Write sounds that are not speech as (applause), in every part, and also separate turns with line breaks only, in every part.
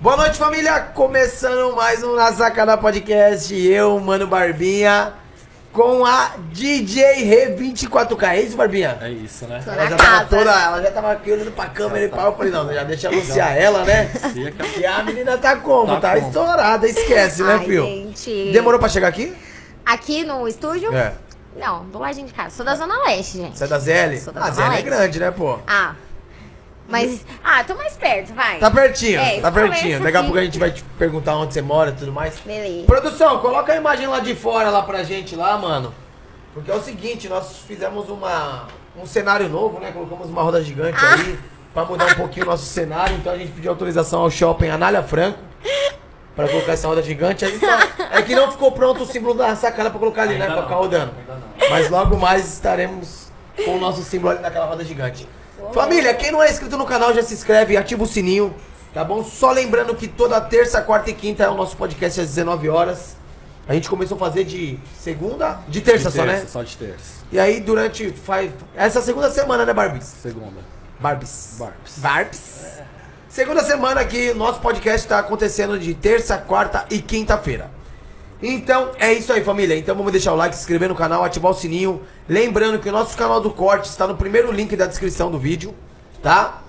Boa noite, família! Começando mais um Na Sacada Podcast. Eu, Mano Barbinha, com a DJ Re24K. É isso, Barbinha?
É isso, né?
Ela já
Na
tava
casa.
toda, ela já tava aqui olhando pra câmera e pau. Eu falei, não, já deixa anunciar ela, né?
E aquela-
E a menina tá como?
Tá
Tá,
como?
estourada, esquece, né,
Ai,
Pio?
gente.
Demorou pra chegar aqui?
Aqui no estúdio?
É.
Não, do ladinho de casa. Sou da Zona Leste, gente.
Você é da ZL?
Sou da
a
Zona
ZL é
Leste.
grande, né, pô?
Ah. Mas. Ah, tô mais perto, vai.
Tá pertinho,
É,
tá
começa
pertinho. Daqui a
aqui.
pouco a gente vai te perguntar onde você mora e tudo mais.
Beleza.
Produção, coloca a imagem lá de fora lá pra gente lá, mano. Porque é o seguinte, nós fizemos uma um cenário novo, né? Colocamos uma roda gigante
Ah.
aí pra mudar um pouquinho o nosso cenário. Então a gente pediu autorização ao shopping Anália Franco pra colocar essa roda gigante aí. Então, é que não ficou pronto o símbolo da sacada pra colocar ali, né?
Ainda
Pra
não.
ficar rodando.
Ainda não.
Mas logo mais estaremos com o nosso símbolo ali naquela roda gigante. Família, quem não é inscrito no canal já se inscreve e ativa o sininho, tá bom? Só lembrando que toda terça, quarta e quinta é o nosso podcast às 19 horas. A gente começou a fazer de segunda, de terça,
De
só, né?
terça, Só de terça.
E aí durante faz essa segunda semana, né, Barbies?
Segunda.
Barbies.
Barbs.
Barbs. Segunda semana aqui, nosso podcast tá acontecendo de terça, quarta e quinta-feira. Então é isso aí, família. Então vamos deixar o like, se inscrever no canal, ativar o sininho. Lembrando que o nosso canal do corte está no primeiro link da descrição do vídeo, tá?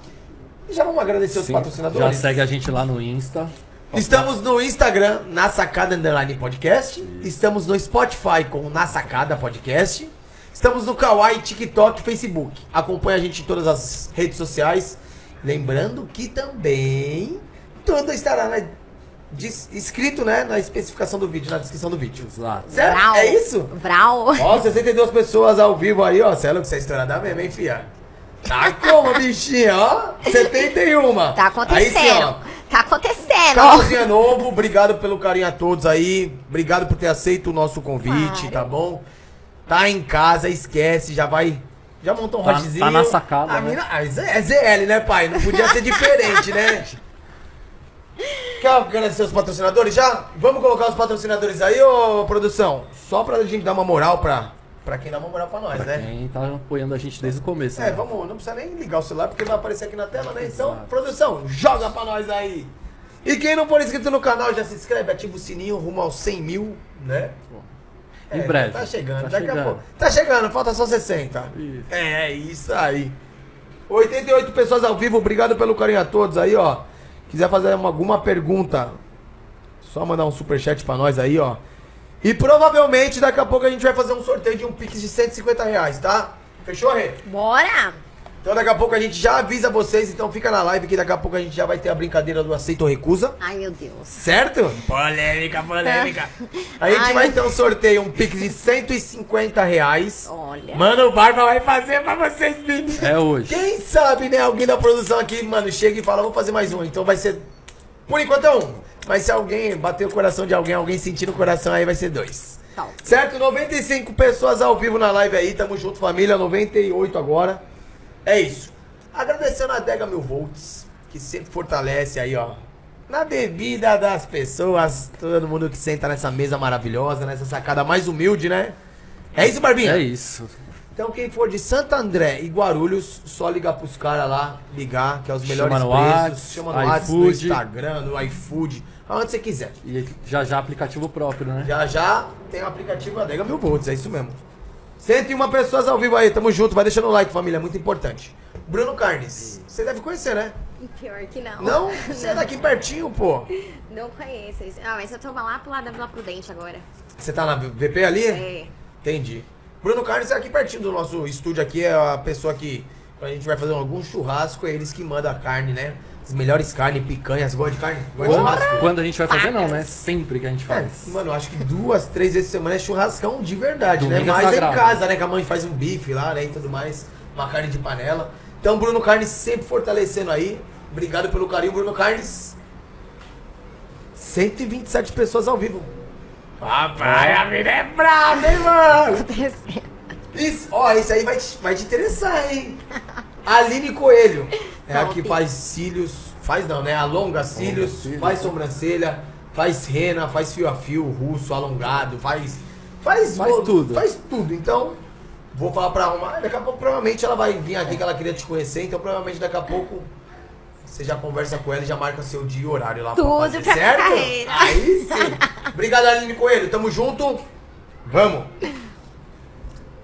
E já vamos agradecer os
Sim. Já
patrocinadores.
segue a gente lá no Insta.
Estamos no Instagram, Na Sacada Underline Podcast. Estamos no Spotify com o Na Sacada Podcast. Estamos no Kawaii, TikTok e Facebook. Acompanha a gente em todas as redes sociais. Lembrando que também tudo estará na- dis- escrito né, na especificação do vídeo, na descrição do vídeo.
Exato.
Certo?
Vral.
É isso?
Vral.
Ó, 62 pessoas ao vivo aí, ó. Cê é louco, você é estourada mesmo, hein, fia? Tá como, bichinha,
(laughs)
ó? 71.
Tá
Aí sim, ó.
acontecendo. Tá acontecendo.
Carolzinha Novo, obrigado pelo carinho a todos aí. Obrigado por ter aceito o nosso convite,
Claro.
tá bom? Tá em casa, esquece, já vai. Já montou um
Tá-
hotzinho.
tá na sacada,
A
né?
mina- ah, isso é ZL, né, pai? Não podia ser diferente, né? Quer agradecer os patrocinadores já? Vamos colocar os patrocinadores aí, ô produção? Só pra gente dar uma moral pra, pra quem dá uma moral pra nós, né?
Quem tá apoiando a gente desde o começo.
É,
né?
vamos, não precisa nem ligar o celular porque vai aparecer aqui na tela, né? Então,
Exato.
produção, joga pra nós aí. E quem não for inscrito no canal, já se inscreve, ativa o sininho rumo aos 100 mil, né?
Em
É,
breve.
Tá chegando,
Tá
daqui a
chegando.
pouco. Tá chegando, falta só 60.
Isso.
É, isso aí. 88 pessoas ao vivo, obrigado pelo carinho a todos aí, ó. Quiser fazer uma- alguma pergunta, só mandar um superchat pra nós aí, ó. E provavelmente daqui a pouco a gente vai fazer um sorteio de um pix de 150 reais, tá? Fechou, Rê?
Bora!
Então daqui a pouco a gente já avisa vocês, então fica na live que daqui a pouco a gente já vai ter a brincadeira do aceito ou recusa,
Ai, meu Deus.
certo?
Polêmica, polêmica.
(laughs) A gente
Ai,
vai
meu-
ter um sorteio, um pix de 150 reais.
Olha.
Mano, o Barba vai fazer pra vocês, meninos.
É hoje.
Quem sabe, né? Alguém da produção aqui, mano, chega e fala, vou fazer mais um. Então vai ser, por enquanto é um. Mas se alguém bater o coração de alguém, alguém sentir no coração, aí vai ser dois.
Então,
Certo? 95 pessoas ao vivo na live aí. Tamo junto, família. 98 agora. É isso. Agradecendo a Adega Mil Volts, que sempre fortalece aí, ó. Na bebida das pessoas, todo mundo que senta nessa mesa maravilhosa, nessa sacada mais humilde, né? É isso, Barbinha?
É isso.
Então quem for de Santo André e Guarulhos, só ligar pros caras lá, ligar, que é os melhores
Chama no
preços.
Whats,
Chama no WhatsApp, no
iFood.
Instagram, no iFood, aonde você quiser.
E já já aplicativo próprio, né?
Já já tem o aplicativo Adega Mil Volts, é isso mesmo. 101 pessoas ao vivo aí, tamo junto, vai deixando o like, família, é muito importante. Bruno Carnes, você deve conhecer, né?
pior que não.
Não? Você é daqui pertinho, pô.
Não conheço isso. Ah, mas eu tô lá pro lado da Vila Prudente agora.
Você tá na VP ali?
É. (laughs)
Entendi. Bruno Carnes é aqui pertinho do nosso estúdio aqui, é a pessoa que quando a gente vai fazer algum churrasco, é eles que mandam a carne, né? As melhores carnes, picanhas, gosta de carne? Gosta de
Quando,
churrasco?
quando a gente vai fazer, não, né? Sempre que a gente faz.
É, mano, eu acho que duas, três vezes por semana é churrascão de verdade, né?
Domingo é
Mas é em
sagrado.
casa, né? Que a mãe faz um bife lá, né? E tudo mais, uma carne de panela. Então, Bruno Carnes sempre fortalecendo aí. Obrigado pelo carinho, Bruno Carnes. 127 pessoas ao vivo. Papai, a vida é brava, hein, mano? Isso, ó, isso aí vai te, vai te interessar, hein? Aline Coelho. É a que faz cílios. Faz não, né? Alonga cílios,
cílios.
faz sobrancelha, faz rena, faz fio a fio, russo, alongado, faz. Faz,
Faz tudo.
Faz tudo. Então, vou falar pra uma. Daqui a pouco, provavelmente, ela vai vir aqui que ela queria te conhecer, então provavelmente daqui a pouco. Você já conversa com ela e já marca seu dia e horário lá
Tudo
pra fazer,
pra
certo?
carreira.
Aí sim. Obrigado, Aline Coelho. Tamo junto. Vamos.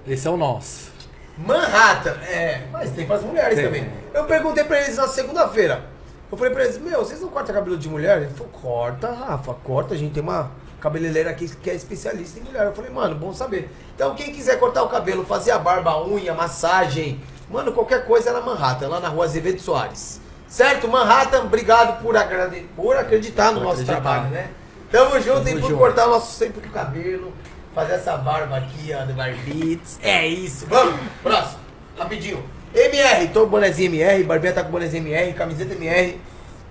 Esse é o nosso.
Manhattan, é, mas tem pras mulheres
Tem.
também. Eu perguntei pra eles na segunda-feira. Eu falei pra eles, meu, vocês não cortam cabelo de mulher? Ele falou, corta, Rafa, corta. A gente tem uma cabeleireira aqui que é especialista em mulher. Eu falei, mano, bom saber. Então, quem quiser cortar o cabelo, fazer a barba, a unha, massagem, mano, qualquer coisa é na Manhattan, lá na rua Azevedo Soares. Certo, Manhattan, obrigado por, agrade... por acreditar no
Por
nosso
acreditar.
trabalho, né? Tamo junto
Tamo
e por
junto.
cortar o nosso sempre o cabelo, fazer essa barba aqui, ó, do Barbits. É isso. Vamos, próximo. Rapidinho. MR, tô com bonezinho MR, Barbinha tá com bonezinho MR, camiseta MR.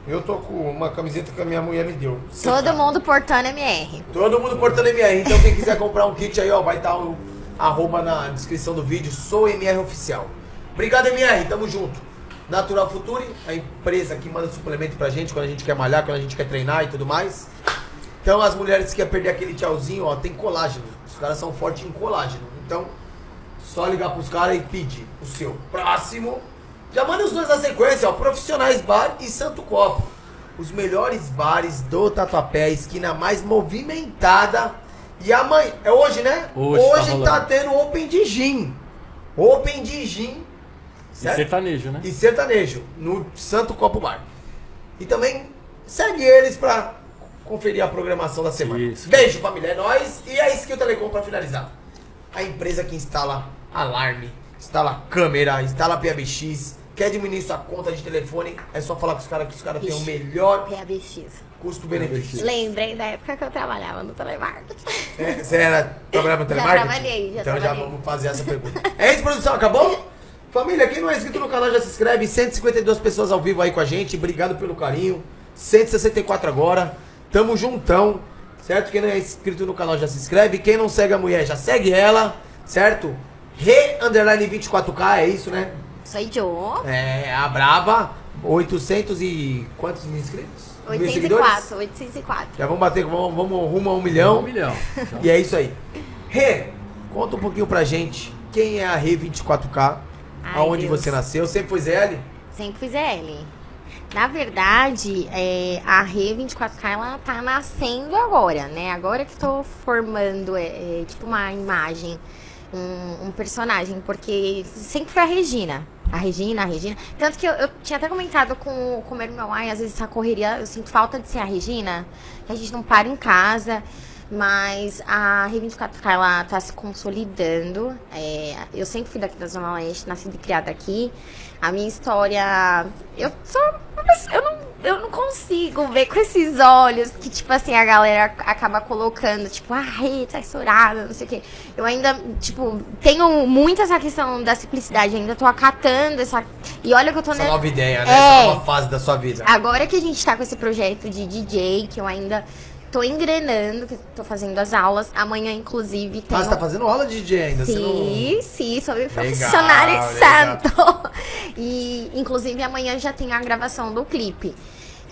Eu tô com uma camiseta que a minha mulher me deu.
Todo mundo portando MR.
Todo mundo portando MR, então quem quiser comprar um kit aí, ó, vai estar o arroba na descrição do vídeo, sou MR Oficial. Obrigado, MR, tamo junto. Natural Future, a empresa que manda suplemento pra gente quando a gente quer malhar, quando a gente quer treinar e tudo mais. Então as mulheres que querem perder aquele tchauzinho, ó, tem colágeno. Os caras são fortes em colágeno. Então, só ligar pros caras e pedir o seu. Próximo. Já manda os dois na sequência, ó. Profissionais Bar e Santo Copo. Os melhores bares do Tatuapé, esquina mais movimentada. E amanhã. É hoje, né?
Hoje tá
hoje tá,
rolando.
tendo Open de Gin. Open de Gin.
E sertanejo, né?
E sertanejo, no Santo Copo Bar. E também segue eles pra conferir a programação da semana.
Isso.
Beijo, família, é nóis. E a Skill Telecom pra finalizar. A empresa que instala alarme, instala câmera, instala PABX, quer diminuir sua conta de telefone, é só falar com os caras que os caras têm o
Ixi.
melhor
PABX.
custo-benefício.
Lembrei da época que eu trabalhava no telemarketing.
É, Você era trabalhava no
Já
telemarketing?
trabalhei, já
Então
trabalhei.
já vamos fazer essa pergunta. É isso, produção, acabou? Família, quem não é inscrito no canal já se inscreve. 152 pessoas ao vivo aí com a gente. Obrigado pelo carinho. 164 agora. Tamo juntão. Certo? Quem não é inscrito no canal já se inscreve. Quem não segue a mulher já segue ela. Certo? Re underline 24K, é isso, né?
Sou idiota.
É, a Brava. 800 e quantos mil inscritos? Mil seguidores?
804, 804.
Já vamos bater, vamos, vamos rumo a um milhão. (laughs)
Um milhão. Então,
E é isso aí. Rê, conta um pouquinho pra gente quem é a Rê 24K,
Ai,
aonde
Deus. Né?
você nasceu, sempre foi ZL?
Sempre fiz L. Na verdade, é, a Rê 24K ela tá nascendo agora, né? Agora que tô formando, é, é, tipo, uma imagem, um, um personagem, porque sempre foi a Regina. A Regina, a Regina. Tanto que eu, eu tinha até comentado com, com o meu irmão, ai, às vezes essa correria, eu sinto falta de ser a Regina, que a gente não para em casa. Mas a Rê 24K ela tá se consolidando. É, eu sempre fui daqui da Zona Oeste, nascida e criada aqui. A minha história. Eu sou. uma pessoa- Eu não, eu não consigo ver com esses olhos que, tipo assim, a galera acaba colocando, tipo, ah, Rê, tá estourada, não sei o quê. Eu ainda, tipo, tenho muito essa questão da simplicidade, ainda tô acatando essa. E olha que eu tô
Essa
ne-
nova ideia, né?
É.
Essa nova fase da sua vida. Ah,
Agora que a gente tá com esse projeto de DJ, que eu ainda tô engrenando, que eu tô fazendo as aulas, amanhã, inclusive, tem.
Ah, você tá fazendo aula de DJ ainda, você não...
então. Sim, sim, sou (laughs) meu profissionário
legal.
santo. E, inclusive, amanhã já tem a gravação do clipe.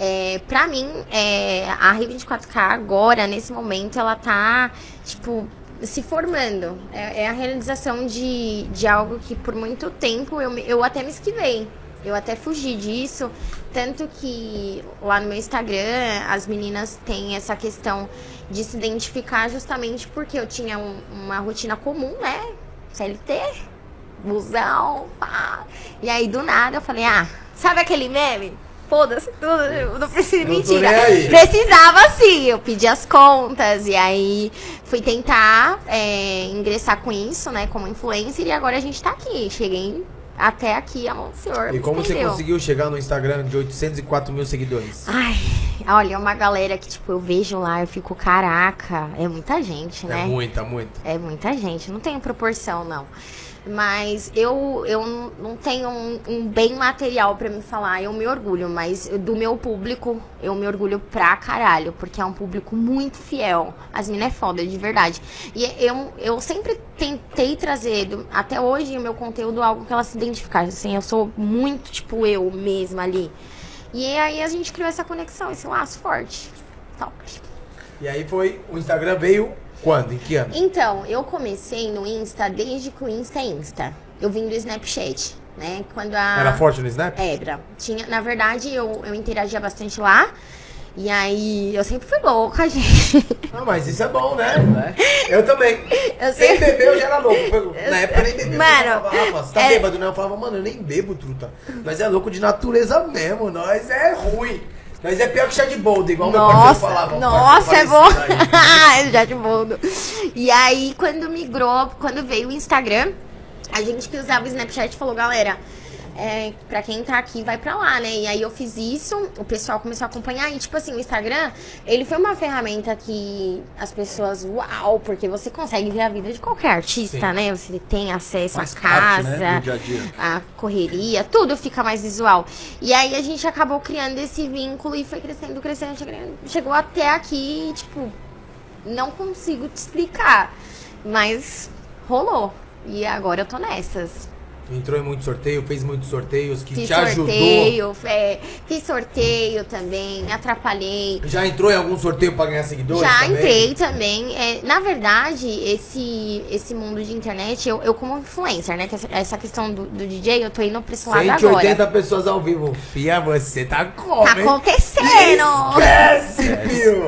É, pra mim, é, a R24K agora, nesse momento, ela tá, tipo, se formando. É, é a realização de, de algo que por muito tempo eu, me- eu até me esquivei. Eu até fugi disso. Tanto que lá no meu Instagram, as meninas têm essa questão de se identificar justamente porque eu tinha um- uma rotina comum, né? CLT, busão, pá. E aí, do nada, eu falei, ah, sabe aquele meme? Foda-se tudo, eu não preciso
Não tô
mentira.
nem aí.
Precisava sim, eu pedi as contas. E aí, fui tentar é, ingressar com isso, né, como influencer. E agora a gente tá aqui. Cheguei até aqui, amor do senhor.
E como você
entendeu?
conseguiu chegar no Instagram de 804 mil seguidores?
Ai, olha, é uma galera que, tipo, eu vejo lá, eu fico, caraca, é muita gente, né?
É muita, muita.
É muita gente, não tenho proporção, não. Mas eu, eu n- não tenho um, um bem material pra me falar, eu me orgulho, mas do meu público, eu me orgulho pra caralho, porque é um público muito fiel. As minas é foda, de verdade. E eu, eu sempre tentei trazer, do- até hoje, o meu conteúdo algo que elas se identificassem. Assim, eu sou muito, tipo, eu mesma ali. E aí a gente criou essa conexão, esse laço forte. Top.
E aí foi, o Instagram veio quando? Em que ano?
Então, eu comecei no Insta desde que o Insta é Insta. Eu vim do Snapchat. né? Quando a.
Era forte no Snap?
Era. Tinha, na verdade, eu, eu interagia bastante lá. E aí, eu sempre fui louca, gente. (laughs)
Ah, mas isso é bom, né? Eu também.
Eu
Sem
sempre.
beber eu já era louco. Foi- Na época eu nem bebia.
Mano,
eu falava, "Rafa, você tá
é-
bêbado, né? Eu falava, mano, eu nem bebo, truta. Nós é louco de natureza mesmo. Nós é ruim. Nós é pior que chá de boldo, igual meu parceiro falava.
Nossa,
um
nossa, é
parceiro
bom.
falecido aí.
(laughs) Ah, já de mundo. E aí, quando migrou, quando veio o Instagram, a gente que usava o Snapchat falou, galera, é, pra quem tá aqui, vai pra lá, né? E aí eu fiz isso, o pessoal começou a acompanhar. E, tipo assim, o Instagram, ele foi uma ferramenta que as pessoas, uau, porque você consegue ver a vida de qualquer artista,
Sim.
né? Você tem acesso
Faz
à
parte,
casa
né, do dia a dia.
a correria, tudo fica mais visual. E aí a gente acabou criando esse vínculo e foi crescendo, crescendo, chegando- chegou até aqui, e, tipo, não consigo te explicar, mas rolou. E agora eu tô nessas.
Entrou em muito sorteio, fez muitos sorteios que
Fiz
te ajudou.
sorteio, é, fiz sorteio também, me atrapalhei.
Já entrou em algum sorteio pra ganhar seguidores?
Já
também?
entrei também. É, na verdade, esse, esse mundo de internet, eu, eu como influencer, né? Que essa, essa questão do, do DJ, eu tô indo pra esse lado agora.
180 pessoas ao vivo. Fia, você tá como?
Tá
hein?
acontecendo!
Esquece, viu?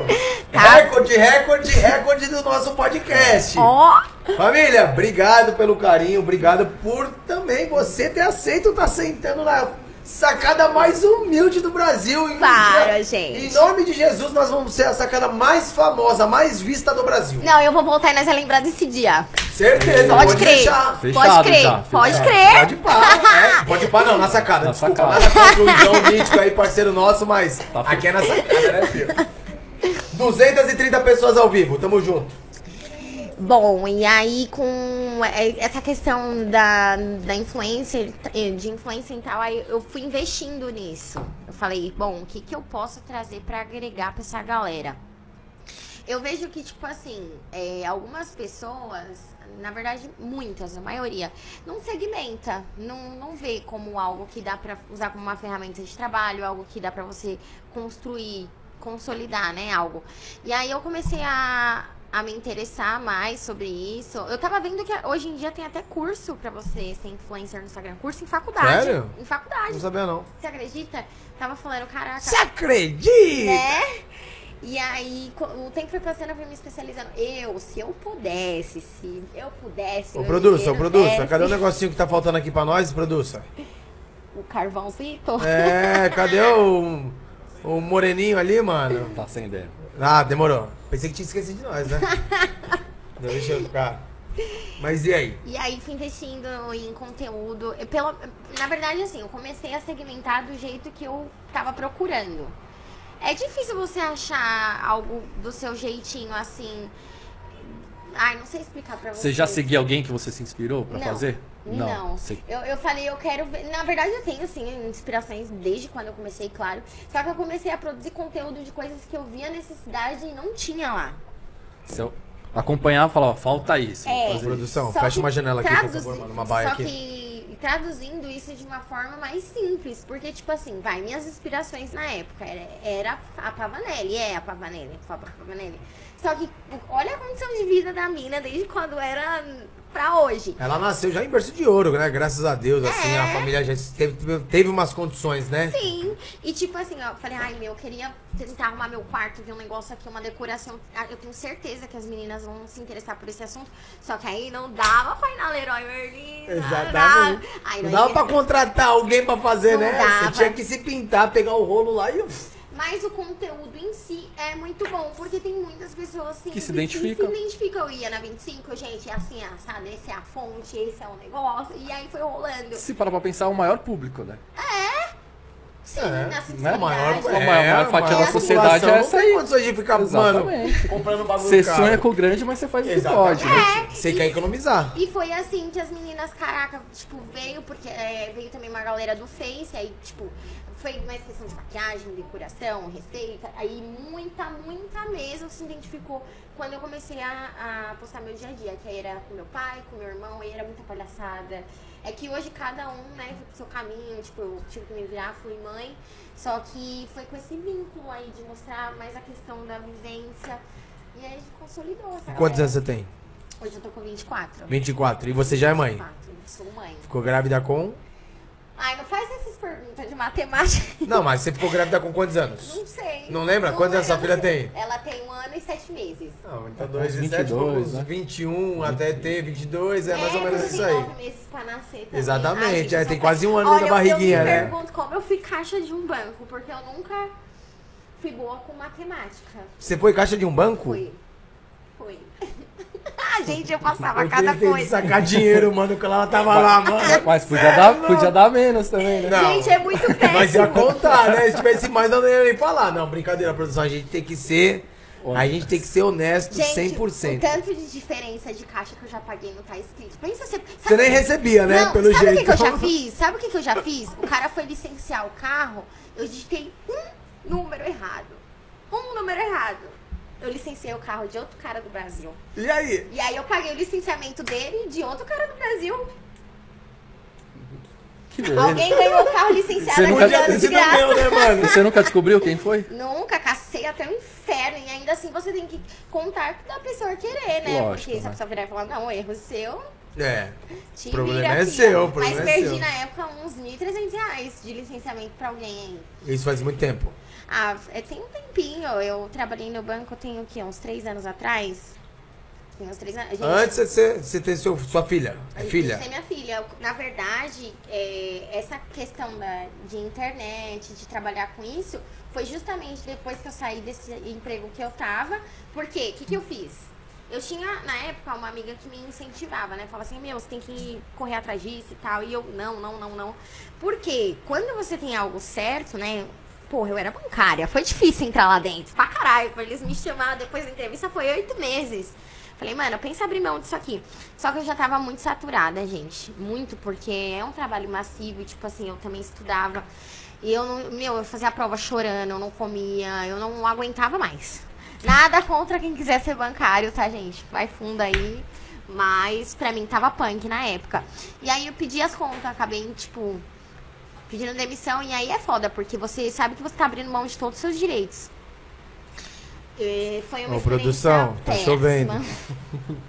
Tá.
Recorde, recorde, recorde do nosso podcast.
Ó,
Família, obrigado pelo carinho, obrigado por também você ter aceito estar sentando na sacada mais humilde do Brasil. E um
Para,
dia,
gente.
Em nome de Jesus, nós vamos ser a sacada mais famosa, mais vista do Brasil.
não, eu vou voltar e nós vamos lembrar desse dia.
Certeza,
Pode crer.
deixar.
Fechado
pode crer,
já,
pode
fechado.
crer.
Pode
(laughs)
parar, é, pode parar não, na sacada,
Na
desculpa,
sacada. Tá
nada contra o João Mítico aí, parceiro nosso, mas aqui é na sacada, né, filho? 230 pessoas ao vivo, tamo junto.
Bom, e aí com é, essa questão da, da influencer, eh, de influência e tal, aí eu fui investindo nisso. Eu falei, bom, o que, que eu posso trazer pra agregar pra essa galera? Eu vejo que, tipo assim, é, algumas pessoas, na verdade, muitas, a maioria, não segmenta, não, não vê como algo que dá pra usar como uma ferramenta de trabalho, algo que dá pra você construir, consolidar, né, algo. E aí eu comecei a, a me interessar mais sobre isso. Eu tava vendo que hoje em dia tem até curso pra você ser influencer no Instagram, curso em faculdade.
Sério?
Em faculdade.
sabia não.
Você acredita? Tava falando, caraca.
Você acredita?
Né? E aí, co- o tempo foi passando, eu fui me especializando. Eu, se eu pudesse, se eu pudesse.
Ô,
meu
produça, ô,
dinheiro
produça,
desse,
cadê o negocinho que tá faltando aqui pra nós, produça?
O carvãozito?
um- É, cadê o, o moreninho ali, mano?
Tá sem ideia.
Ah, demorou. Pensei que tinha esquecido de nós,
(laughs)
né? Não, Deixa eu ficar. Mas e aí?
E aí, fui investindo em conteúdo. Eu, pelo, na verdade, assim, eu comecei a segmentar do jeito que eu tava procurando. É difícil você achar algo do seu jeitinho, assim. Ai, não sei explicar pra
Você
vocês.
já seguia alguém que você se inspirou pra
Não.
fazer?
Não.
Você-
Eu, eu falei, eu quero ver. Na verdade, eu tenho, sim, inspirações desde quando eu comecei, claro. Só que eu comecei a produzir conteúdo de coisas que eu via necessidade e não tinha lá.
Você acompanhava e falava, ó, falta isso. vou
É.
fazer isso.
Produção,
Só
fecha
que
uma janela aqui, por
traduzi-
favor, mano. Uma baia
só
aqui.
que traduzindo isso de uma forma mais simples. Porque, tipo assim, vai, minhas inspirações na época era, era a Pavanelli. É a Pavanelli, a Pavanelli. Só que olha a condição de vida da mina desde quando era pra hoje.
Ela nasceu já em berço de ouro, né? Graças a Deus, assim, a família já teve, teve umas condições, né?
É. Sim. E tipo assim, ó, eu falei, ai meu, eu queria tentar arrumar meu quarto, ver um negócio aqui, uma decoração. Ah, Eu tenho certeza que as meninas vão se interessar por esse assunto. Só que aí não dava pra ir na Leroy Merlin. não dava. Aí
Não
nós
dava
ia-
pra contratar alguém pra fazer,
Não
né?
dava.
Você tinha que se pintar, pegar o rolo lá e. uf,
Mas o conteúdo em si é muito bom, porque tem muitas pessoas assim,
Que se identificam.
se identificam. Eu ia na 25, gente, é assim, é assado, esse é a fonte, esse é o negócio. E aí foi rolando.
Se parar pra pensar, é o maior público, né?
Sim,
É,
na
A
sensibilidade.
maior, é,
A maior- a maior fatia
maior
da sociedade
população
é
não
essa
tem
aí.
condições de ficar, mano,
Exatamente.
comprando bagulho
Você
caro.
sonha com o grande, mas você faz o que pode.
Exatamente.
né?
É.
Você quer economizar.
E foi assim que as meninas, caraca, tipo, veio, porque é, veio também uma galera do Face, aí, tipo, foi mais questão de maquiagem, decoração, receita. Aí muita, muita mesmo se identificou quando eu comecei a, a postar meu dia a dia, que aí era com meu pai, com meu irmão, aí era muita palhaçada. É que hoje cada um, né, foi pro seu caminho, tipo, eu tive que me virar, fui mãe. Só que foi com esse vínculo aí de mostrar mais a questão da vivência. E aí a gente consolidou essa
Quantos
galera.
anos você tem?
Hoje eu tô com 24.
24. E você já é mãe?
24, Ah, sou mãe.
Ficou grávida com?
Ai, não faz essas perguntas de matemática. (laughs)
Não, mas você ficou grávida com quantos anos?
Não sei.
Não lembra? Quantos anos
eu
sua filha
não-
tem?
Ela tem um ano e sete meses.
Não, então
uns
2 e 7,
22,
uns
né?
21 até ter 22, é mais ou menos
quando
isso
tem
aí.
nove meses pra nascer também.
Exatamente,
Ai,
aí
gente,
tem
eu-
quase um ano
Olha,
na barriguinha,
eu
né?
Eu me pergunto como eu fui caixa de um banco, porque eu nunca fui boa com matemática.
Você foi caixa de um banco?
Fui. Fui. (laughs) ah, gente, eu passava
Eu
cada
tentei
coisa. É
sacar dinheiro, mano, que ela tava lá, mano.
né? Mas podia dar, podia dar menos também, né?
Não.
Gente, é muito
(laughs)
péssimo.
Mas ia contar, né? Se tivesse mais, eu não ia nem falar. Não, brincadeira, produção. A gente tem que ser. A gente tem que ser honesto
Gente, o
100%.
tanto de diferença de caixa que eu já paguei não tá escrito. Pensa se...
Você
sabe-
nem recebia, né?
Não,
Pelo
sabe o
jeito.
que, que eu já fiz? Sabe o que, que eu já fiz? O cara foi licenciar o carro, eu digitei um número errado. Um número errado. Eu licenciei o carro de outro cara do Brasil.
E aí?
E aí eu paguei o licenciamento dele e de outro cara do Brasil.
Que beleza.
Alguém ganhou o carro licenciado
Você nunca-
aqui de
Você não
graça.
deu, né, mano?
Você nunca descobriu quem foi?
Nunca, cacei até o inferno. E ainda assim você tem que contar com a pessoa querer, né?
Lógico,
Porque se
né?
a pessoa virar e falar, não, erro seu, (laughs)
É.
te
O problema
vira,
é
filha.
seu, o problema
Mas
é
perdi
seu.
na época uns 1.300 reais de licenciamento pra alguém aí.
Isso faz muito tempo.
Ah, é, tem um tempinho. Eu trabalhei no banco, tem o quê? Uns três anos atrás? Tem uns três anos. Gente,
Antes você, você ter seu, sua filha. É filha?
Isso é minha filha. Na verdade, é, essa questão da, de internet, de trabalhar com isso, foi justamente depois que eu saí desse emprego que eu tava. Porque, o que, que eu fiz? Eu tinha, na época, uma amiga que me incentivava, né? Falava assim, meu, você tem que correr atrás disso e tal. E eu, não, não, não, não. Porque quando você tem algo certo, né? Porra, eu era bancária. Foi difícil entrar lá dentro. Pra caralho. Pra eles me chamaram depois da entrevista, foi oito meses. Falei, mano, pensa abrir mão disso aqui. Só que eu já tava muito saturada, gente. Muito, porque é um trabalho massivo. e, Tipo assim, eu também estudava. E eu não. Meu, eu fazia a prova chorando, eu não comia, eu não aguentava mais. Nada contra quem quiser ser bancário, tá, gente? Vai fundo aí. Mas pra mim tava punk na época. E aí eu pedi as contas, acabei, tipo, pedindo demissão. E aí é foda, porque você sabe que você tá abrindo mão de todos os seus direitos. E foi uma
Ô,
experiência
produção, tá
péssima.
chovendo.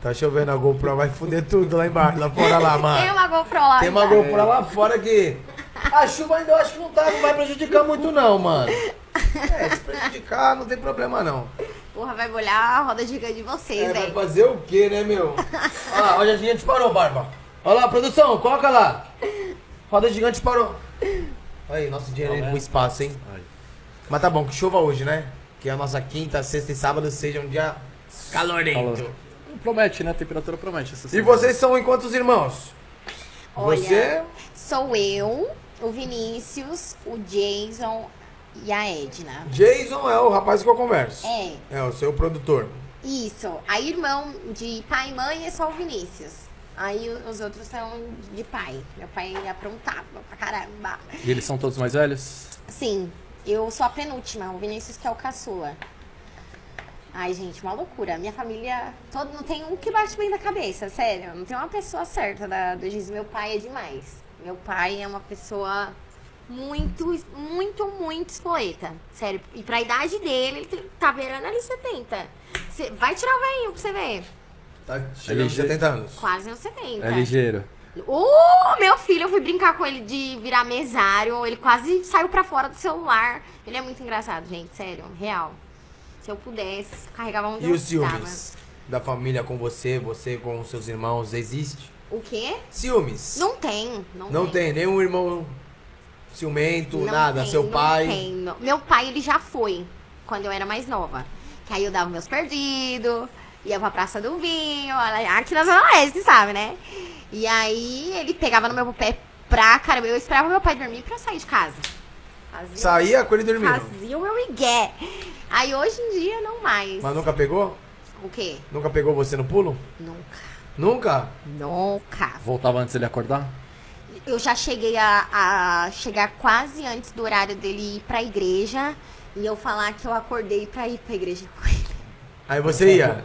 Tá chovendo a GoPro, vai fuder tudo lá embaixo, lá fora lá, mano.
Tem uma GoPro lá.
Tem uma
embaixo.
GoPro lá fora que. A chuva ainda eu acho que não, tá, não vai prejudicar muito, não, mano. É, se prejudicar não tem problema, não.
Porra, vai molhar a roda gigante de vocês,
É, vai
velho.
fazer o quê, né, meu? Olha lá, a roda gigante parou, Barba. Olha lá, produção, coloca lá. Roda gigante parou. Aí, nosso dinheiro indo pro espaço, hein?
Aí.
Mas tá bom, que chova hoje, né? Que a nossa quinta, sexta e sábado seja um dia calorento.
Calor. Promete, né? A temperatura promete. essa
E
semana.
vocês são enquanto os irmãos?
Olha,
Você?
Sou eu, o Vinícius, o Jason e a Edna.
Jason é o rapaz que eu converso.
É,
É, o seu produtor.
isso. A irmão de pai e mãe é só o Vinícius. Aí o- os outros são de pai. Meu pai aprontava pra caramba.
E eles são todos mais velhos?
Sim, eu sou a penúltima, o Vinícius que é o caçula. Ai, gente, uma loucura. Minha família todo não tem um que bate bem na cabeça, sério. Não tem uma pessoa certa da, do giz. Meu pai é demais. Meu pai é uma pessoa muito, muito, muito espoleta. Sério. E pra idade dele, ele tem- tá beirando ali 70. Cê, vai tirar o veinho pra você ver.
Tá chegando aos
LG.
70 anos.
Quase uns 70.
É ligeiro.
Ô, meu filho, eu fui brincar com ele de virar mesário. Ele quase saiu pra fora do celular. Ele é muito engraçado, gente, sério, real. Se eu pudesse, carregava onde
E
eu
os ciúmes da família com você, você com os seus irmãos, existe?
tava. O quê?
Ciúmes?
Não tem. Não,
Não tem nenhum irmão ciumento,
Não
nada,
tem,
seu
não
pai.
tem. Não- Meu pai, ele já foi quando eu era mais nova. Que aí eu dava meus perdidos, ia pra Praça do Vinho, ela- aqui na Zona Oeste, sabe, né? E aí ele pegava no meu pé pra caramba. Eu esperava meu pai dormir pra eu sair de casa. Fazia
Saía com ele dormindo.
Fazia o meu migué. Aí hoje em dia não mais.
Mas nunca pegou?
O quê?
Nunca pegou você no pulo?
Nunca.
Nunca?
Nunca.
Voltava antes dele acordar?
Eu já cheguei a, a chegar quase antes do horário dele ir pra igreja. E eu falar que eu acordei pra ir pra igreja com ele.
Aí você ia.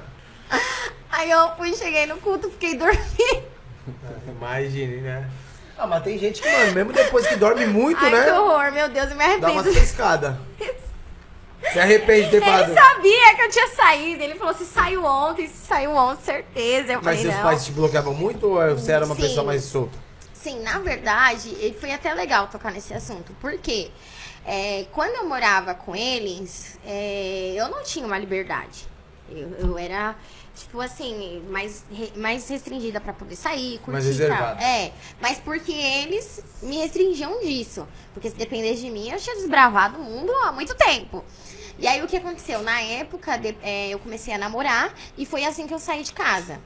Aí eu fui, cheguei no culto, fiquei dormindo.
(laughs) Imagine, né? Ah, mas tem gente que, mano, mesmo depois que dorme muito,
Ai, que
né?
horror, meu Deus, eu me
Dá
arrependo.
umas
(laughs)
pescadas. Se arrepende de ter falado.
Ele sabia que eu tinha saído. Ele falou, se saiu ontem, se saiu ontem, certeza. Eu
Mas
falei,
seus
não.
pais te bloqueavam muito ou você era uma
Sim.
pessoa mais solta?
assim, na verdade, e foi até legal tocar nesse assunto, porque é, quando eu morava com eles, é, eu não tinha uma liberdade. Eu, eu era, tipo assim, mais, re- mais restringida pra poder sair, curtir
Mais
e tal.
reservada.
É, mas porque eles me restringiam disso. Porque se dependesse de mim, eu tinha desbravado o mundo há muito tempo. E aí o que aconteceu? Na época, de- é, eu comecei a namorar e foi assim que eu saí de casa.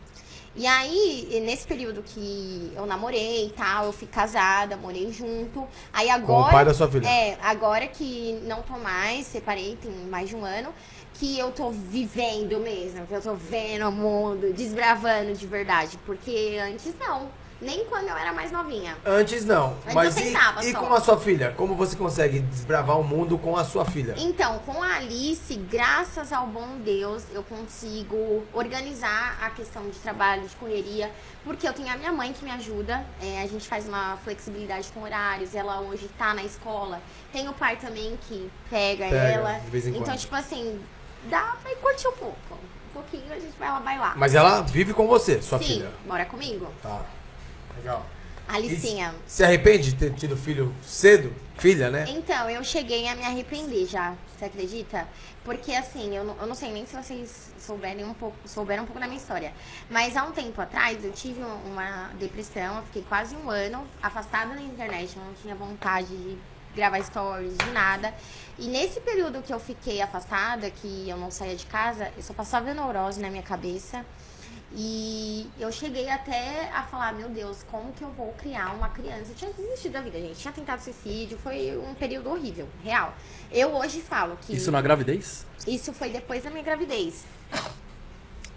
E aí, e nesse período que eu namorei e tal, eu fui casada, morei junto. Aí
Com
agora.
o pai da sua filha.
É, agora que não tô mais, separei, tem mais de um ano, que eu tô vivendo mesmo, que eu tô vendo o mundo, desbravando de verdade. Porque antes não, nem quando eu era mais novinha.
Antes não.
Antes
Mas
eu
e,
tentava
e
só.
com a sua filha? Como você consegue desbravar o mundo com a sua filha?
Então, com a Alice, graças ao bom Deus, eu consigo organizar a questão de trabalho, de correria, porque eu tenho a minha mãe que me ajuda. é, a gente faz uma flexibilidade com horários, ela hoje tá na escola. Tem o pai também que pega,
Pega,
ela.
de vez em
então,
quando.
tipo assim, dá pra ir curtir um pouco. Um pouquinho a gente vai lá, vai lá.
Mas ela vive com você, sua
Sim,
filha.
mora comigo.
Tá. Legal.
Alicinha.
E se arrepende de ter tido filho cedo? Filha, né?
Então, eu cheguei a me arrepender já, você acredita? Porque assim, eu não, eu não sei nem se vocês souberem um pouco, souberam um pouco da minha história. Mas há um tempo atrás eu tive um- uma depressão, eu fiquei quase um ano afastada da internet, eu não tinha vontade de gravar stories, de nada. E nesse período que eu fiquei afastada, que eu não saía de casa, eu só passava neurose na minha cabeça. E eu cheguei até a falar, meu Deus, como que eu vou criar uma criança? Eu tinha desistido da vida, gente. Tinha tentado suicídio, foi um período horrível, real. Eu hoje falo que
Isso na gravidez?
isso foi depois da minha gravidez.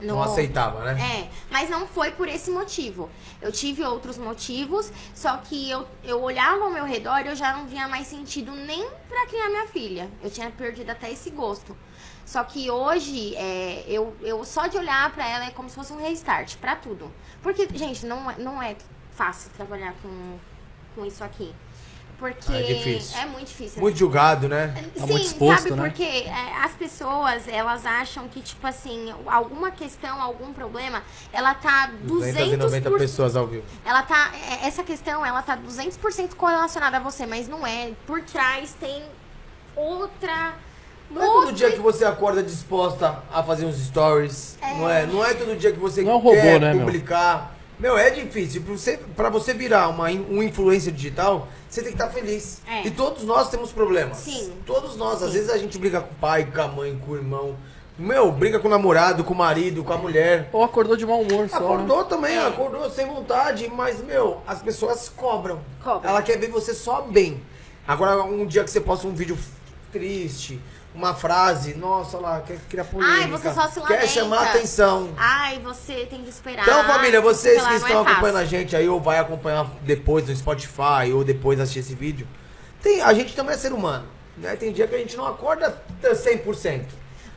Não,
No-
aceitava, né?
é, mas não foi por esse motivo. Eu tive outros motivos, só que eu, eu olhava ao meu redor e eu já não via mais sentido nem pra criar minha filha. Eu tinha perdido até esse gosto. Só que hoje, é, eu, eu só de olhar pra ela é como se fosse um restart pra tudo. Porque, gente, não, é- não é fácil trabalhar com, com isso aqui. Porque
É difícil.
é muito difícil.
Muito julgado, né?
Tá
Sim,
muito exposto,
sabe?
né?
Porque é, as pessoas, elas acham que, tipo assim, alguma questão, algum problema, ela tá 200%...
290 pessoas ao vivo.
Ela tá... é, Essa questão, ela tá 200% correlacionada a você, mas não é. Por trás tem outra...
Não é todo dia que você acorda disposta a fazer uns stories. Não é? Não é todo dia que você
Não é um robô,
quer
né, meu?
publicar. Meu, é difícil. Pra você, pra você virar uma, in- um influencer digital, você tem que estar feliz.
É.
E todos nós temos problemas.
Sim.
Todos nós. Às vezes a gente briga com o pai, com a mãe, com o irmão. Meu, briga com o namorado, com o marido, com a mulher.
Ou acordou de mau humor só? né?
Acordou também,
É.
acordou sem vontade, mas, meu, as pessoas cobram.
Cobram.
Ela quer ver você só bem. Agora, um dia que você posta um vídeo triste, uma frase, nossa lá, quer criar polêmica.
Ai, você só se
Quer
lamenta. Tá.
chamar atenção.
Ai, você tem que esperar.
Então, família, vocês
sei lá,
que
não
estão
é fácil.
acompanhando a gente aí, ou vai acompanhar depois no Spotify, ou depois assistir esse vídeo, tem, a gente também é ser humano. Né? Tem dia que a gente não acorda 100%.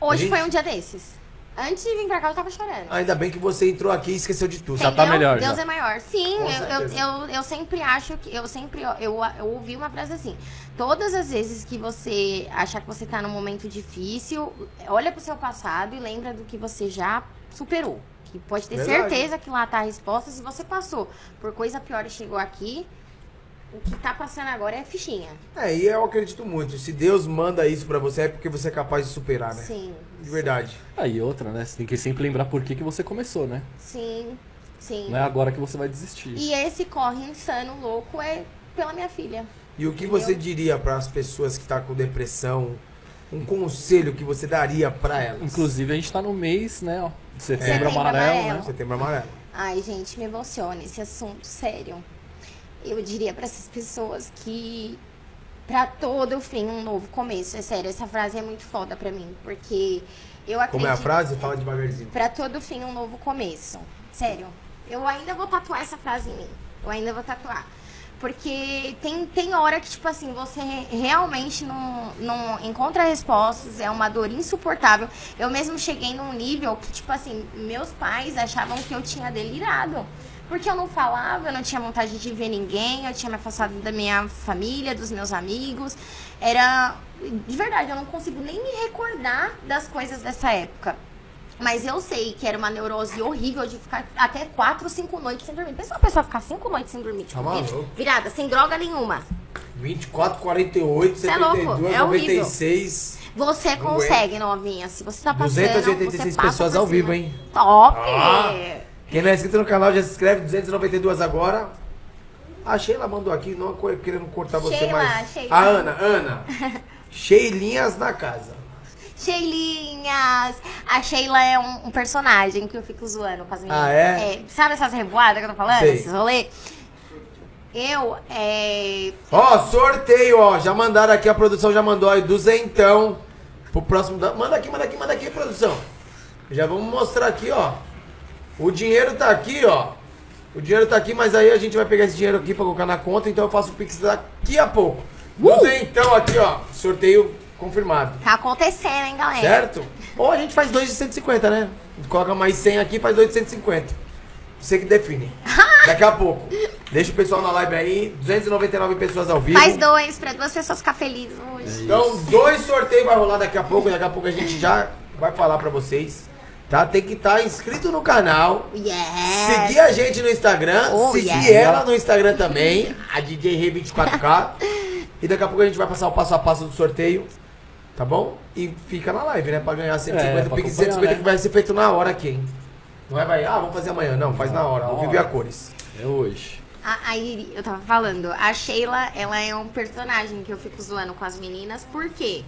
Hoje
A gente-
foi um dia desses. Antes de vir pra cá, eu tava chorando.
Ainda bem que você entrou aqui e esqueceu de tudo.
Já tá
Entendeu?
melhor,
Deus
já.
é maior. Sim,
Com
eu, eu,
certeza.
eu, eu sempre acho que. Eu sempre. Eu, eu ouvi uma frase assim. Todas as vezes que você achar que você tá num momento difícil, olha pro seu passado e lembra do que você já superou. Que pode ter
Verdade.
certeza que lá tá a resposta. Se você passou por coisa pior e chegou aqui, o que tá passando agora é fichinha.
É, e eu acredito muito. Se Deus manda isso pra você, é porque você é capaz de superar, né?
Sim.
De verdade.
Aí outra, né? Você tem que sempre lembrar por que, que você começou, né?
Sim. Sim.
Não é agora que você vai desistir.
E esse corre insano, louco, é pela minha filha.
E o que você diria para as pessoas que estão com depressão? Um conselho que você daria pra elas?
Inclusive, a gente tá no mês, né? Ó, de setembro
Setembro
amarelo,
amarelo.
né?
Setembro amarelo.
Ai, gente, me emociona esse assunto, sério. Eu diria pra essas pessoas que pra todo fim um novo começo, é sério, essa frase é muito foda pra mim, porque eu acredito
Como é a frase? Fala devagarzinho.
Pra todo fim um novo começo. Sério. Eu ainda vou tatuar essa frase em mim. Eu ainda vou tatuar. Porque tem, tem hora que, tipo assim, você re- realmente não, não encontra respostas, é uma dor insuportável. Eu mesmo cheguei num nível que, tipo assim, meus pais achavam que eu tinha delirado. Porque eu não falava, eu não tinha vontade de ver ninguém, eu tinha me afastado da minha família, dos meus amigos. Era. De verdade, eu não consigo nem me recordar das coisas dessa época. Mas eu sei que era uma neurose horrível de ficar até quatro, cinco noites sem dormir. Pensa uma pessoa ficar cinco noites sem dormir,
Tá
tipo,
maluco?
vir- virada, sem droga nenhuma.
24, 48,
Cê é louco,
72,
é horrível.
96.
Você
Não
consegue, novinha. Se você tá passando.
286
você passa
pessoas
por
ao
cima.
vivo, hein?
Top!
Ah! Quem não é inscrito no canal já se inscreve, 292 agora. A Sheila mandou aqui, não co- querendo cortar você,
Sheila,
mas.
Sheila.
A Ana, Ana.
(laughs)
Sheilinhas na casa.
Sheilinhas! A Sheila é um, um personagem que eu fico zoando com as meninas.
Ah, é?
sabe essas revoadas que eu tô falando?
Sei.
Esses rolê? Eu, é.
Ó, sorteio, ó. Já mandaram aqui, a produção já mandou aí, duzentão. Pro próximo. da- Manda aqui, manda aqui, manda aqui, produção. Já vamos mostrar aqui, ó. O dinheiro tá aqui, ó. O dinheiro tá aqui, mas aí a gente vai pegar esse dinheiro aqui pra colocar na conta, então eu faço o Pix daqui a pouco.
Uh!
Duzentão aqui, ó. Sorteio confirmado.
Tá acontecendo, hein, galera?
Certo? Ou a gente faz dois de 150, né? Coloca mais 100 aqui, faz dois de 150. Você que
(laughs)
define. Daqui a pouco. Deixa o pessoal na live aí. 299 pessoas ao vivo.
Faz dois pra duas pessoas ficar felizes
É
hoje.
Então, dois sorteios vai rolar daqui a pouco. Daqui a pouco a gente já vai falar pra vocês. Tá? Tem que estar inscrito no canal.
Yeah!
Seguir a gente no Instagram.
Oh,
seguir
yes.
ela no Instagram também. A DJ Re24K. e daqui a pouco a gente vai passar o passo a passo do sorteio. Tá bom? E fica na live, né? Pra ganhar 150
É, pra
Pix.
acompanhar,
150
né?
que vai ser feito na hora aqui, hein? Não é vai, ah, vamos fazer amanhã. Não, faz na hora.
na
Ao vivo e a
hora.
cores.
É hoje.
A- Aí eu tava falando, a Sheila, ela é um personagem que eu fico zoando com as meninas, por quê?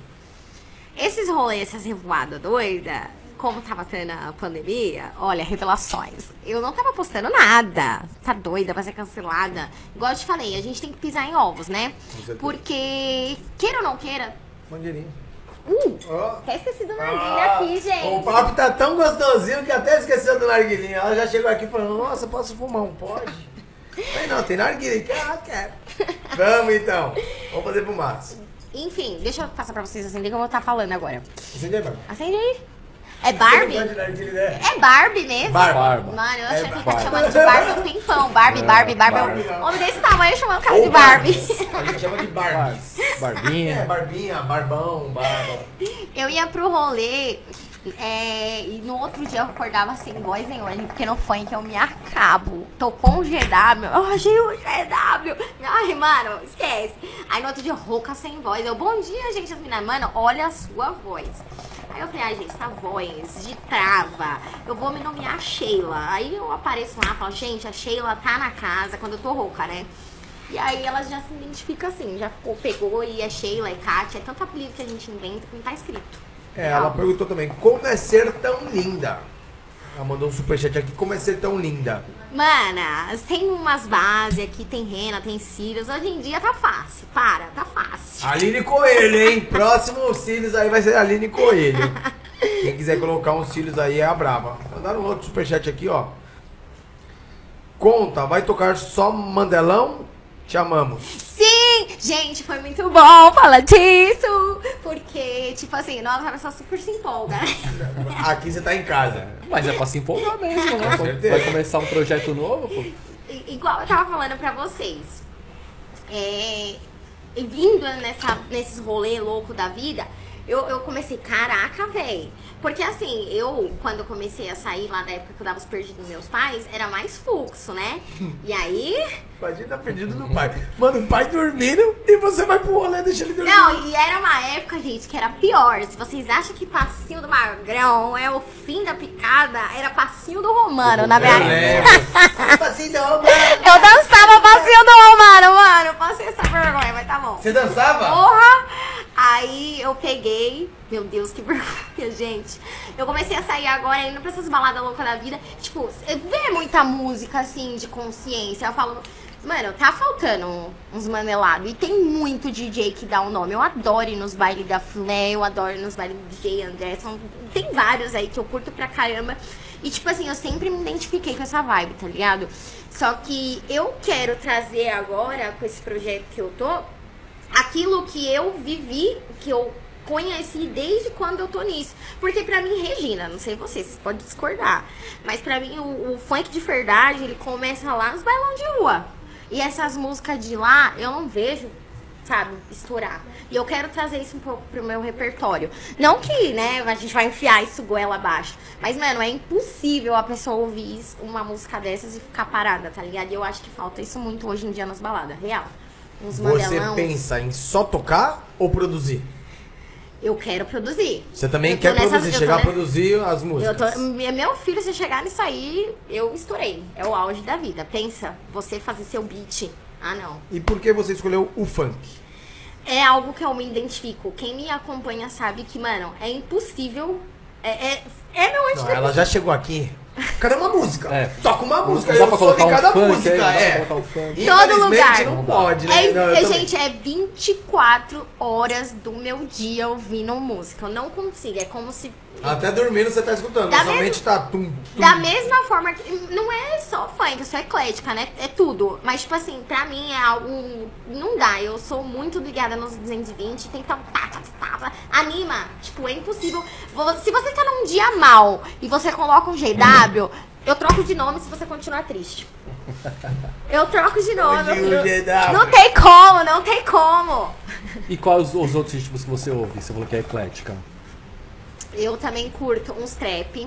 Esses rolês, essas revoadas doida, como tava tendo a pandemia, olha, revelações. Eu não tava postando nada. Tá doida, vai ser cancelada. Igual eu te falei, a gente tem que pisar em ovos, né?
certeza.
Porque, queira ou não queira.
Mangueirinho.
Uh,
Ó.
até esqueci do narguilha
Ah,
aqui,
O
gente.
papo tá tão gostosinho que até esqueceu do narguilinho. Ela já chegou aqui falando, nossa, posso fumar um? Pode? Falei, não, tem narguilinho. Ah, quero. Vamos então. Vamos fazer fumaça.
Enfim, deixa eu passar pra vocês acender que eu vou estar falando agora.
Acende aí, Barbie.
Acende aí.
Você
É
não
Barbie?
gosta de narguilé, né?
É Barbie mesmo?
Barba.
Mano, eu
É
achei que ele tá
Barbie.
chamando de Barbie há um tempão. Barbie, Barbie, Barbie.
Barbie.
Um homem desse tamanho chamando o cara
Ou
de Barbie.
Barbies. A gente chama de Barbie. É,
Barbinha.
barbinha, barbão, barba.
Eu ia pro rolê é, e no outro dia eu acordava sem voz nenhuma, gente, porque no funk eu me acabo. Tocou um GW, eu achei um GW. Ai, mano, esquece. Aí no outro dia, rouca sem voz. Eu, bom dia, gente. As meninas, mano, olha a sua voz. Aí eu falei, ai, gente, essa voz de trava. Eu vou me nomear Sheila. Aí eu apareço lá e falo, gente, a Sheila tá na casa quando eu tô rouca, né? E aí elas já se identificam assim, já ficou, pegou e é Sheila, é Kátia, é tanto apelido que a gente inventa que não tá escrito.
É, ela perguntou também, como é ser tão linda? Ela mandou um superchat aqui, como é ser tão linda?
Mana, tem umas bases aqui, tem Rena, tem Sirius, hoje em dia tá fácil, para, tá fácil.
Aline Coelho, hein? Próximo Cílios aí vai ser Aline Coelho. Quem quiser colocar uns cílios aí é a brava. Mandaram outro superchat aqui, ó. Conta, vai tocar só Mandelão? Te amamos.
Sim, gente, foi muito bom falar disso, porque, tipo assim, nossa, a pessoa super se empolga. né?
Aqui você tá em casa.
Mas é pra se empolgar mesmo, né?
Com certeza.
Vai começar um projeto novo, pô.
I- Igual eu tava falando pra vocês, é, e vindo nessa, nesses rolê louco da vida, eu, eu comecei, caraca, véi. Porque assim, eu, quando eu comecei a sair lá da época que eu dava os perdidos dos meus pais, era mais fluxo, né? E aí,
Imagina tá perdido do pai. Mano, o pai dormindo e você vai pro rolê deixa ele dormir.
Não, e era uma época, gente, que era pior. Se vocês acham que passinho do magrão é o fim da picada, era passinho do romano, na
Eu
verdade.
lembro. Assim, não, mano.
Eu dançava passinho do romano, mano. Eu passei essa vergonha, mas tá bom.
Você dançava?
Porra! Aí eu peguei. Meu Deus, que (laughs) vergonha, gente. Eu comecei a sair agora, indo pra essas baladas loucas da vida. Tipo, eu vê muita música, assim, de consciência. Eu falo, mano, tá faltando uns manelados. E tem muito DJ que dá o nome. Eu adoro ir nos bailes da Flé, eu adoro ir nos bailes do DJ Anderson. Tem vários aí que eu curto pra caramba. E, tipo assim, eu sempre me identifiquei com essa vibe, tá ligado? Só que eu quero trazer agora, com esse projeto que eu tô, aquilo que eu vivi, que eu conheci desde quando eu tô nisso. Porque pra mim, Regina, não sei vocês, vocês podem discordar, mas pra mim o, o funk de verdade, ele começa lá nos bailão de rua. E essas músicas de lá, eu não vejo sabe, estourar. E eu quero trazer isso um pouco pro meu repertório. Não que, né, a gente vai enfiar isso goela abaixo. Mas, mano, é impossível a pessoa ouvir isso- uma música dessas e ficar parada, tá ligado? E eu acho que falta isso muito hoje em dia nas baladas, real. Uns
Você
mandelão.
pensa em só tocar ou produzir?
Eu quero produzir.
Você também
Eu tô
quer
nessa-
produzir,
eu tô
chegar a
nessa-
produzir as
Eu
músicas.
tô, me- meu filho, se chegar nisso aí, eu estourei. É o auge da vida. Pensa, você fazer seu beat. Ah, não.
E por que você escolheu o funk?
É algo que eu me identifico. Quem me acompanha sabe que, mano, é impossível. É, é, é não
Não,
antidepressivo.
ela já chegou aqui. Cadê uma música?
É.
Toca uma música.
dá
Eu
pra
sou de
colocar um
cada
funk aí,
música,
não dá pra
é.
colocar um funk.
Infelizmente,
lugar.
não pode, né?
É,
Não, eu
é,
também.
gente, é 24 horas do meu dia ouvindo música. Eu não consigo. É como se.
Até dormindo você tá escutando.
Dá
Sua mente tá tum, tum.
Da mesma forma que. Não é só funk, eu sou eclética, né? É tudo. Mas, tipo assim, pra mim é algo. Não dá. Eu sou muito ligada nos 220. Tem que estar. Tá, tá, tá, tá. Anima. Tipo, é impossível. Vo- Se você tá num dia mal e você coloca um GW, eu troco de nome se você continuar triste. Eu troco de nome.
Hoje é
meu
o
filho.
GW.
Não tem como, não tem como.
E quais os outros ritmos que você ouve? Você falou que é eclética.
Eu também curto uns trap,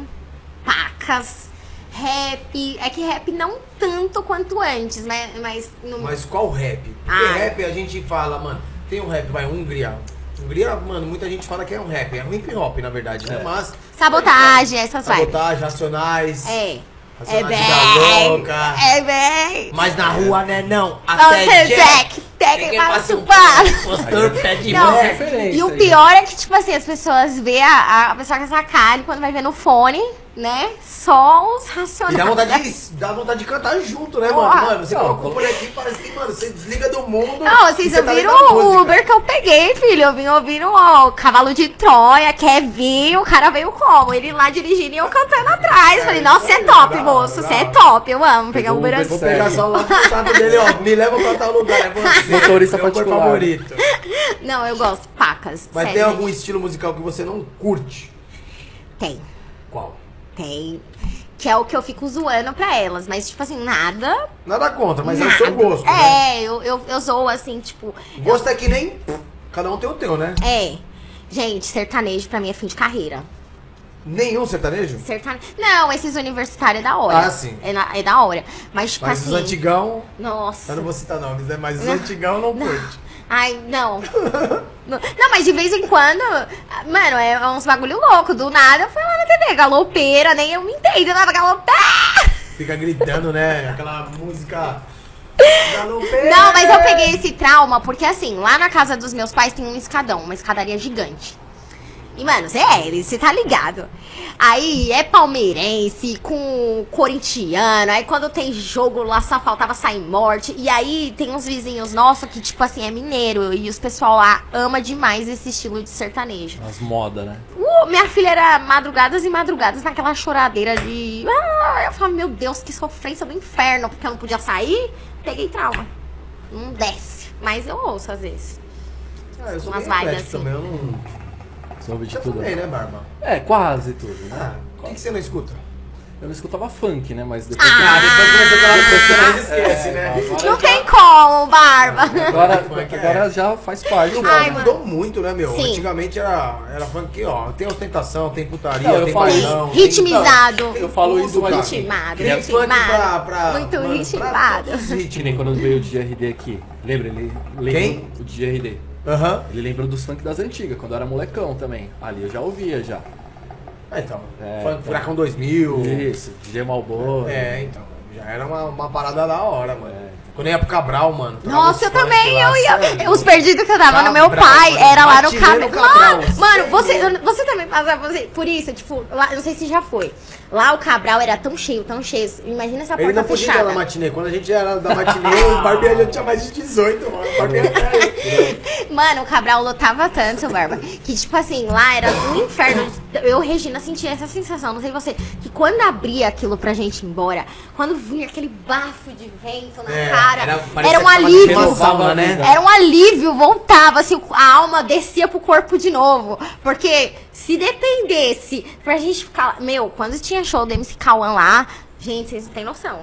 pacas, rap. É que rap não tanto quanto antes, né? Mas no
Mas qual rap? Porque
Ah.
rap a gente fala, mano, tem um rap, vai, Hungria. Hungria, mano, muita gente fala que é um rap. É um hip hop, na verdade, né?
É.
Mas.
sabotagem, essas vibes.
Sabotagem, racionais.
É. É
Racionais da
bem.
louca.
É bem.
Mas na
É.
rua, né? Não.
Vamos
Até
ser
Jack.
Jack, Jack
Ninguém
para
passa um
chupar.
Postor, pé de
Não,
moleque.
referência
e o
aí.
pior é que, tipo assim, as pessoas vê a, a pessoa com essa cara e quando vai ver no fone, né? Só os
E
racionais.
dá vontade, de, dá vontade de cantar junto, né, mano?
Porra.
Mano, você
Não,
coloca o
colo-
fone aqui, parece que, mano, você desliga do mundo.
Não,
e
vocês
você tá
ouviram
dentro da
o
música.
Uber que eu peguei, filho. Eu vim ouvindo ó, o Cavalo de Troia, Kevin. O cara veio como? Ele lá dirigindo e eu cantando atrás. Falei, nossa, você é top,
da hora,
moço. Você é
da
top. Eu amo pegar
Pegou
Uber
o Uber
Vou
assim.
sério.
pegar É, só o contato dele, ó. Me leva pra tal lugar, é você.
Motorista
meu Uber
particular.
favorito.
Não, eu gosto. Pacas.
Mas
sério,
tem
gente.
algum estilo musical que você não curte?
Tem.
Qual?
Tem. Que é o que eu fico zoando pra elas. Mas, tipo assim, nada.
Nada contra, mas é
nada.
o seu gosto, né?
É, eu, eu, eu zoo assim, tipo.
Gosto é que nem... Cada um tem o teu, né?
É. Gente, sertanejo pra mim é fim de carreira.
Nenhum sertanejo?
Sertanejo. Não, esses universitários é da hora.
Ah, sim.
É, na- é da hora. Mas, tipo
Mas
assim.
os antigão...
Nossa.
Eu não vou citar nomes, né? Mas os antigão não curte.
Ai, não. não. não, mas de vez em quando, ah, mano, é uns bagulho louco. Do nada eu fui lá na TV, galopeira, nem eu me entendo, nada galopeira.
Fica gritando, né? Aquela música...
Não, mas eu peguei esse trauma porque assim, lá na casa dos meus pais tem um escadão, uma escadaria gigante. E, mano, você é, ele, você tá ligado. Aí é palmeirense com corintiano. Aí quando tem jogo lá só faltava sair morte. E aí tem uns vizinhos nossos que, tipo assim, é mineiro. E os pessoal lá ama demais esse estilo de sertanejo.
As modas, né?
Uh, minha filha era madrugadas e madrugadas naquela choradeira de. Ah, eu falava, meu Deus, que sofrência do inferno, porque eu não podia sair. Peguei trauma. Não desce. Mas eu ouço às vezes.
Ah, eu sou
Umas
bem
vibes
eclético
assim.
também, eu não...
Você ouve de
Já
tudo.
falei, né, Barba?
É, quase tudo, né?
Ah, o que, que você não escuta?
Eu não escutava funk, né? Mas depois.
Ah, depois começou aquela
Ah,
É, agora
Não
já-
tem como, Barba.
(laughs)
Agora,
Funk, é. Ah,
agora já faz parte.
Não,
né?
Ai, mano.
mudou muito, né, meu?
Sim.
Antigamente era, era funk, ó, tem ostentação, tem putaria,
Não, eu
tem
falo
bailão.
isso. Ritmizado.
tem
Eu falo isso,
tudo,
mas-
cara.
Ritmado,
Tem
ritmado.
funk pra- pra-
Muito
mano, pra
ritmado.
todos os
Que
ritmos.
nem quando veio o DRD aqui. Lembra? Ele lembra
Quem?
o DRD.
Aham.
Ele lembrou dos funk das antigas, quando eu era molecão também. Ali eu já ouvia já.
Ah, então,
É,
funk
então.
Furacão 2000.
É.
Isso, DJ Malboro.
É, então, já era uma, uma parada da hora, mano.
É.
Quando eu ia pro Cabral, mano. tocava
Nossa,
uns
eu
funk
também,
lá,
eu ia.
sério.
Os perdidos que eu dava no meu
Cabral,
pai
mano.
era lá no
Atirei no
cabelo.
Cabral,
Mano, mano, você,
sério.
você também passava por- por isso, tipo, lá, não sei se já foi. Lá o Cabral era tão cheio, tão cheio. Imagina essa
Ele
Tá porta
não podia entrar na
fechada.
matinê. Quando a gente era da matinê, o Barbieri já tinha mais de 18, mano. O Barbieri era-
(laughs) Mano, o Cabral lotava tanto, Barba, que tipo assim, lá era um inferno. Eu, Regina, sentia essa sensação, não sei você, que quando abria aquilo pra gente ir embora, quando vinha aquele bafo de vento na
É,
cara,
era-
era,
parecia
um
que tava
alívio.
renovando, né?
Era um alívio, voltava, assim, a alma descia pro corpo de novo. Porque se dependesse pra gente ficar. lá- Meu, quando tinha show do MC Kawan lá, gente, vocês não têm noção.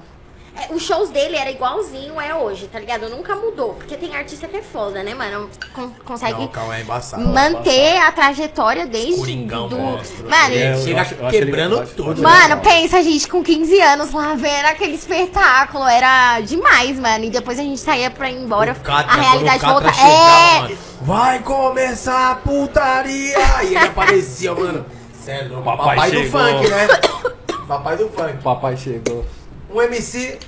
é, os shows dele era igualzinho é hoje, tá ligado? Nunca mudou. Porque tem artista que é foda, né, mano? Con- consegue
Não, o Cauã é embaçado.
manter a trajetória desde.
Coringão,
do...
monstro.
Mano,
Ele é
e-
Eu
Chega
acho- eu acho
quebrando
ele- eu acho-
tudo.
Mano,
legal.
pensa, gente, com 15 anos lá vendo aquele espetáculo. Era demais, mano. E depois a gente saía pra ir embora.
O Catra,
a
quando
realidade
o Catra
volta.
chegava,
É!
mano, Vai começar a putaria! E ele aparecia, mano. Sério, o papai,
Papai
do
chegou.
funk, né? Papai do funk.
Papai chegou.
Um MC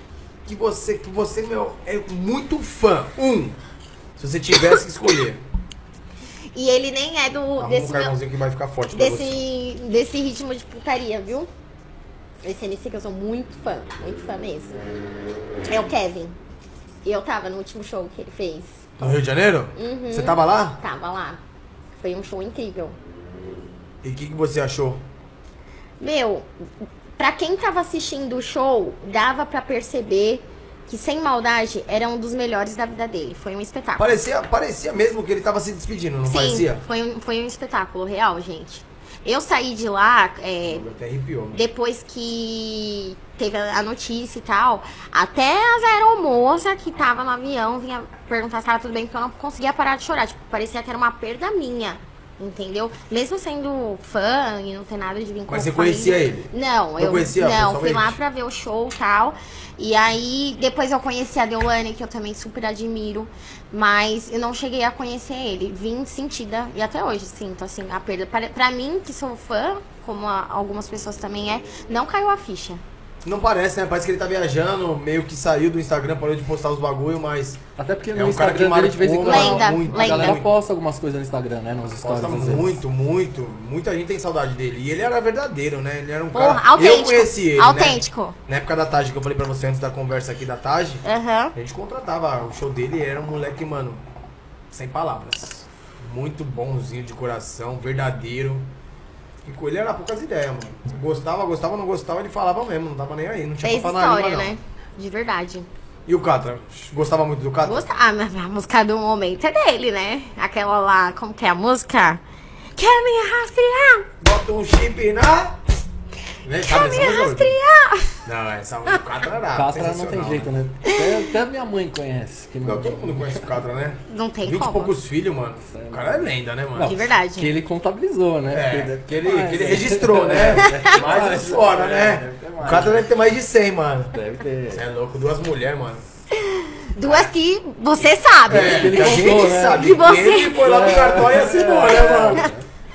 que você, que você, meu, é muito fã. Um. Se você tivesse que escolher.
E ele nem é do.
Arruma um
Desse, meu-
carvãozinho que vai ficar forte pra você.
desse, desse ritmo de putaria, viu? Esse MC que eu sou muito fã, muito fã mesmo. É o Kevin. E eu tava no último show que ele fez.
Tá No Rio de Janeiro?
Uhum.
Você tava lá?
Tava lá. Foi um show incrível.
E o que, que você achou?
Meu, pra quem tava assistindo o show, dava pra perceber que sem maldade era um dos melhores da vida dele. Foi um espetáculo.
Parecia, parecia mesmo que ele tava se despedindo, não
Sim,
parecia?
foi um, foi um espetáculo real, gente. Eu saí de lá, é,
Até arrepiou. né? mano.
depois que teve a a notícia e tal, até as aeromoças que tava no avião vinha perguntar se tava tudo bem, porque eu não conseguia parar de chorar. Tipo, parecia que era uma perda minha. Entendeu? Mesmo sendo fã e não ter nada de vínculo
Mas você
com a família.
conhecia ele?
Não, eu
conhecia
não, fui lá
pessoalmente?
pra ver o show e tal. E aí, depois eu conheci a Deolane, que eu também super admiro. Mas eu não cheguei a conhecer ele. Vim sentida, e até hoje sinto, assim, a perda. Pra, pra mim, que sou fã, como a- algumas pessoas também é, não caiu a ficha.
Não parece, né? Parece que ele tá viajando, meio que saiu do Instagram, parou de postar os bagulho, mas.
Até porque
É
no
um cara que
Instagram dele de vez em quando.
marcou
Lenda,
muito,
A galera
lenda.
posta algumas coisas no Instagram, né? Nos stories.
Gosta
às vezes.
muito, muito. Muita gente tem saudade dele. E ele era verdadeiro, né? Ele era um
Porra,
cara.
autêntico.
Eu conheci ele. né?
autêntico.
Na época da Taj, que eu falei pra você antes da conversa aqui da Taj,
Aham.
a gente contratava. O show dele era um moleque, mano, sem palavras. Muito bonzinho de coração, verdadeiro. E com ele era poucas ideias, mano. Gostava, gostava, não gostava, ele falava mesmo, não tava nem aí, não tinha
Fez
papo na
história,
língua, não.
né? De verdade.
E o Catra? Gostava muito do Catra?
Gosta- Ah, mas a música do momento é dele, né? Aquela lá, como que é a música? Quer me rastrear?
Bota um chip na. Né?
Quer
Sabe
me
essa música?
rastrear?
Não, essa o Catra era.
Catra não tem
sensacional,
jeito,
né?
né? Até, até minha mãe conhece. Que
Não, todo mundo conhece o Catra, né?
Não tem
20 e
como.
poucos filhos, mano. O cara é lenda, né, mano?
Não,
De verdade.
Que ele contabilizou, né? Porque
É,
deve
que
ter
ele,
mais,
que ele
né?
registrou, né? Mais
mais.
eles fora, né?
Deve ter
O
mais.
Catra deve ter mais de 100, mano.
Deve ter.
Você é louco, duas mulheres, mano.
Duas que você sabe.
É,
ele
que a gente
gostou, né? É.
sabe
E
que
você?
ele foi lá pro cartório e assinou, né, mano?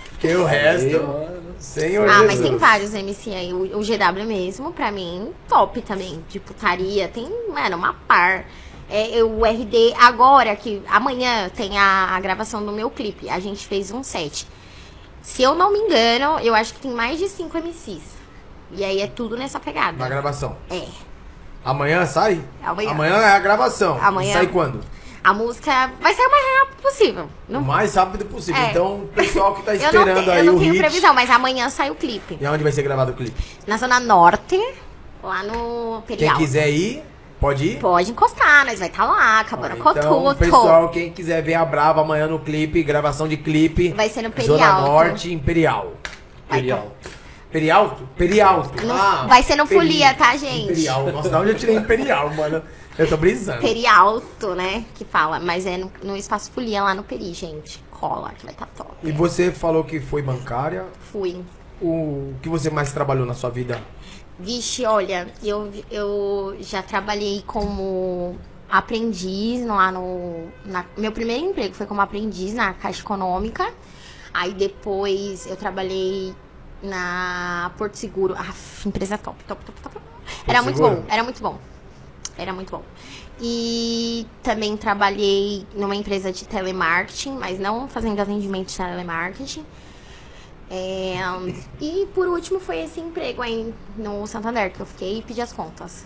Porque o
Aí,
resto,
mano.
senhor
Ah,
Jesus.
mas tem vários MC aí. O, o GW mesmo, pra mim, top também. De putaria. Tem, mano, uma par. É, eu- o RD, agora que amanhã tem a, a gravação do meu clipe. A gente fez um set. Se eu não me engano, eu acho que tem mais de cinco MCs. E aí é tudo nessa
Na
pegada.
gravação.
É.
Amanhã sai?
Amanhã.
é a gravação.
Amanhã.
E sai quando?
A música vai sair o mais rápido possível.
O
Não,
mais rápido possível.
É.
Então, o pessoal que tá
(laughs) eu não,
esperando
te- eu
aí
não
o
tenho
hit.
previsão, mas amanhã sai o clipe.
E onde vai ser gravado o clipe?
Na Zona Norte, lá no
Quem
Perial.
quiser ir, pode ir.
Pode encostar, nós vai estar lá, acabando com
Então,
tudo.
pessoal, quem quiser ver a Brava amanhã no clipe, gravação de clipe.
Vai ser no
Zona
Perialto.
Norte, Imperial.
Imperial.
tá.
Perialto? Perialto. Ah,
No- vai ser no Folia, tá, gente?
Imperial. Nossa, da onde eu tirei Imperial, mano? Eu tô brisando.
Perialto, né? Que fala, mas é no, no Espaço Folia, lá no Peri, gente. Cola, que vai estar top.
E você falou que foi bancária.
Fui.
O que você mais trabalhou na sua vida?
Vixe, olha, eu, eu já trabalhei como aprendiz lá no. na- meu primeiro emprego foi como aprendiz na Caixa Econômica. Aí depois eu trabalhei na Porto Seguro. Ah, empresa top, top, top, top. Era muito
Seguro?
bom, era muito bom. Era muito bom. E também trabalhei numa empresa de telemarketing, mas não fazendo atendimento de telemarketing. É, e por último foi esse emprego aí no Santander, que eu fiquei e pedi as contas.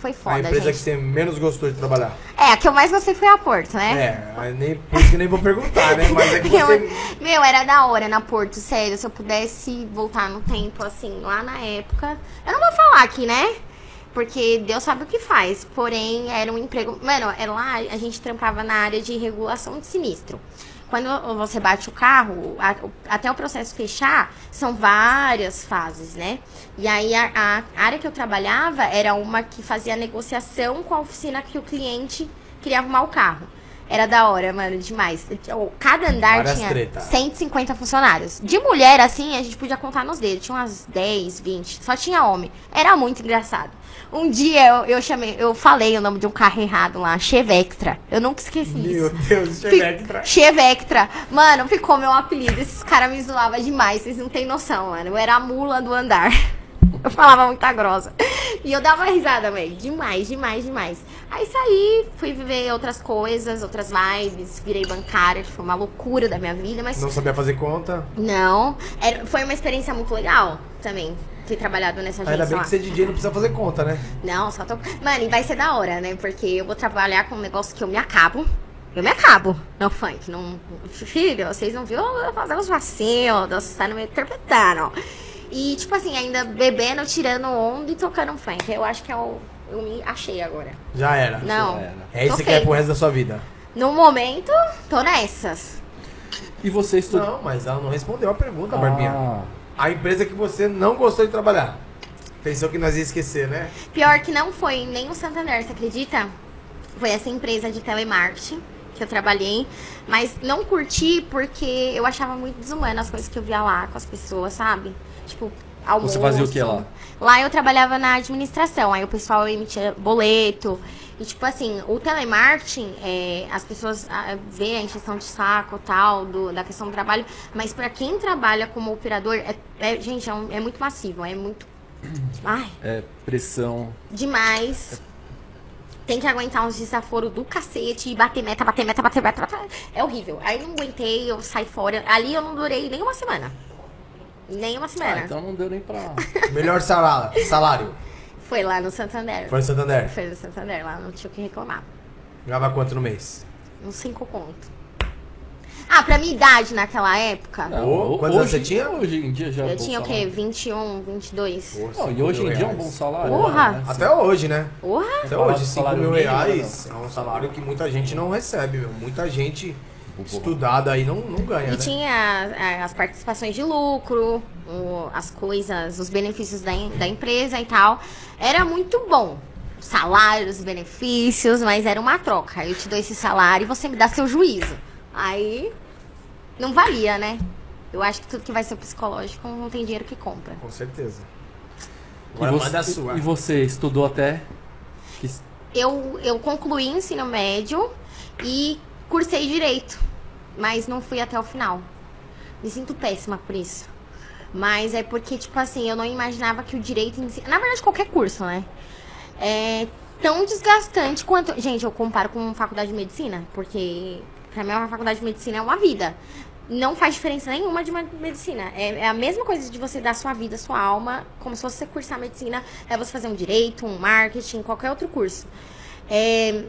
Foi
a
foda,
empresa
gente.
que você menos gostou de trabalhar?
É, a que eu mais gostei foi a Porto, né?
É, mas nem, por isso que nem vou perguntar, né? Mas é
(laughs)
que você.
Meu, era da hora na Porto, sério. Se eu pudesse voltar no tempo, assim, lá na época. Eu não vou falar aqui, né? Porque Deus sabe o que faz. é Porém, era um emprego. Mano, era lá a gente trampava na área de regulação de sinistro. Quando você bate o carro, a- o- até o processo fechar, são várias fases, né? E aí a, a área que eu trabalhava era uma que fazia negociação com a oficina que o cliente queria arrumar o carro. Era da hora, mano, demais. Eu- Cada andar
Várias
tinha
treta.
150 funcionários. De mulher, assim, a gente podia contar nos dedos. Tinha umas 10, 20. Só tinha homem. Era muito engraçado. Um dia eu, eu chamei, eu falei o nome de um carro errado lá, Chevectra. Eu nunca esqueci
Meu
isso.
Deus,
Fi-
Chevectra.
Chevectra. Mano, ficou meu apelido. Esses caras me zoavam demais. Vocês não têm noção, mano. Eu era a mula do andar. (laughs) Eu falava muita grossa. E eu dava risada, velho. Demais, demais, demais. Aí saí, fui viver outras coisas, outras vibes. Virei bancária, que foi uma loucura da minha vida. Mas
Não sabia fazer conta.
não, era- foi uma experiência muito legal também ter trabalhado nessa agência
Ainda bem
lá.
que ser DJ não precisa fazer conta, né?
Não, só tô. Mano, e vai ser da hora, né? Porque eu vou trabalhar com um negócio que eu me acabo. Eu me acabo no funk. Não... Filho, vocês não viram eu fazer uns vacilos, tá vocês não me interpretaram. E, tipo assim, ainda bebendo, tirando onda e tocando um funk. Eu acho que eu, eu me achei agora.
Já era.
Não.
É isso
Tô
que é
feio.
pro resto da sua vida.
No momento, tô nessas.
E você estudou.
Não, mas ela não respondeu a pergunta, Barbinha.
Ah,
A empresa que você não gostou de trabalhar. Pensou que nós ia esquecer,
(laughs)
né?
Pior que não foi nem o Santander, você acredita? Foi essa empresa de telemarketing que eu trabalhei, mas não curti porque eu achava muito desumano as coisas que eu via lá com as pessoas, sabe? Tipo, almoço.
Você fazia o que lá?
Lá eu trabalhava na administração, aí o pessoal emitia boleto. E tipo assim, o telemarketing, é, as pessoas ah, veem a injeção de saco tal, do, da questão do trabalho, mas pra quem trabalha como operador, é, é- gente, é, um- é muito massivo, é muito. Ai,
é pressão.
demais. Tem que aguentar uns desaforos do cacete e bater meta, bater meta, bater meta, bater. É horrível. Aí não aguentei, eu saí fora. Ali eu não durei nem uma semana. Nem uma
Ah,
semana.
então não deu nem pra.
Melhor salário. salário.
Foi lá no Santander.
Foi no Santander.
Foi no Santander, lá não tinha o que reclamar.
Ganhava quanto no mês?
Uns 5 conto. Ah, pra minha idade naquela época,
Não,
Ô,
ho-
quantos anos
hoje-
você tinha?
Hoje em dia já. é um
eu
bom
tinha o quê?
salário.
21, 22?
Não, e hoje em dia é um bom salário.
Porra!
né?
Até hoje, né?
Porra!
Até
Comparado
hoje,
com
5 mil
salário mínimo,
reais é um salário que muita gente não recebe, meu. Muita gente
Porra.
estudada aí não, não ganha,
E
né?
tinha é, as participações de lucro, o- as coisas, os benefícios da, em- da empresa e tal. Era muito bom. Salários, benefícios, mas era uma troca. Eu te dou esse salário e você me dá seu juízo. Aí não valia, né? Eu acho que tudo que vai ser psicológico não tem dinheiro que compra.
Com certeza.
E
Agora
você-
manda a sua.
E você estudou até. que-
Eu, eu concluí o ensino médio e cursei direito, mas não fui até o final. Me sinto péssima por isso. Mas é porque, tipo assim, eu não imaginava que o direito em si- Na verdade, qualquer curso, né? É tão desgastante quanto. Gente, eu comparo com faculdade de medicina, porque pra mim uma faculdade de medicina é uma vida. Não faz diferença nenhuma de uma medicina. É, é a mesma coisa de você dar sua vida, sua alma, como se você cursar medicina, é você fazer um direito, um marketing, qualquer outro curso. É,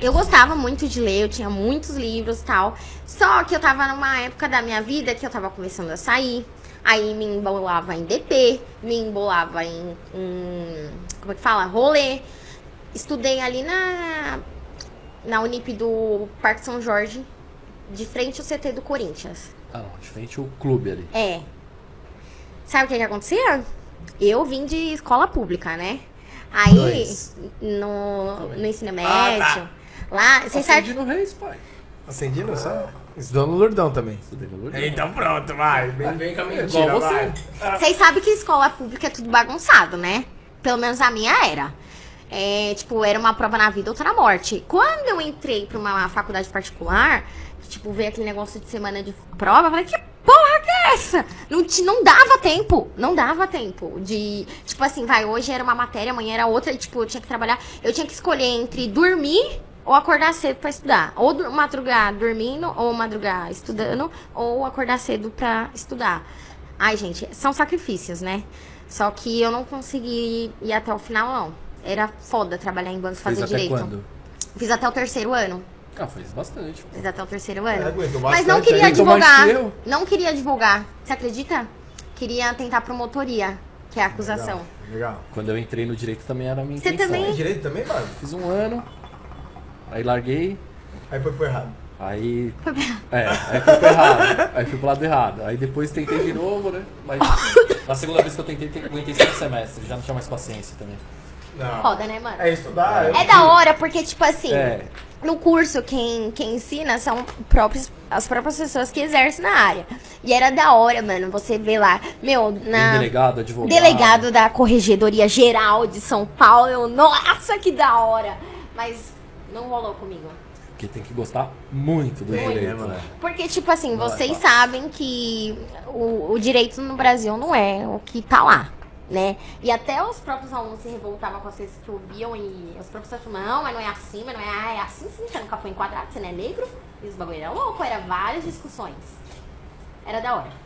eu gostava muito de ler, eu tinha muitos livros e tal. Só que eu tava numa época da minha vida que eu tava começando a sair. Aí me embolava em DP, me embolava em. em- como é que fala? Rolê. Estudei ali na. Na Unip do Parque São Jorge, de frente ao CT do Corinthians.
Ah, não, de frente o clube ali.
É. Sabe o que que acontecia? Eu vim de escola pública, né? Aí,
Dois.
no, no ensino médio,
Ah,
lá, vocês sabem...
no Reis, pai.
Acendindo só? Estudou no Lurdão também.
Estudei no
Então pronto, vai. Vem, vem com a mentira,
É, Igual você.
vai.
Vocês sabem que escola pública é tudo bagunçado, né? Pelo menos a minha era. É, tipo, era uma prova na vida, outra na morte. Quando eu entrei pra uma faculdade particular, que, tipo, veio aquele negócio de semana de prova, eu falei, que porra que é essa? Não, te, não dava tempo, não dava tempo de... Tipo assim, vai, hoje era uma matéria, amanhã era outra, e, tipo, eu tinha que trabalhar... Eu tinha que escolher entre dormir ou acordar cedo pra estudar. Ou dur- madrugar dormindo, ou madrugar estudando, ou acordar cedo pra estudar. Ai, gente, são sacrifícios, né? Só que eu não consegui ir até o final, não. Era foda trabalhar em banco e fazer
Fez até
direito.
quando?
Fiz até o terceiro ano.
Ah, fez bastante. pô.
Fiz até o terceiro ano.
É, aguentou
Mas não
bastante,
queria
aguentou mais
advogar.
que eu.
Não queria advogar. Você acredita? Queria tentar promotoria, que é a acusação.
Legal. Legal.
Quando eu entrei no direito também era a minha
É
Você
intenção.
também?
Direito também, mano?
Fiz um ano, aí larguei.
Aí foi pro errado.
Aí. É, aí fui pro errado. Aí fui pro lado errado. Aí depois tentei de novo, né? Mas.
Na segunda vez que eu tentei, te- aguentei cinco semestres, já não tinha mais paciência também.
Não.
Foda, né, mano?
É estudar. eu-
É da hora, porque, tipo assim,
É.
no curso, quem, quem ensina são próprios, as próprias pessoas que exercem na área. E era da hora, mano, você vê lá, meu,
tem
na.
Delegado, advogado.
Delegado da Corregedoria Geral de São Paulo, eu, nossa, que da hora! Mas não rolou comigo.
Porque tem que gostar muito do
Tem, né,
direito,
mano?
né?
Porque, tipo assim,
Não é
vocês
fácil.
sabem que o, o direito no Brasil não é o que tá lá, né? E até os próprios alunos se revoltavam com as coisas que ouviam e os professores falavam, não, mas não é assim, mas não é, ah, é assim sim, você nunca foi enquadrado, você não é negro. E os bagulho era louco, era várias discussões. Era da hora.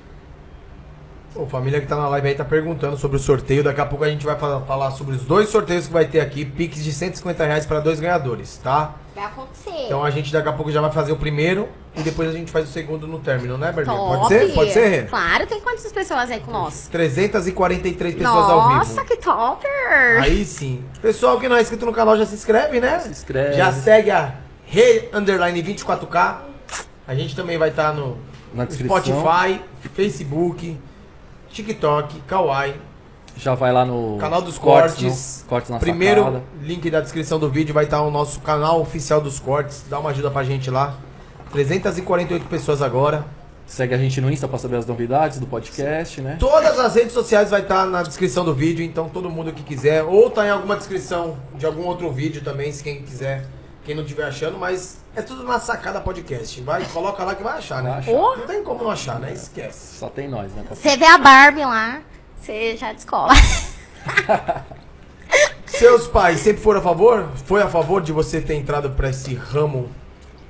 Ô, família que tá na live aí tá perguntando sobre o sorteio. Daqui a pouco a gente vai fa- falar sobre os dois sorteios que vai ter aqui. Piques de 150 reais pra dois ganhadores, tá?
Vai acontecer.
Então a gente daqui a pouco já vai fazer o primeiro e depois a gente faz o segundo no término, né, Berlim?
Top.
Pode ser? Pode ser, Rê?
Claro, tem quantas pessoas aí com nós?
343 pessoas ao
Nossa,
vivo.
que topper!
Aí sim. Pessoal que não é inscrito no canal já se inscreve, né?
Se inscreve.
Já segue a Rê Underline 24K. A gente também vai estar no
Na descrição.
Spotify, Facebook, TikTok, Kawaii.
Já vai lá no.
Canal dos cortes.
no- cortes na
Primeiro
sacada.
link da descrição do vídeo vai estar o nosso canal oficial dos cortes. Dá uma ajuda pra gente lá. 348 pessoas agora.
Segue a gente no Insta pra saber as novidades do podcast, né?
Todas as redes sociais vai estar na descrição do vídeo, então todo mundo que quiser, ou tá em alguma descrição de algum outro vídeo também, se quem quiser, quem não estiver achando, mas é tudo na sacada podcast. Vai, coloca lá que vai achar, né?
Vai achar.
Não tem como não achar, né? Esquece.
Só tem nós, né? papai?
Você vê a Barbie lá, você já descola.
Seus pais sempre foram a favor? Foi a favor de você ter entrado pra esse ramo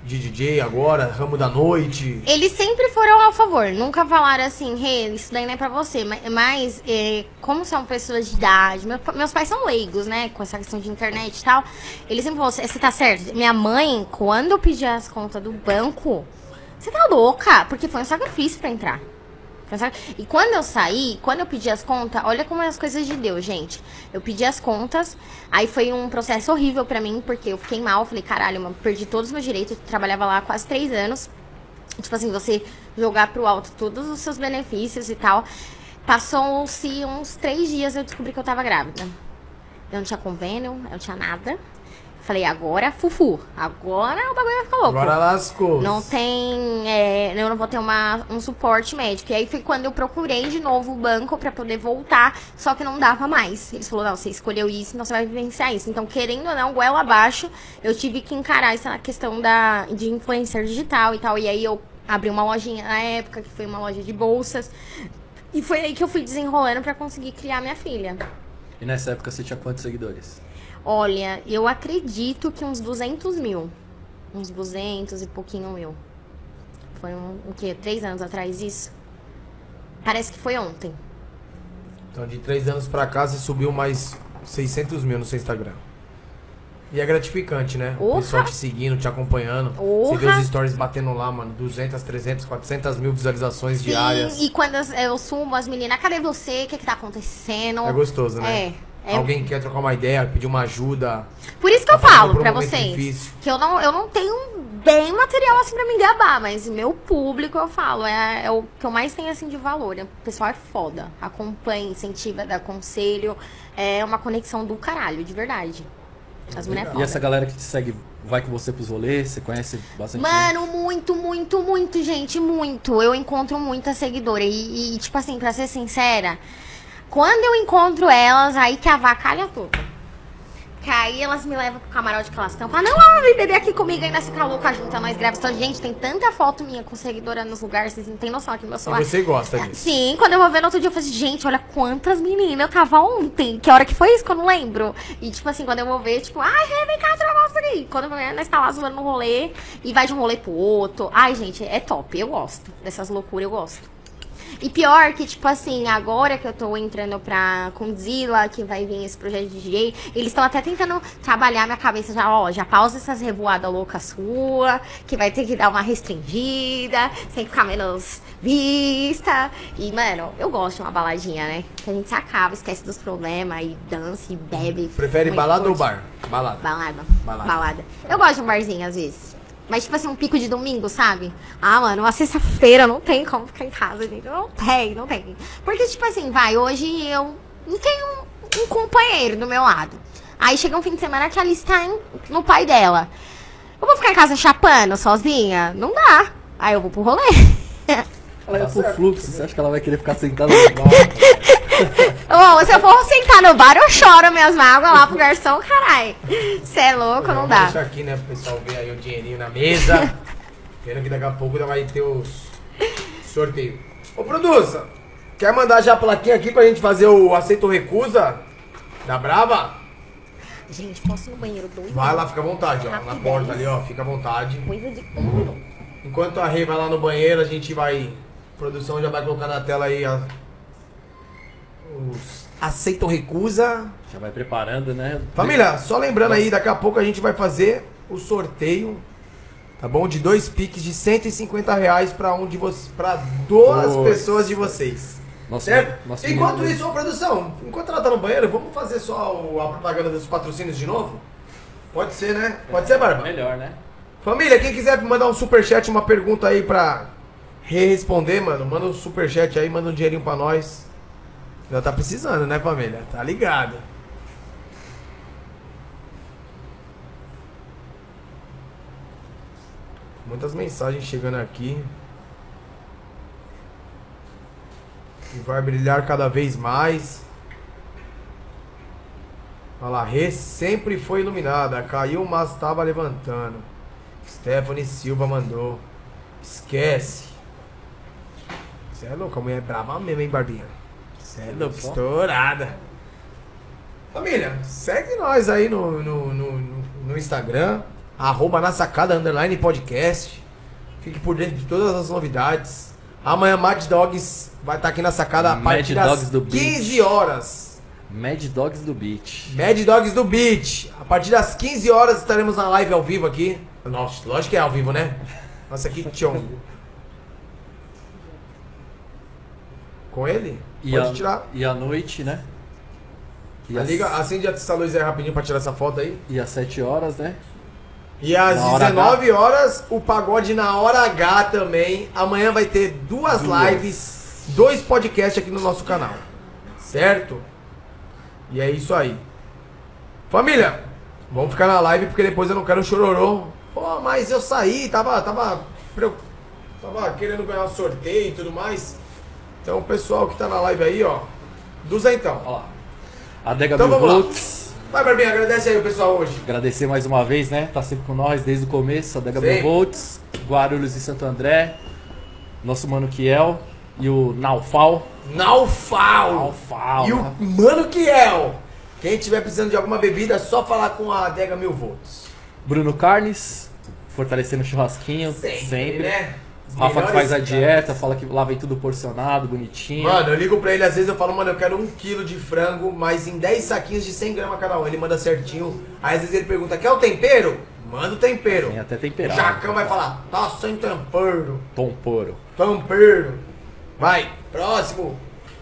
de DJ agora, ramo da noite?
Eles sempre foram a favor, nunca falaram assim, Rê, isso daí não é pra você. Ma- Mas, eh, como são pessoas de idade, meu pa- meus pais são leigos, né? Com essa questão de internet e tal. Eles sempre falam, você tá certo? Minha mãe, quando eu pedi as contas do banco, você tá louca? Porque foi um sacrifício pra entrar. Foi um sac- E quando eu saí, quando eu pedi as contas, olha como é as coisas de Deus, gente. Eu pedi as contas, aí foi um processo horrível pra mim, porque eu fiquei mal, falei, caralho, mano, perdi todos os meus direitos, eu trabalhava lá há quase três anos tipo assim, você jogar pro alto todos os seus benefícios e tal. Passou-se uns três dias eu descobri que eu tava grávida. Eu não tinha convênio, eu não tinha nada. Falei, agora, fufu, agora o bagulho vai ficar louco.
Agora lascou.
Não tem. é, eu não vou ter uma, um suporte médico. E aí foi quando eu procurei de novo o banco pra poder voltar, só que não dava mais. Eles falaram: não, você escolheu isso, então você vai vivenciar isso. Então, querendo ou não, goela abaixo, eu tive que encarar essa questão da, de influencer digital e tal. E aí eu abri uma lojinha na época, que foi uma loja de bolsas. E foi aí que eu fui desenrolando pra conseguir criar minha filha.
E nessa época você tinha quantos seguidores?
Olha, eu acredito que uns 200 mil. Uns 200 e pouquinho mil. Foi um, o quê? Três anos atrás isso? Parece que foi ontem.
Então, de três anos pra cá, você subiu mais 600 mil no seu Instagram. E é gratificante, né? O
Porra!
pessoal te seguindo, te acompanhando. Você vê
Porra!
os stories batendo lá, mano. 200, 300, 400 mil visualizações diárias.
Sim, e quando as- eu sumo as meninas, cadê você? O que, que tá acontecendo?
É gostoso, né?
É, é-
Alguém quer trocar uma ideia, pedir uma ajuda.
Por isso que eu
tá passando
falo
por um
pra
momento
vocês
difícil.
que eu não, eu não tenho bem material assim pra me gabar, mas meu público, eu falo, é, é o que eu mais tenho assim de valor. O pessoal é foda. Acompanha, incentiva, dá conselho. É uma conexão do caralho, de verdade. As mulheres é
E
foda.
essa galera que te segue vai com você pros rolês? Você conhece bastante
Mano, muito, muito, muito, gente, muito. Eu encontro muita seguidora. E, e, tipo assim, pra ser sincera, quando eu encontro elas, aí que avacalha tudo. Que aí elas me levam pro camarote que elas estão. Fala, não, ela vem beber aqui comigo, ainda fica louca junto, nós grava. Então, gente, tem tanta foto minha com seguidora nos lugares, vocês não tem noção aqui no meu
Se
celular.
você gosta disso.
É, Sim, quando eu vou ver no outro dia, eu falei assim, gente, olha quantas meninas eu tava ontem. Que hora que foi isso que eu não lembro? E, tipo assim, quando eu vou ver, tipo, ai, Rê, vem cá, trocar isso aqui. Quando eu vou ver, nós tá lá zoando no rolê e vai de um rolê pro outro. Ai, gente, é top. Eu gosto dessas loucuras, eu gosto. E pior que, tipo assim, agora que eu tô entrando pra Condzilla, que vai vir esse projeto de DJ, eles estão até tentando trabalhar minha cabeça já, ó, já pausa essas revoadas loucas sua, que vai ter que dar uma restringida, você tem que ficar menos vista. E, mano, eu gosto de uma baladinha, né? Que a gente se acaba, esquece dos problemas e dança e bebe.
Prefere
muito
balada ou
forte.
bar? Balada.
Balada.
Balada.
Balada. Eu gosto de um barzinho às vezes. Mas tipo assim, um pico de domingo, sabe? Ah, mano, uma sexta-feira não tem como ficar em casa, gente. Não tem, não tem. Porque, tipo assim, vai, hoje eu não tenho um, um companheiro do meu lado. Aí chega um fim de semana que ela está em- no pai dela. Eu vou ficar em casa chapando sozinha? Não dá. Aí eu vou pro rolê. (laughs)
Ela é
Tá
pro fluxo, você acha que ela vai querer ficar sentada no
(laughs)
bar?
Ou se eu for sentar no bar, eu choro minhas mágoas lá pro garçom, carai. Cê é louco, não dá.
Deixa aqui, né, pro pessoal ver aí o dinheirinho na mesa.
(laughs)
Vendo que daqui a pouco ainda vai ter os sorteio. Ô, produça, quer mandar já a plaquinha aqui pra gente fazer o aceito ou recusa da Brava?
Gente, posso ir no banheiro dois
Vai lá, fica à vontade, ó. Na
Rapidez.
porta ali, ó, fica à vontade.
Coisa de um minuto.
Enquanto a Rei vai lá no banheiro, a gente vai. A produção já vai colocar na tela aí a. Os... Aceita ou recusa?
Já vai preparando, né?
Família, só lembrando aí, daqui a pouco a gente vai fazer o sorteio, tá bom? De dois piques de 150 reais pra um de vocês. para duas
Dois.
pessoas de vocês.
Nossa,
Certo?
nossa,
é, enquanto
menina-
isso, ô produção, enquanto ela tá no banheiro, vamos fazer só o- a propaganda dos patrocínios de novo? Pode ser, né? Pode ser,
tá
Barba?
Melhor, né?
Família, quem quiser mandar um superchat, uma pergunta aí pra responder, mano, manda um superchat aí, manda um dinheirinho pra nós. Já tá precisando, né, família? Tá ligado. Muitas mensagens chegando aqui. E vai brilhar cada vez mais. Olha lá, Rê sempre foi iluminada. Caiu, mas tava levantando. Stephanie Silva mandou. Esquece. Você é louco, a mulher é brava mesmo, hein, Barbinha? Você é louco, estourada. Família, segue nós aí no, no, no, no- no Instagram, arroba na sacada underline podcast. Fique por dentro de todas as novidades. Amanhã Mad Dogs vai estar aqui na sacada a
Mad
partir
Dogs
das
do Beach.
15 horas.
Mad Dogs do Beach.
Mad Dogs do Beach. A partir das 15 horas estaremos na live ao vivo aqui. Nossa, lógico que é ao vivo, né? Nossa, que tchon. Com ele?
E
Pode
a-
tirar.
E à noite, né? E
A
às-
liga, acende essa luz aí rapidinho pra tirar essa foto aí.
E às 7 horas, né?
E às
Na hora
19 horas, o pagode na hora H também. Amanhã vai ter duas,
Duas.
lives, dois podcasts aqui no nosso canal. Certo? E é isso aí. Família, vamos ficar na live porque depois eu não quero um chororô. Pô, mas eu saí, tava, tava, preu- tava querendo ganhar o sorteio e tudo mais. Então, o pessoal que tá na live aí, ó, duzentão.
Olha lá. Adega
Então
Mil
vamos lá.
Volts.
Vai, Barbinha, agradece aí o pessoal hoje.
Agradecer mais uma vez, né? Tá sempre com nós desde o começo. Adega
Sim.
Mil Volts, Guarulhos e Santo André. Nosso mano Kiel e o Naufal.
Naufal!
Naufal.
E o Mano Kiel. Quem tiver precisando de alguma bebida, é só falar com a Adega Mil Volts.
Bruno Carnes, fortalecendo o churrasquinho sempre.
né? Os
Rafa que
melhores
faz a
caras.
dieta, fala que lá vem tudo porcionado, bonitinho.
Mano, eu ligo pra ele, às vezes eu falo, mano, eu quero um quilo de frango, mas em 10 saquinhos de 100 gramas cada um. Ele manda certinho. Aí às vezes ele pergunta, quer o tempero? Manda o tempero.
Tem até
O
temperado.
Jacão vai falar, tá sem tempero.
Tomporo.
Tempero. Vai, próximo.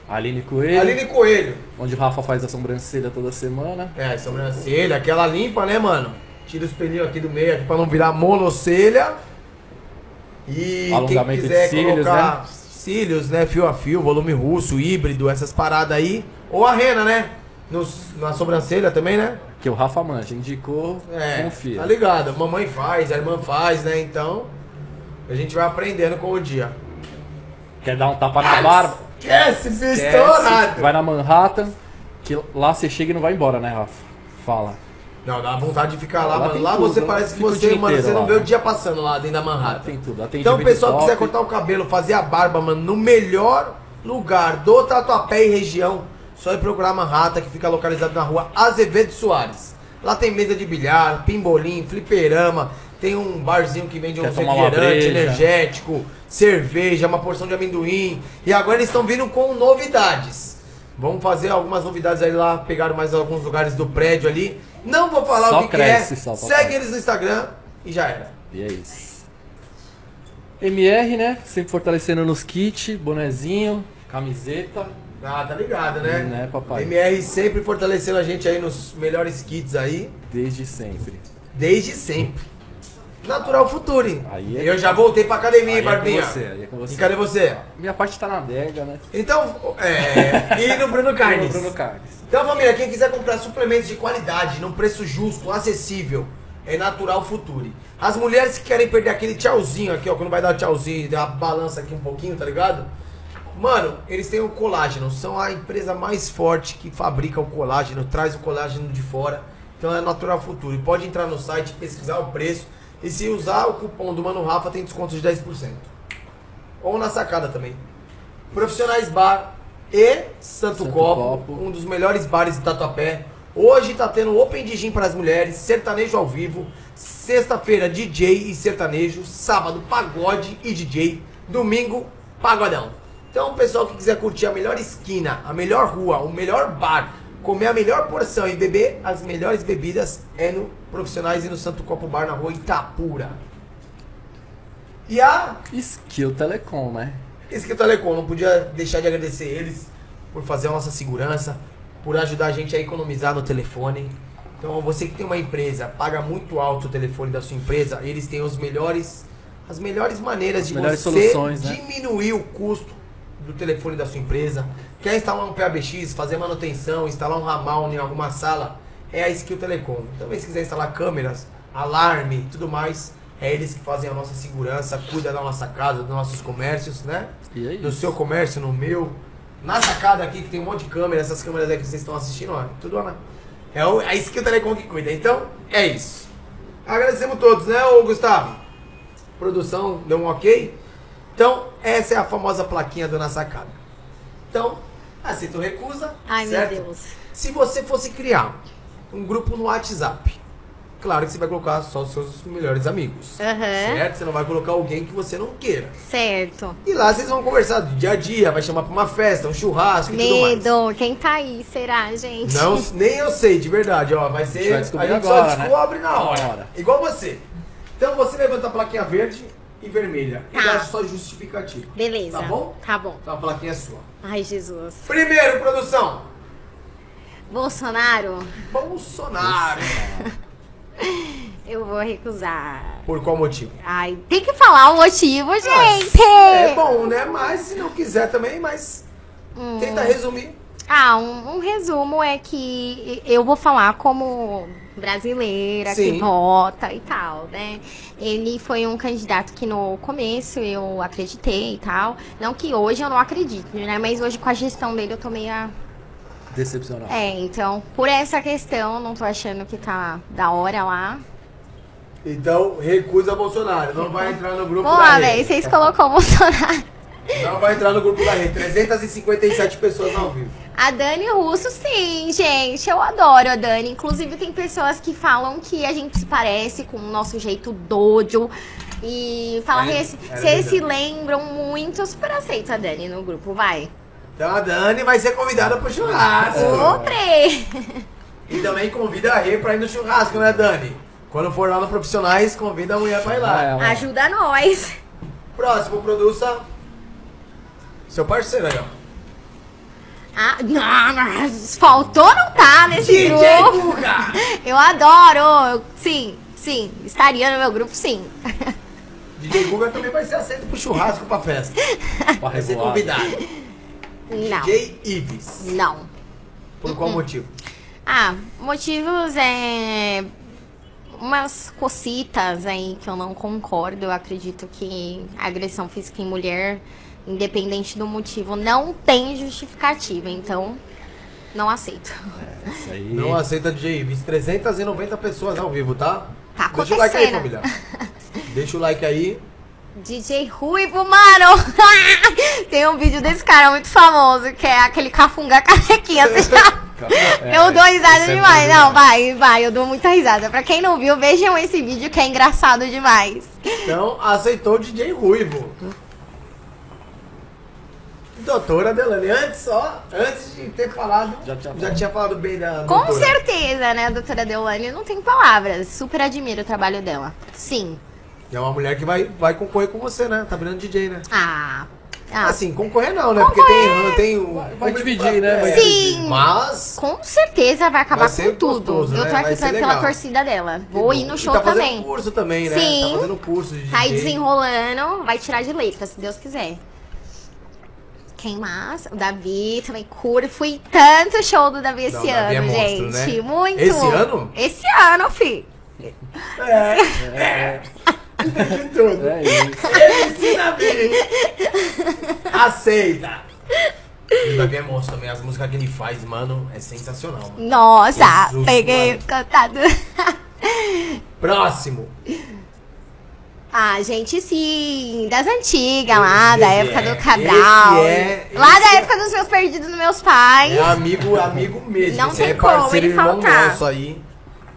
Aline Coelho,
Aline Coelho.
onde o Rafa faz a sobrancelha toda semana.
É, sobrancelha, aquela limpa, né, mano? Tira os pelinhos aqui do meio aqui pra não virar monocelha. E quem
Alongamento de
quiser
cílios,
colocar
né?
cílios, né? Fio a fio, volume russo, híbrido, essas paradas aí. Ou a rena, né? Nos- na sobrancelha também, né?
Que o Rafa manja, indicou,
É,
confia.
tá ligado? Mamãe faz, a irmã faz, né? Então, a gente vai aprendendo com o dia.
Quer dar um tapa na barba?
Esquece,
Esquece.
pistonado!
Vai na Manhattan, que lá você chega e não vai embora, né, Rafa? Fala.
Não, dá vontade de ficar lá,
Lá
mano.
tem
Lá
tudo,
você
né?
parece que
Fica o
você,
dia
mano,
inteiro
você não
lá,
vê o
né?
dia passando lá dentro da Manhattan.
Tem tudo.
Então, o
atendimento
pessoal que
top.
quiser cortar o cabelo, fazer a barba, mano, no melhor lugar do Tatuapé e região, só ir procurar a Manhattan, que fica localizado na rua Azevedo Soares. Lá tem mesa de bilhar, pimbolim, fliperama, tem um barzinho que vende
Quer
um
tomar uma
refrigerante
breja?
energético, cerveja, uma porção de amendoim. E agora eles estão vindo com novidades. Vamos fazer algumas novidades aí lá, pegaram mais alguns lugares do prédio ali. Não vou falar
Só
o que, que é.
cresce, só, papai.
Segue eles no Instagram e já era.
E é isso. MR, né? Sempre fortalecendo nos kits, bonezinho, camiseta.
Ah, tá ligado, né?
Né, papai?
MR sempre fortalecendo a gente aí nos melhores kits aí,
Desde sempre.
desde sempre. Natural Future.
Aí é-
Eu já voltei pra academia,
Aí é com
Barbinha.
você, aí é com você.
E cadê você?
Minha parte tá na adega, né?
Então, é. (laughs) E no Bruno Carnes.
Bruno Carnes.
Então, família, quem quiser comprar suplementos de qualidade, num preço justo, acessível, é Natural Future. As mulheres que querem perder aquele tchauzinho aqui, ó, quando vai dar tchauzinho, dá balança aqui um pouquinho, tá ligado? Mano, eles têm o colágeno, são a empresa mais forte que fabrica o colágeno, traz o colágeno de fora. Então é Natural Future. Pode entrar no site, pesquisar o preço e se usar o cupom do Mano Rafa tem desconto de 10%. Ou na sacada também. Profissionais Bar e Santo,
Santo
Copo,
Copo.
um dos melhores bares de Tatuapé. Hoje tá tendo Open de Gin para as mulheres, sertanejo ao vivo. Sexta-feira, DJ e sertanejo. Sábado, pagode e DJ. Domingo, pagodão. Então, pessoal que quiser curtir a melhor esquina, a melhor rua, o melhor bar, comer a melhor porção e beber as melhores bebidas é no Profissionais e no Santo Copo Bar na rua Itapura. E a
Skill Telecom, né?
esse que é o Telecom, não podia deixar de agradecer eles por fazer a nossa segurança, por ajudar a gente a economizar no telefone. Então, você que tem uma empresa, paga muito alto o telefone da sua empresa, eles têm os melhores, as melhores maneiras de
melhores
você
soluções, né?
diminuir o custo do telefone da sua empresa. Quer instalar um PABX, fazer manutenção, instalar um ramal em alguma sala, é a Skill Telecom. Também se quiser instalar câmeras, alarme, tudo mais, é eles que fazem a nossa segurança, cuida da nossa casa, dos nossos comércios, né?
E é
no
isso.
seu comércio, no meu. Na sacada aqui, que tem um monte de câmera, essas câmeras aí que vocês estão assistindo, ó, tudo lá. É o, a Skill Telecom que cuida. Então, é isso. Agradecemos todos, né, ô Gustavo? Produção deu um ok? Então, essa é a famosa plaquinha do Na Sacada. Então, aceita ou recusa,
Ai,
certo?
meu Deus.
Se você fosse criar um grupo no WhatsApp, claro que você vai colocar só os seus melhores amigos.
Aham.
Certo? Você não vai colocar alguém que você não queira.
Certo.
E lá vocês vão conversar do dia a dia, vai chamar pra uma festa, um churrasco e tudo mais.
Medo. Quem tá aí? Será, gente?
(laughs)
Não, nem eu sei, de verdade, ó. Vai ser.
gente vai
A gente,
descobrir
só
agora, né?
descobre na hora.
Na hora.
Igual você. Então você levanta a plaquinha verde e vermelha. E
Tá.
dá só justificativa.
Beleza.
Tá bom?
Tá bom.
Então a plaquinha é sua.
Ai, Jesus.
Primeiro, produção.
Bolsonaro,
Bolsonaro.
eu vou recusar.
Por qual motivo?
Ai, tem que falar o motivo, gente!
Ah, É bom, né? Mas se não quiser também, mas.
Hum.
Tenta resumir.
Ah, um, um resumo é que eu vou falar como brasileira
Sim.
que vota e tal, né? Ele foi um candidato que no começo eu acreditei e tal. Não que hoje eu não acredite, né? Mas hoje com a gestão dele eu tô meio. a-
Decepcional.
É, então, por essa questão, não tô achando que tá da hora lá.
Então, recusa Bolsonaro. Não vai entrar no grupo
Vamos
da
lá,
rede.
velho, né? vocês colocou o Bolsonaro.
Não vai entrar no grupo da rede. 357 pessoas ao vivo.
A Dani Russo, sim, gente. Eu adoro a Dani. Inclusive, tem pessoas que falam que a gente se parece com o nosso jeito dojo. E fala,
Era-
"Esse-
era
vocês se
verdade.
lembram muito, super aceita a Dani no grupo, vai.
Então a Dani vai ser convidada pro churrasco.
Comprei!
E também convida a Rê pra ir no churrasco, né, Dani? Quando for lá no Profissionais, convida a mulher pra ir
Ah,
lá.
ela-
Ajuda nós!
Próximo, produça. Seu parceiro aí, ó.
Ah, não, mas faltou não tá nesse
DJ
grupo.
Guga!
(laughs) Eu adoro! eu- Sim, sim, estaria no meu grupo, sim.
DJ Guga também vai ser aceito pro churrasco, pra festa.
É.
Pra
Vai ser
rebolar.
é convidado.
Não, Uhum.
DJ Ives.
não.
Por qual motivo?
Ah, motivos é. Umas cocitas aí que eu não concordo. Eu acredito que a agressão física em mulher, independente do motivo, não tem justificativa. Então, não aceito. (laughs)
Isso aí.
Não aceita DJ Ives. 390 pessoas ao vivo, tá?
Tá
Deixa o like aí, família.
acontecendo.
Deixa o like aí.
DJ Ruivo, mano! (laughs) tem um vídeo desse cara muito famoso, que é aquele cafungá carequinha. Você já...
É,
(laughs) eu dou risada
isso é
demais.
muito
né?
não, vai, vai, eu dou muita risada. Pra quem não viu, vejam esse vídeo que é engraçado demais.
Então, aceitou o DJ Ruivo. Doutora Delane, antes só, antes de ter falado, já
Já
tinha
tinha
falado,
falado.
bem da
Com
doutora.
certeza, né, doutora Deolane? Não tem palavras. Super admiro o trabalho dela. Sim.
E É uma mulher que vai, vai concorrer com você, né? Tá virando DJ, né?
Ah, Ah,
Assim, concorrer não, né? Porque tem, tem o.
Vai- vai dividir, né? Vai
É.
Sim.
Mas.
Com certeza vai acabar
Vai
com
ser
tudo.
gostoso,
eu
né?
tô aqui
Vai
pra,
ser
pela
legal.
torcida dela. Vou ir no show
e tá fazendo
também.
curso também, né?
Sim.
Tá fazendo curso de
Tá aí
DJ.
desenrolando, vai tirar de letra, se Deus quiser. Quem mais? O Davi também cura. Fui em tanto show do Davi esse
Não, o Davi
ano,
é monstro,
gente.
né?
Muito.
Esse ano?
Esse ano, fi.
É,
É,
De tudo.
É isso.
Esse Davi. Aceita.
(laughs)
E o Davi é monstro também. As músicas que ele faz, mano, é sensacional. Mano.
Nossa,
Jesus,
peguei
mano.
o cantado.
Próximo.
(laughs) ah, gente, sim. Das antigas lá,
Esse
da época do
é-
Cabral.
esse é-
lá da
esse é-
época dos meus perdidos nos meus pais.
É amigo, amigo mesmo.
Não
Você
tem
é
como
parceiro
ele
irmão
faltar.
nosso aí.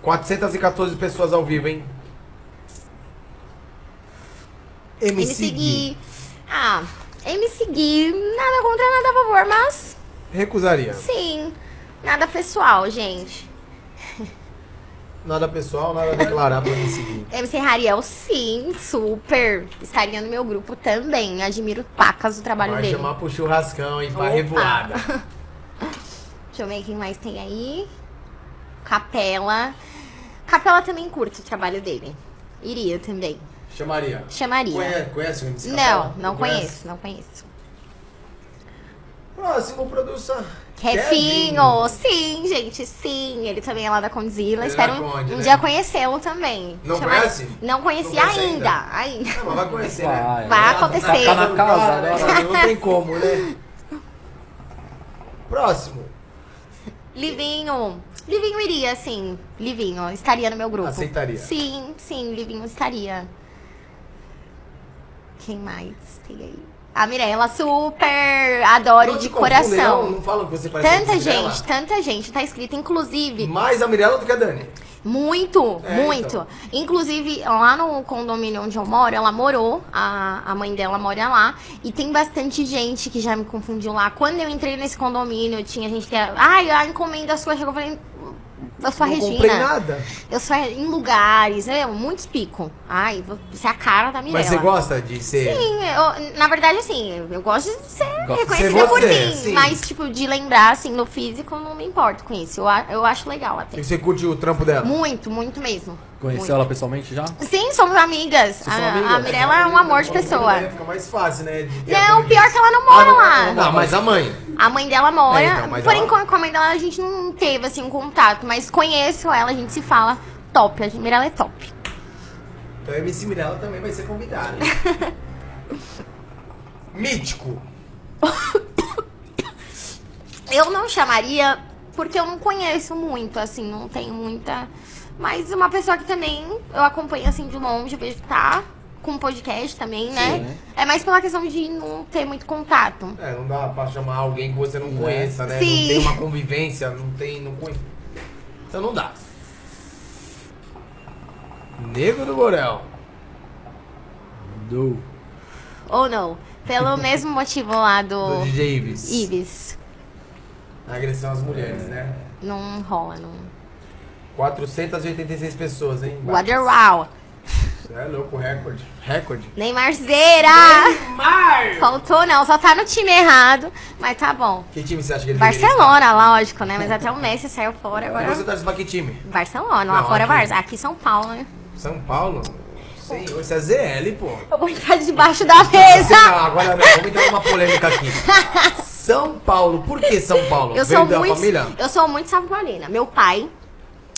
414 pessoas ao vivo, hein?
Me
MC Gui.
seguir. Ah, me seguir. Nada contra, nada a favor, mas
Recusaria.
sim. Nada pessoal, gente.
Nada pessoal, nada a declarar pra MC Gui.
MC Rariel, sim, super. Estaria no meu grupo também. Admiro pacas o trabalho
Vai
dele.
chamar pro churrascão, hein? Pra
Opa. (laughs)
revoada.
Deixa eu ver quem mais tem aí. Capela. Capela também curte o trabalho dele. Iria também.
Chamaria.
Chamaria.
Conhece, conhece o MC Capela?
Não, não conheço, não conheço.
Próximo, produção.
Kevinho, sim, gente, sim. Ele também é lá da Condzilla.
Ele
Espero
da
um,
Conde,
um
né?
dia conhecê-lo também.
Não
Chamar-
conhece?
Não conheci
Não conhece
ainda. ainda.
Não, mas vai conhecer,
Vai,
né?
vai
Tá-
acontecer.
Tá na casa
Cara,
agora, não tem como, né? Próximo.
Livinho. Livinho iria, sim. Livinho, estaria no meu grupo.
Aceitaria.
Sim, sim, Livinho estaria. Quem mais tem aí? A Mirella, super! Adoro
Não
de
te confundem,
coração.
Não, não falam que você parece
Tanta
muito Mirella.
gente, tanta gente. Tá escrito, inclusive,
Mais a Mirella do que a Dani.
Muito,
É,
muito.
então.
Inclusive, lá no condomínio onde eu moro, ela morou, a, a mãe dela mora lá, e tem bastante gente que já me confundiu lá. Quando eu entrei nesse condomínio, tinha gente que era, ai, a encomenda sua, chegou", eu falei, eu sou a
não comprei
Regina.
nada.
Eu sou a- em lugares, é, muitos picam. Ai, vou- você é a cara da Mirella.
Mas você gosta de ser...
Sim, eu- na verdade, assim, eu gosto de ser
Gosto de
reconhecida
ser
por
você,
mim.
sim.
Mas, tipo, de lembrar, assim, no físico, eu não me importo com isso. Eu, a- eu acho legal até.
E você curte o trampo dela?
Muito, muito mesmo.
Conheceu ela pessoalmente já?
Sim, somos amigas.
Vocês são
A,
amigas?
a Mirella é um amor de pessoa.
É, Fica mais fácil, né? de ter a
Não,
convivência.
pior que ela não
Ah,
mora
não, não,
lá.
Não, mas a mãe.
A mãe dela mora.
É, então, mas
por
ela-
enquanto, com a mãe dela a gente não teve assim um contato, mas conheço ela, a gente se fala. Top, a Mirella é top.
Então a MC Mirella também vai ser
(laughs)
convidada. Mítico.
Eu não chamaria porque eu não conheço muito, assim, não tenho muita. Mas uma pessoa que também eu acompanho assim de longe, vejo que tá com podcast também, né?
Sim.
É mais pela questão de não ter muito contato.
É, não dá pra chamar alguém que você não conheça, né?
É. Sim.
Não tem uma convivência, não tem. Não conhe... Então não dá. Nego do Borel.
Do.
Ou não.
(laughs)
Pelo mesmo motivo lá
Do
do
DJ Ives.
Ibis.
Agressão às
É.
mulheres, né?
Não rola, não.
486 pessoas, hein?
Water Wow.
Isso É louco, recorde. Recorde.
Neymarzeira! Faltou não, só tá no time errado. Mas tá bom.
Que time você acha que ele deveria
Barcelona, lógico, né? Mas até o Messi saiu fora
estar? E você
agora.
torce pra que time?
Barcelona, lá
Não,
fora é
aqui-
Barça. Aqui São Paulo, né?
São Paulo? Senhor, isso é ZL, pô.
Eu vou entrar Tá debaixo da
Não,
mesa!
agora não, vamos entrar numa polêmica aqui.
(laughs)
São Paulo, por que São Paulo?
Eu
Veio
sou
da
muito.
família?
Eu sou muito São Paulina. Meu pai.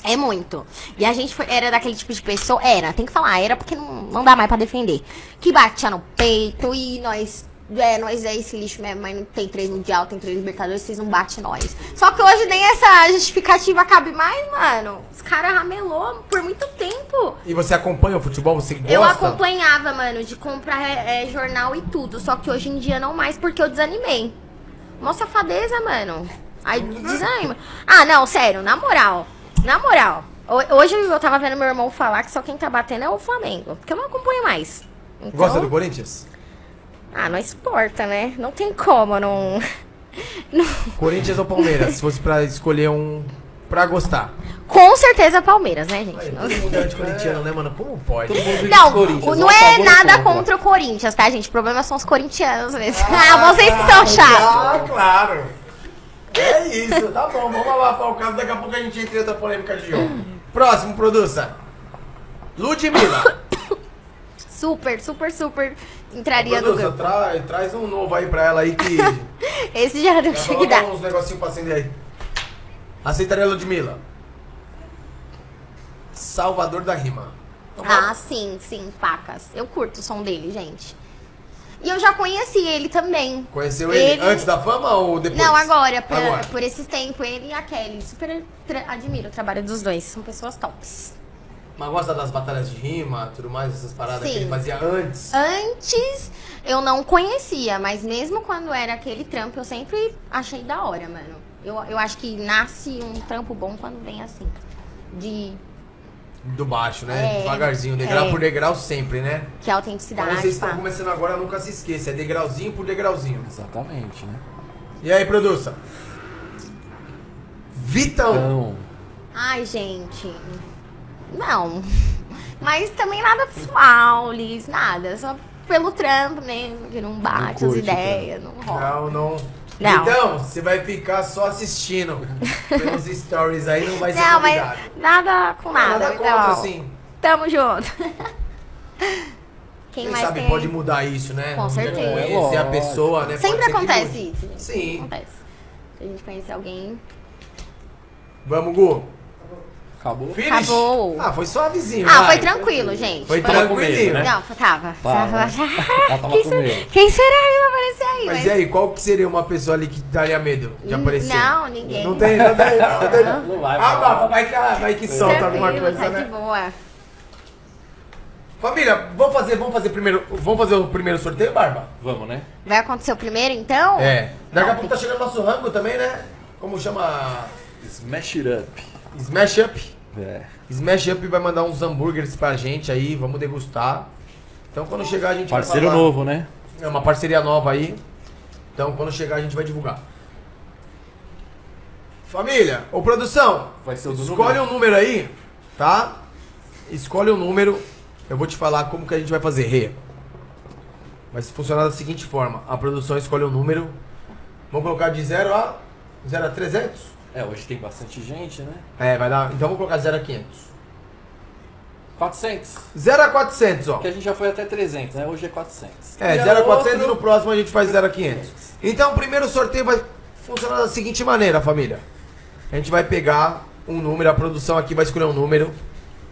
É muito. E a gente foi- era daquele tipo de pessoa. Era, tem que falar, era porque não, não dá mais pra defender. Que batia no peito e nós. É, nós é esse lixo mesmo, mas não tem três mundial, tem três libertadores, vocês não batem nós. Só que hoje nem essa justificativa cabe mais, mano. Os caras ramelou por muito tempo.
E você acompanha o futebol? Você gosta?
Eu acompanhava, mano, de comprar é, é, jornal e tudo. Só que hoje em dia não mais, porque eu desanimei. Mó safadeza, mano. Aí desanima. Ah, não, sério, na moral. Na moral. Ho- Hoje eu tava vendo meu irmão falar que só quem tá batendo é o Flamengo. Porque eu não acompanho mais. Então,
Gosta do Corinthians?
Ah, não exporta, né? Não tem como, não. não...
Corinthians ou Palmeiras? Se fosse pra escolher um. pra gostar.
Com certeza Palmeiras, né, gente?
Todo mundo é anticorintiano, né, mano? Como pode?
Todo mundo vive
Não,
de Corinthians,
o- não
lá,
é
favor,
nada
contra.
contra o Corinthians, tá, gente? O problema são os corintianos mesmo. (laughs) Ah, vocês que são chatos.
Ah, claro. É isso, tá bom, vamos abafar o caso, daqui a pouco a gente entra em outra polêmica de jogo. Próximo, produça. Ludmilla.
Super, super, super entraria no
produça,
grupo.
tra- traz um novo aí pra ela aí que. já
Esse já deu
coloca
chegue dar.
uns negocinhos pra acender aí. Aceitaria Ludmilla. Salvador da rima. Então,
Ah, sim, sim, facas. Eu curto o som dele, gente. E eu já conheci ele também.
Conheceu ele,
Ele-
antes da fama ou depois?
Não, agora, pra-
Agora.
por esses tempos, ele e a Kelly. Super tra- admiro o trabalho dos dois. São pessoas tops.
Mas gosta das batalhas de rima, tudo mais, essas paradas que
Sim.
ele fazia antes.
Antes eu não conhecia, mas mesmo quando era aquele trampo, eu sempre achei da hora, mano. Eu, eu acho que nasce um trampo bom quando vem assim. De
Do baixo, né?
É,
Devagarzinho, degrau
é.
por degrau sempre, né?
que é autenticidade.
Quando vocês estão
pá.
começando agora, nunca se esqueça. É degrauzinho por degrauzinho.
Exatamente, né?
E aí, produça? Vitão.
Então,
Ai, gente. Não. (laughs) Mas também nada pessoal, Liz, nada. Só pelo trampo mesmo, que não bate as
curte o
ideias, não rola.
Não, não.
Não.
Então, você vai ficar só assistindo pelos stories aí, não vai ser
Não,
convidado.
mas nada com nada.
Nada
então,
contra, assim.
Tamo junto. Quem
Quem
mais
sabe
tem?
pode mudar isso, né?
Com
Não
certeza.
tem que Conhecer a
É Lógico.
pessoa, né?
Sempre
Pode ser que
acontece
mude.
isso. gente.
Sim.
Acontece. Se a gente conhecer alguém.
Vamos, Gu.
acabou.
Finish.
Acabou.
Ah, foi suavezinho.
Ah,
vai.
foi tranquilo, gente.
Foi
Tava com medo,
tranquilinho.
né?
Não, tava.
Tava. Ela tava
Quem,
com
será-
medo.
quem será que vai aparecer aí?
Mas e aí, qual que seria uma pessoa ali que daria medo de aparecer?
Não, ninguém.
Não tem, não tem, não tem.
Não vai,
Ah,
vai.
vai, vai que, ah, vai que solta alguma
Tranquilo,
coisa,
tá de
né?
boa.
Família, vamos fazer, vamos fazer primeiro. Vamos fazer o primeiro sorteio, Barba?
Vamos, né?
Vai acontecer o primeiro, então?
É. Daqui a
Não,
pouco tá chegando nosso rango também, né? Como chama?
Smash it up.
Smash Up.
É.
Smash Up vai mandar uns hambúrgueres pra gente aí, vamos degustar. Então quando chegar a gente
Parceiro
vai falar-
novo, né?
É uma parceria nova aí. Então quando chegar a gente vai divulgar. Família, ô produção,
Vai ser o do
escolhe
número.
um número aí, tá? Escolhe um número, eu vou te falar como que a gente vai fazer. Rê. Vai funcionar da seguinte forma: a produção escolhe um número, vamos colocar de 0 a 0 a 300?
É, hoje tem bastante gente, né?
É, vai dar. Então vamos colocar 0 a 500.
400.
0 a 400, ó.
Porque a gente já foi até 300, né? Hoje é 400.
É,
E
0 a
outro-
400 e no próximo a gente faz 0 a 500. Então, o primeiro sorteio vai funcionar da seguinte maneira, família. A gente vai pegar um número, a produção aqui vai escolher um número,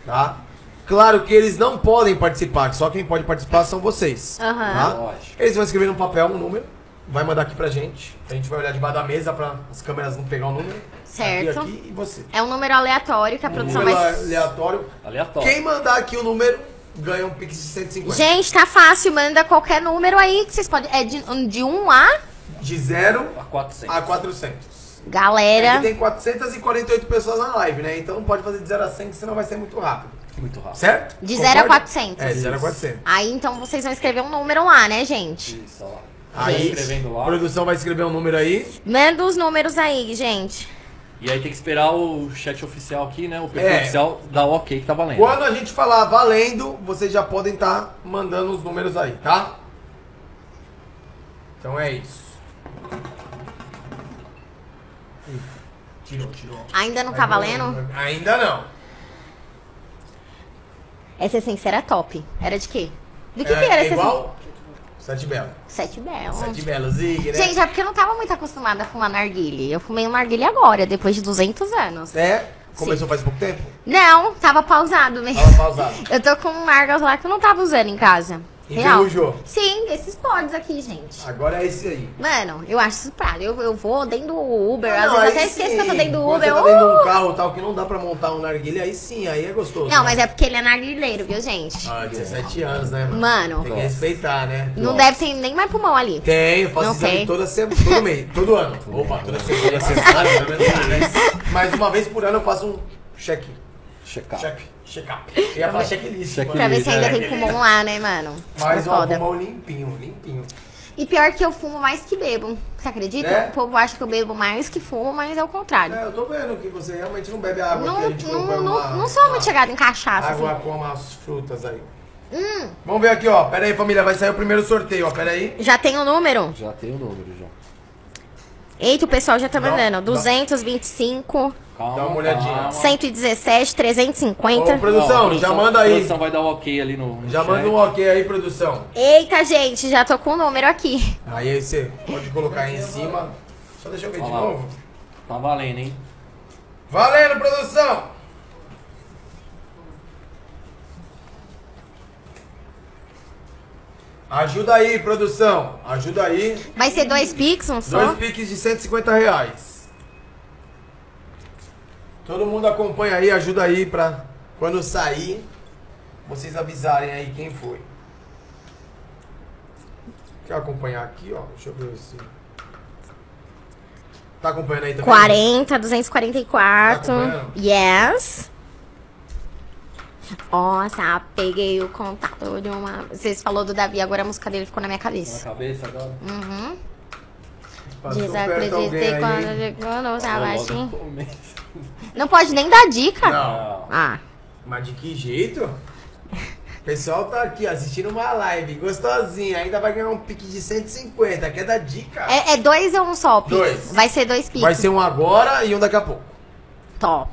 tá? Claro que eles não podem participar, só quem pode participar são vocês.
Aham.
tá?
Lógico.
Eles vão escrever num papel um número, vai mandar aqui pra gente. A gente vai olhar debaixo da mesa pra as câmeras não pegar o número.
Certo.
Aqui, aqui e você.
É um número aleatório que a produção
número
vai.
aleatório.
Aleatório.
Quem mandar aqui o número ganha um pix de 150.
Gente, tá fácil. Manda qualquer número aí que vocês podem. É de, de 1 a.
De 0
A 400.
a 400. É que
Galera.
tem 448 pessoas na live, né? Então não pode fazer de 0 a 100, que senão vai ser muito rápido.
Muito rápido.
Certo?
De
Concorda?
0 a 400.
É, de 0 a 400.
Aí então vocês vão escrever um número lá, né, gente?
Isso, olha lá.
Tá
Vai
Aí,
escrevendo
a
lá.
produção vai escrever um número aí.
Manda os números aí, gente.
E aí tem que esperar o chat oficial aqui, né? O perfil
É.
oficial dar o ok que tá
É.
valendo.
Quando a gente falar valendo, vocês já podem estar mandando os números aí, tá? Então é isso. Ih, Tirou, tirou.
Ainda não tá valendo?
Ainda não.
Essa essência era É top. Era de quê? Do que,
é,
que era assim?
é
essa essência?
igual? Sete belas.
Sete belas.
Sete belas, Zig, né?
Gente, é porque eu não tava muito acostumada a fumar narguile. Eu fumei um narguile agora, depois de 200 anos.
É? Começou faz pouco tempo?
Não, tava pausado mesmo.
Tava pausado.
Eu tô com um Margas lá que eu não tava usando em casa. Real.
Enferrujou.
Sim, esses pods aqui, gente.
Agora é esse aí. Ah,
Mano, eu acho isso prato. Eu, eu vou dentro do Uber. Às
não,
vezes
aí
até esqueço que eu tô
sim.
dentro do
Quando
Uber.
Você
Uh!
tá dentro de um carro tal, que não dá pra montar um narguilha, aí sim, aí é gostoso. né?
Não, mas é porque ele é narguileiro, viu, gente?
Ah, 17 anos, né, mano?
Mano.
Tem que respeitar, né?
não deve ter nem mais pulmão ali.
Tem, eu faço
Não
exame
tem.
toda semana, todo mês, todo ano. Opa, toda semana, né, toda semana, pelo menos uma vez. Mas uma vez por ano eu faço um check,
Checar.
check, check-up. Eu ia falar checklist,
Check
mano.
Pra ver se ainda
né?
tem pulmão lá, né, mano?
é. Mas
É
ó, arrumar um limpinho, limpinho.
E pior que eu fumo mais que bebo. Você acredita?
É?
O povo acha que eu bebo mais que fumo, mas é o contrário.
É, eu tô vendo que você realmente não bebe água. que a
não,
gente
não,
colocou
não,
uma-
não sou muito chegada em cachaça, assim.
Água com umas frutas aí. Vamos ver aqui, ó. Pera aí, família. Vai sair o primeiro sorteio, ó. Pera aí.
Já tem o número?
Já tem o número, já.
Eita, o pessoal já tá
Não,
mandando.
não.
225,
Calma,
Dá uma olhadinha.
calma.
117,
Ô,
350.
produção,
Ó, a
já manda aí.
A produção vai dar o ok ali no, no
Já
chat.
manda um ok aí, produção.
Eita, gente, já tô com o número aqui.
Aí aí você pode colocar aí em cima. Só deixa eu ver de
Ó lá.
novo.
Tá valendo, hein?
Valendo, produção! Ajuda aí, produção. Ajuda aí.
Vai ser dois Pix, um só?
Dois piques de 150 reais. Todo mundo acompanha aí, ajuda aí pra quando sair, vocês avisarem aí quem foi. Quer acompanhar aqui, ó? Deixa eu ver se. Tá acompanhando aí também?
40,
Tá
244.
acompanhando?
yes. Nossa, peguei o contato de uma. Vocês falou do Davi, agora a música dele ficou na minha
Tá Na
cabeça.
cabeça agora.
Uhum.
Passou perto Tá alguém
Desacreditei
aí, Tá
quando
hein?
chegou no
Logo
Zavachim.
no começo.
Não pode nem dar dica.
Não.
Não.
Ah,
Mas de que jeito? O pessoal tá aqui ó, assistindo uma live gostosinha. Ainda vai ganhar um pique de 150. Quer dar dica?
é, é dois ou um só, Pix?
Dois.
Vai ser dois Pix.
Vai ser um agora e um daqui a pouco.
Top.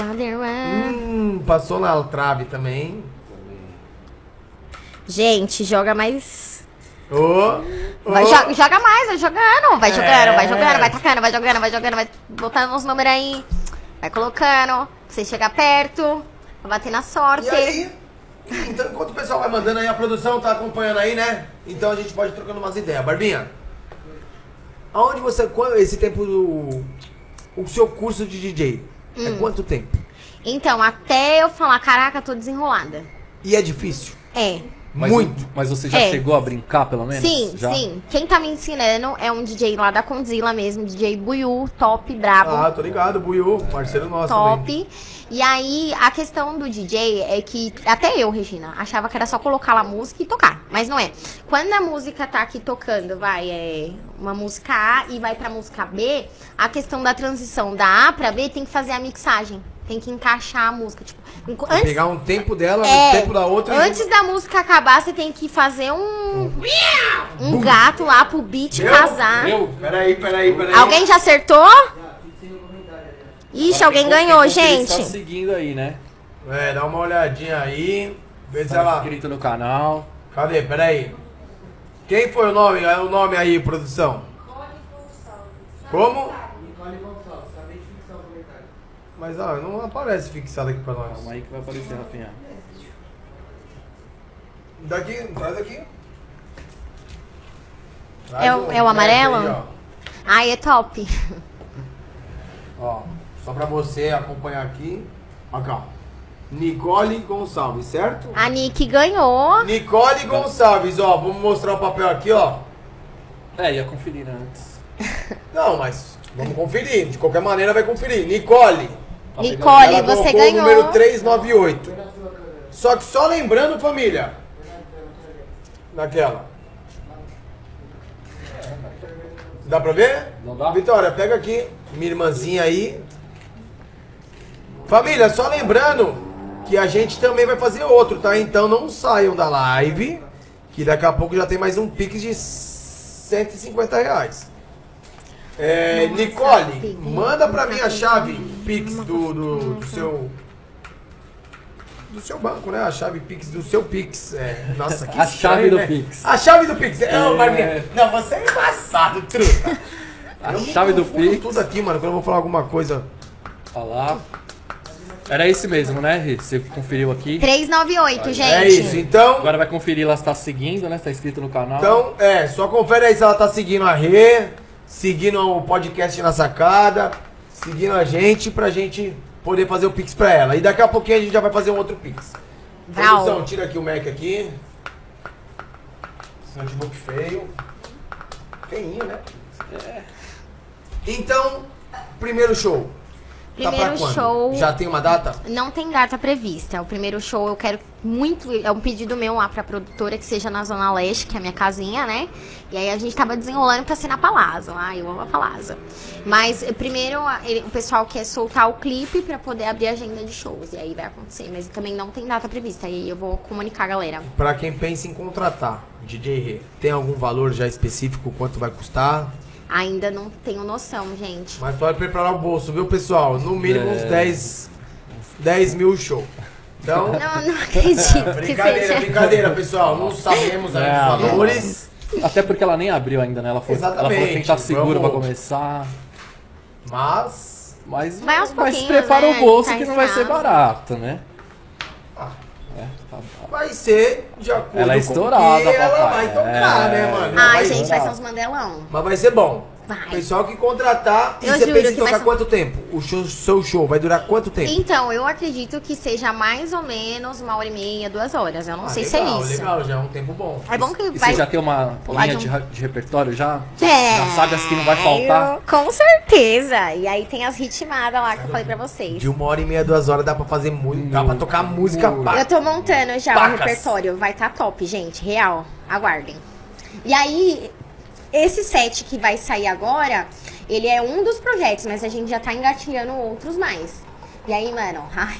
Wonderland.
Hum, passou na trave também.
Gente, joga mais
Ô, ô.
Vai, jo- joga mais, vai jogando, vai jogando, vai
Oh. É.
jogando, vai tacando, vai jogando, vai jogando, vai botando uns números aí, vai colocando, pra você chegar perto, vai bater na sorte.
E aí? Então, enquanto o pessoal vai mandando aí, a produção tá acompanhando aí, né? Então a gente pode ir trocando umas ideias. Barbinha, aonde você. Qual, esse tempo do. O seu curso de DJ?
Hum.
É quanto tempo?
Então, até eu falar, caraca, tô desenrolada.
E é difícil?
É.
Mas,
Muito.
Mas você já
É.
chegou a brincar, pelo menos?
Sim,
Já?
sim. Quem tá me ensinando é um DJ lá da Condzilla mesmo, DJ Buiu, top, brabo.
Ah, tô ligado, Buiu, parceiro nosso.
Tá top.
também.
E aí, a questão do DJ é que até eu, Regina, achava que era só colocar lá a música e tocar, mas não é. Quando a música tá aqui tocando, vai é uma música A e vai pra música B, a questão da transição da A pra B tem que fazer a mixagem, tem que encaixar a música, tipo, enqu-
Vou
antes
Pegar um tempo dela,
É,
um tempo da outra. e-
Antes da música acabar, você tem que fazer um um gato lá pro beat
Meu,
casar.
meu, Peraí, peraí, peraí.
Alguém já acertou? Ixi, alguém
Enquanto-
ganhou,
enquanto eles Tá
gente.
seguindo aí, né?
É, dá uma olhadinha aí. Vê se
Tá
ela.
inscrito no canal.
Cadê? Peraí. Quem foi o nome? É o nome aí, produção. Como? Mas ah, não aparece fixado aqui pra
Calma
nós.
aí que vai aparecer, Rafinha.
Daqui, traz aqui. um
É o- é o amarelo? Ai, é top.
ó. ó, só pra você acompanhar aqui. Aqui, ó. Nicole Gonçalves, certo?
A Nick ganhou.
Nicole Gonçalves, ó. Vamos mostrar o papel aqui, ó.
É, ia conferir antes.
Não, mas vamos conferir. De qualquer maneira, vai conferir. Nicole.
Tá
Nicole.
ela
você
colocou
ganhou.
o número 398. Só que só lembrando, família. Naquela. Dá pra ver?
Não dá?
Vitória, pega aqui. Minha irmãzinha aí. Família, só lembrando que a gente também vai fazer outro, tá? Então não saiam da live, que daqui a pouco já tem mais um pix de 150 reais. É, Nicole, manda pra mim a chave pix do, do, do seu... Do seu banco, né? A chave Pix do seu Pix. É,
(laughs)
nossa, que
A chave do
né?
Pix.
A chave do Pix. Não,
É.
Barbinha. Não, você é embaçado, truta.
A
Eu me
chave do
confundo
Pix.
tudo aqui, mano, quando eu vou falar alguma coisa.
Tá lá. Era esse mesmo, né, Rê? Você conferiu aqui.
398, gente.
É isso, então.
Agora vai conferir lá se tá seguindo, né? Se tá inscrito no canal.
Então, é, só confere aí se ela tá seguindo a Rê, seguindo o podcast na sacada, seguindo a gente pra gente poder fazer o Pix pra ela. E daqui a pouquinho a gente já vai fazer um outro Pix.
Brau.
Produção, tira aqui o Mac aqui. Esse notebook feio. Feinho, né? Então, primeiro show.
Primeiro show.
Já tem uma data?
Não tem data prevista. O primeiro show eu quero muito. É um pedido meu lá pra produtora que seja na Zona Leste, que é a minha casinha, né? E aí a gente tava desenrolando pra ser na Palazzo. Ah, eu amo a Palazzo. Mas eh, primeiro a- ele- o pessoal quer soltar o clipe pra poder abrir a agenda de shows. E aí vai acontecer. Mas também não tem data prevista. E aí eu vou comunicar a galera.
Pra quem pensa em contratar DJ Rê, tem algum valor já específico? Quanto vai custar?
Ainda não tenho noção, gente.
Mas pode preparar o bolso, viu, pessoal? No mínimo
É.
uns 10, 10 mil show.
(laughs)
Então,
Não, não acredito que
brincadeira,
seja.
brincadeira, pessoal. Não sabemos ainda os
Não.
valores.
Até porque ela nem abriu ainda, né? Ela foi, ela falou que tem que estar
Exatamente,
segura pra
vamos.
começar.
Mas.
Mas,
Vai aos
mas
pouquinhos,
prepara
né?
o bolso
Tá
que não vai ser
arriscado.
barato, né?
ah,
É, tá bom.
Vai ser de acordo
Ela é
com o
estourada,
que ela
papai.
vai tocar,
É.
né, mano?
Ai,
Vai-
Ah, gente, vai ser uns mandelão.
Mas vai ser bom.
Vai.
Pessoal que contratar e
Eu
você
juro
pensa em
que vai
tocar
ser-
quanto tempo? O show- seu show vai durar quanto tempo?
Então, eu acredito que seja mais ou menos uma hora e meia, duas horas. Eu não
Ah,
sei
legal,
se é isso.
Legal, já é um tempo bom.
É bom que
E
vai.
você já tem uma
pular
linha
de
de,
um-
ra- de repertório já?
É,
Já sabe as que não vai faltar?
eu- Com certeza. E aí tem as ritmadas lá que eu falei pra vocês.
um
De uma hora e meia, duas horas dá pra fazer muito. Dá pra tocar música
Muito.
pá.
Eu tô montando já
Pacas.
o repertório. Vai tá top, gente. Real. Aguardem. E aí, esse set que vai sair agora, ele é um dos projetos, mas a gente já tá engatilhando outros mais. E aí, mano, ai,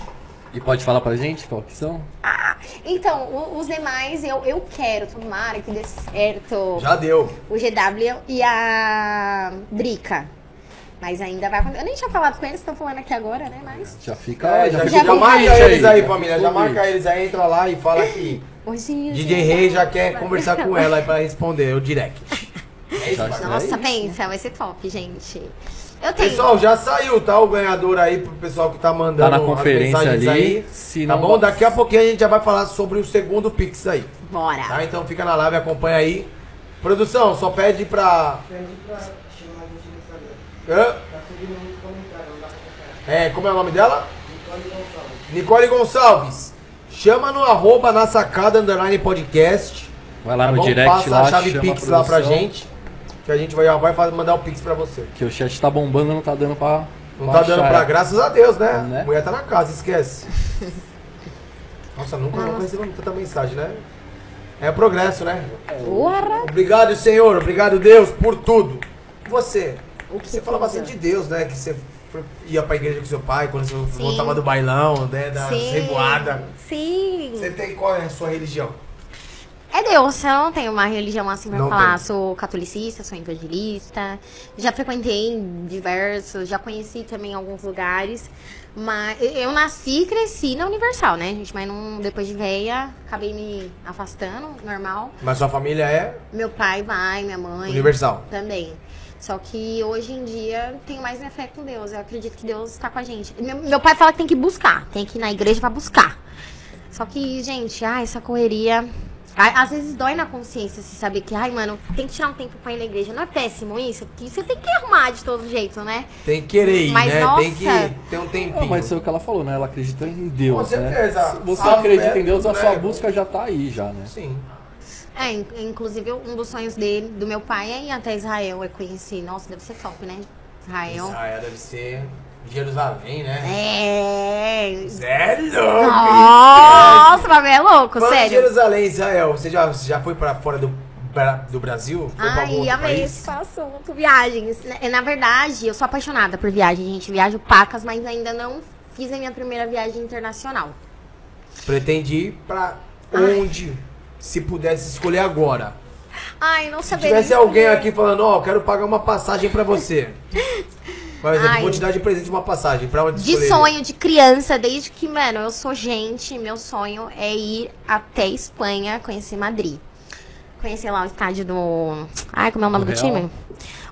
E pode falar pra gente qual que são?
Ah, então, o- os demais eu, eu quero, tomara que dê certo.
Já deu.
O GW e a Drica. Mas ainda vai acontecer. Eu nem tinha falado com eles, estão falando aqui agora, né? Mas.
Já fica,
É,
já
já,
fica
já
o
marca eles
convite
aí,
já
família.
fica
Já
o convite.
marca eles aí, entra lá e fala que
Hoje.
DJ Rei já quer conversar com ela aí pra responder o direct. É isso,
Já-
bacana.
Nossa, pensa, vai ser top, gente. Eu tenho.
Pessoal, já saiu, tá? O ganhador aí pro pessoal que tá mandando
Tá na
as
conferência
mensagens
ali.
Aí,
Se
tá
não-
bom? Daqui a pouquinho a gente já vai falar sobre o segundo Pix aí.
Bora.
Tá? Então fica na live, acompanha aí. Produção, só pede pra.
Pede pra chamar a gente no Instagram.
Hã?
Tá subindo muito comentário, não dá pra comparar.
É, como é o nome dela?
Nicole Gonçalves.
Nicole Gonçalves. Chama no arroba na sacada underline podcast.
Vai lá
tá
no
bom?
direct
Passa
lá,
a chave
chama
Pix
a
lá pra
produção,
gente. Que a gente vai, já vai fa- mandar o Pix pra você.
Que o chat tá bombando, não tá dando pra.
Não tá dando
achar.
pra graças a Deus, né?
Né?
A mulher tá na casa,
(laughs)
esquece. Nossa, nunca nunca recebemos tanta mensagem, né? É progresso, né?
Bora.
Obrigado, Senhor. Obrigado, Deus, por tudo. Você.
O que
Você fala bastante de Deus, né? Que você foi- ia pra igreja com seu pai, quando você voltava do bailão, né? Da
Sim.
reboada.
Sim.
Você tem qual é a sua religião?
É Deus, eu não tenho uma religião assim pra
Não
falar.
tem.
Sou catolicista, sou evangelista, já frequentei diversos, já conheci também alguns lugares. Mas eu- eu nasci e cresci na Universal, né, gente? Mas não, depois de veia, acabei me afastando, normal.
Mas sua família é
Meu pai vai, minha mãe
universal.
também. Só que hoje em dia eu tenho mais minha fé com Deus. Eu acredito que Deus está com a gente. Meu, meu pai fala que tem que buscar, tem que ir na igreja pra buscar. Só que, gente, ai, essa correria. a- Às vezes dói na consciência se saber que, ai, mano, tem que tirar um tempo pra ir na igreja. Não é péssimo isso? Porque você tem que arrumar de todo jeito, né?
Tem que querer ir,
Mas,
né? Tem
nossa.
que ter um
Ah,
tempinho.
mas isso é o que ela falou, né? Ela acredita em Deus.
Com certeza.
Né? Se você
Salve,
acredita em Deus, a
né?
sua busca já tá aí, já, né?
Sim.
É, in- inclusive um dos sonhos dele, do meu pai é ir até Israel, é conhecer. Nossa, deve ser top, né? Israel.
Israel deve ser Jerusalém, né? (laughs)
É.
Sério?
Nossa, o bagulho é louco,
Falando em
sério.
Jerusalém, Israel, você já, você já foi pra fora do, Bra- do Brasil? Foi pra algum
Ai,
outro
amei
país?
esse assunto. Viagens. Né, é, Na, na verdade, eu sou apaixonada por viagem, gente. Viajo pacas, mas ainda não fiz a minha primeira viagem internacional.
Pretende ir pra
Ai.
onde? Se pudesse escolher agora.
Ai, não
Se
saberia.
tivesse alguém
escolher.
aqui falando, ó, quero pagar uma passagem pra você.
(laughs)
Por exemplo,
Ai.
vou te dar de presente uma passagem. Pra onde
De
escolher?
sonho, de criança, desde que, mano, eu sou gente, meu sonho é ir até Espanha conhecer Madrid. Conhecer lá o estádio do. Ai, como é o nome
Do
do,
Real?
time?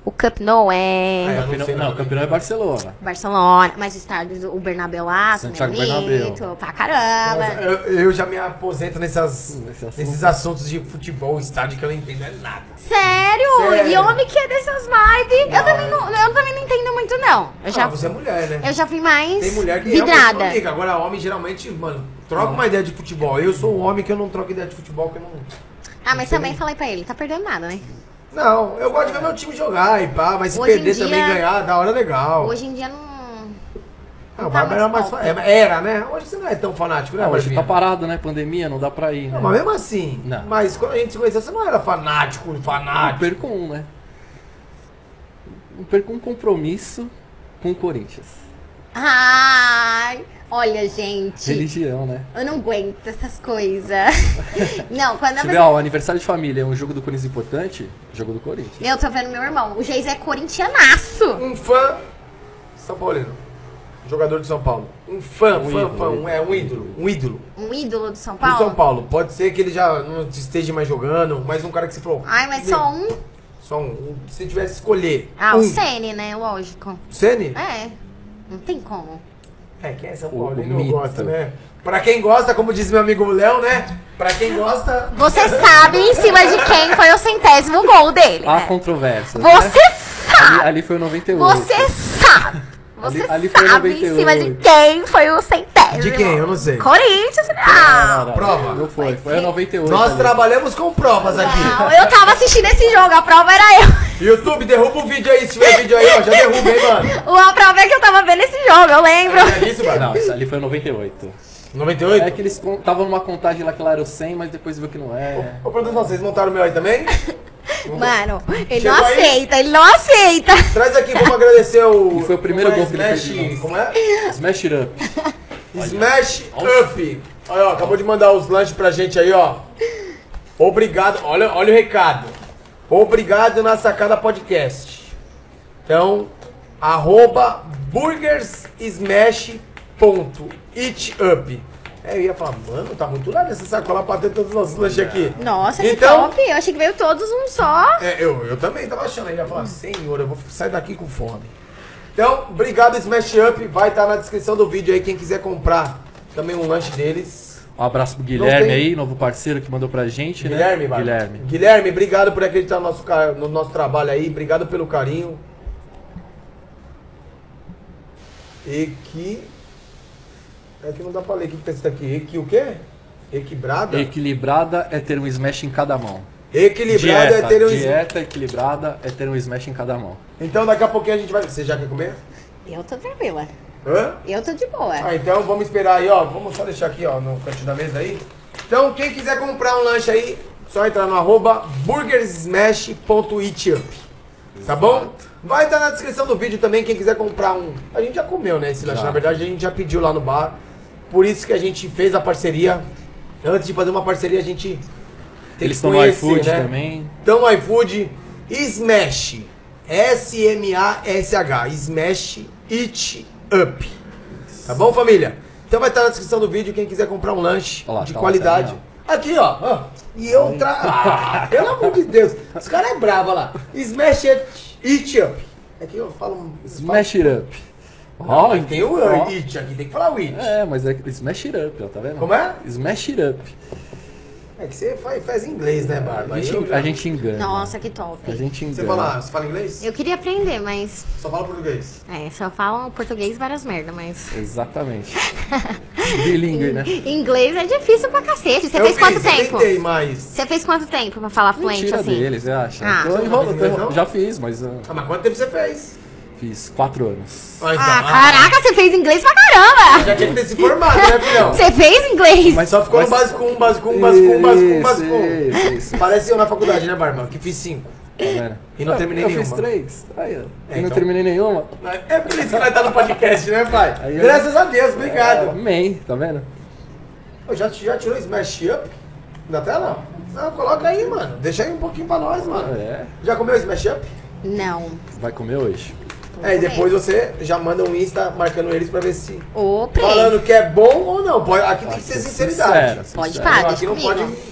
O Cup Nou é.
É, eu não
Campeão-
sei
não,
nada.
o campeão é Barcelona.
Barcelona, mas o estádio do o Bernabéu lá, também é
Santiago Bernabéu.
bonito, pra caramba.
Nossa, Eu, eu já me aposento nessas,
Hum, esse assunto.
nesses assuntos de futebol, estádio que eu não entendo é nada.
Sério?
Sério.
E homem que é dessas vibes?
Não,
Eu, também
é.
não, eu também não entendo muito, não. Eu já,
Ah, você é mulher, né?
eu já fui mais
Tem mulher que é realmente
vidrada.
não liga. Agora, homem geralmente, mano, troca uma ideia de futebol. Eu sou um homem que eu não troco ideia de futebol, que eu não.
ah, mas também falei pra ele, tá perdendo nada, né?
Não, eu gosto de ver meu time jogar e pá, mas se
Hoje em
perder também
dia-
ganhar, da hora é legal.
Hoje em dia não. tá
Não, Barba era mais. fa- é, Era, né? Hoje você não é tão fanático, né,
Ah, hoje tá
Barbinha?
parado, né? Pandemia, não dá pra ir, né?
Não, mas mesmo assim.
Não.
Mas quando a gente se conheceu, você não era fanático,
Não
fanático.
perco um, né? Não perco um compromisso com o Corinthians.
Ai, olha, gente.
Religião, né?
Eu não aguento essas coisas.
(laughs)
não, quando a
Se tiver, ó, aniversário de família, é um jogo do Corinthians importante, jogo do Corinthians.
Eu tô vendo meu irmão. O Geis é corintianaço.
Um fã. São Paulino. Jogador de São Paulo. Um fã,
Um
fã,
ídolo,
fã. Um, é um
ídolo.
ídolo. Um ídolo.
Um ídolo do São
Do
Paulo.
São Paulo. Pode ser que ele já não esteja mais jogando, mas um cara que se falou.
Ai, mas só um.
Só um. um- Se tivesse que escolher.
Ah,
um.
o Sene, né? Lógico.
Sene?
É. Não tem como.
É, quem é São
O-
Paulo?
o
Ele não
mito.
gosta, né? Pra quem gosta, como diz meu amigo Léo, né? Pra quem gosta.
Você sabe em cima de quem foi o centésimo gol
É.
dele.
Há
né?
controvérsias, né?
Você sabe!
Ali, ali foi o 98.
Você sabe!
Ali-
Você
ali foi
sabe em
98.
cima de quem foi o centésimo.
De quem? Eu não sei.
Corinthians.
Não,
Não,
não,
Ah, Prova.
Não foi, foi o 98.
Nós
ali.
trabalhamos com provas aqui.
Ah, não. Eu tava assistindo esse jogo, a prova era eu.
YouTube, derruba o vídeo aí. Se tiver vídeo aí, ó, já derruba, hein, mano.
A prova é que eu tava vendo esse jogo, eu lembro.
É isso, mano?
Não, isso ali foi o 98. É
98?
que eles estavam numa contagem lá que lá era o 100, mas depois viu que não é.
Ô, produção, vocês montaram o meu aí também?
Mano, ele
Chegou
não
aí?
aceita, ele não aceita.
Traz aqui, vamos agradecer o.
E foi o primeiro
como é?
gol que ele fez né? de
Smash.
nós.
Como é?
Smash it up.
Smash Up. Olha, ó, acabou de mandar os lanches pra gente aí, ó. Obrigado. Olha, olha o recado. Obrigado na sacada podcast. Então, arroba burgerssmash.itup. É, eu ia falar, mano, tá muito leve essa sacola pra ter todos os nossos lanches aqui.
Nossa,
Então-
que top. Eu achei que veio todos um só.
É, eu, eu também tava achando. Ele ia falar, senhor, eu vou sair daqui com fome. Então, obrigado, Smash Up. Vai estar na descrição do vídeo aí. Quem quiser comprar também um lanche deles.
Um abraço pro
Não
Guilherme
tem-
aí, novo parceiro que mandou pra gente, né?
Guilherme, vai.
Guilherme.
Guilherme, obrigado por acreditar no nosso, ca- no nosso trabalho aí. Obrigado pelo carinho. E que. É que não dá pra ler o que que tá escrito aqui. E que o quê? Equilibrada?
Equilibrada é ter um smash em cada mão.
Equilibrada é ter um.
dieta equilibrada é ter um smash em cada mão.
Então daqui a pouquinho a gente vai. Você já quer comer?
Eu tô tranquila.
Hã?
Eu tô de boa.
Ah, então vamos esperar aí, ó. Vamos só deixar aqui, ó, no cantinho da mesa aí. Então, quem quiser comprar um lanche aí, só entrar no arroba burgersmash.eatup. Tá bom? Vai estar na descrição do vídeo também, quem quiser comprar um. A gente já comeu, né, esse lanche.
Já.
Na verdade, a gente já pediu lá no bar. Por isso que a gente fez a parceria. Antes de fazer uma parceria, a gente. tem que
Eles estão no
conhecer,
iFood
né?
também.
Então, iFood, Smash. S-M-A-S-H. Smash It Up. Tá bom, família? Então vai estar na descrição do vídeo quem quiser comprar um lanche
Olha lá,
de
tá lá,
qualidade.
tá ali,
Aqui, ó. ó. E eu tra... Ah, pelo amor de Deus. Os caras é bravo, olha lá. Smash It, it Up. Aqui eu falo... um-
Smash it up.
Não,
Ó,
Ah, mas tem o
ó.
It aqui, tem que falar o It.
É, mas é smash it up, ó, tá vendo?
Como é?
Smash it up.
É que você faz, faz em inglês, né, Barba?
A gente,
Eu já-
a gente engana.
Nossa, que top.
A gente engana.
Você fala, você fala inglês?
Eu queria aprender, mas.
Só fala português.
É, só falam português várias merdas, mas. (laughs)
Exatamente. (laughs) Bilingue, né?
Inglês é difícil pra cacete. Você
Eu
fez quanto
fiz, eu
tempo?
Tentei, mas...
Você fez quanto tempo pra falar fluente
Mentira
assim?
deles, você acha?
Ah.
Tô
Você não fez
enrolando, tô
inglês,
enrolando.
não?
já fiz, mas ah,
Ah, mas quanto tempo você fez?
fiz quatro anos.
Ah, então,
Ah,
ah,
caraca, você fez inglês pra caramba!
Já tinha que ter se formado, né,
(laughs)
filhão?
Você fez inglês?
Mas só ficou no
Mas-
básico 1, básico 1, básico 1, básico 1,
Isso,
básico 1.
isso, isso.
Parece eu na faculdade, né, Barba? Que fiz 5.
Tá vendo?
E não
Ah,
terminei
eu
nenhuma.
fiz três. Aí, ó.
É,
e não
então.
terminei nenhuma.
É por isso que vai estar no podcast, né, pai?
Aí eu-
Graças a Deus, obrigado.
Amém, tá vendo?
Ô, já, já tirou o smash up da tela? Não, coloca aí, mano. Deixa aí um pouquinho pra nós, mano.
É.
Já comeu o smash up?
Não.
Vai comer hoje.
É, e depois você já manda um Insta marcando eles pra ver se.
Ô, Pri,
Falando que é bom ou não. Pode- Aqui tem que
Pode
ser
ser
sinceridade.
sincero,
Pode
sincero.
parar,
Aqui
deixa
não pode
comigo.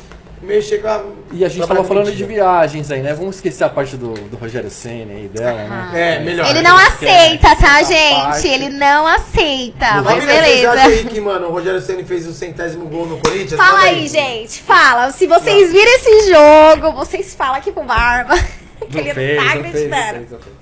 mexer com a.
E a gente
trabalhar
tava
com
falando de
mentira.
viagens aí, né? Vamos esquecer a parte do, do Rogério Senna aí dela,
Ah.
né?
É, melhor.
Ele não aceita, tá,
Essa
gente?
parte.
Ele não aceita.
Não
Mas
Família, vocês acham
beleza.
né?
aí que, mano, o Rogério Ceni fez o centésimo gol no Corinthians?
Fala aí, gente. Fala. Se vocês viram esse jogo, vocês falam aqui pro Barba. (laughs) que
Não
ele
fez,
não tá
não fez, não
acreditando.
fez, não fez.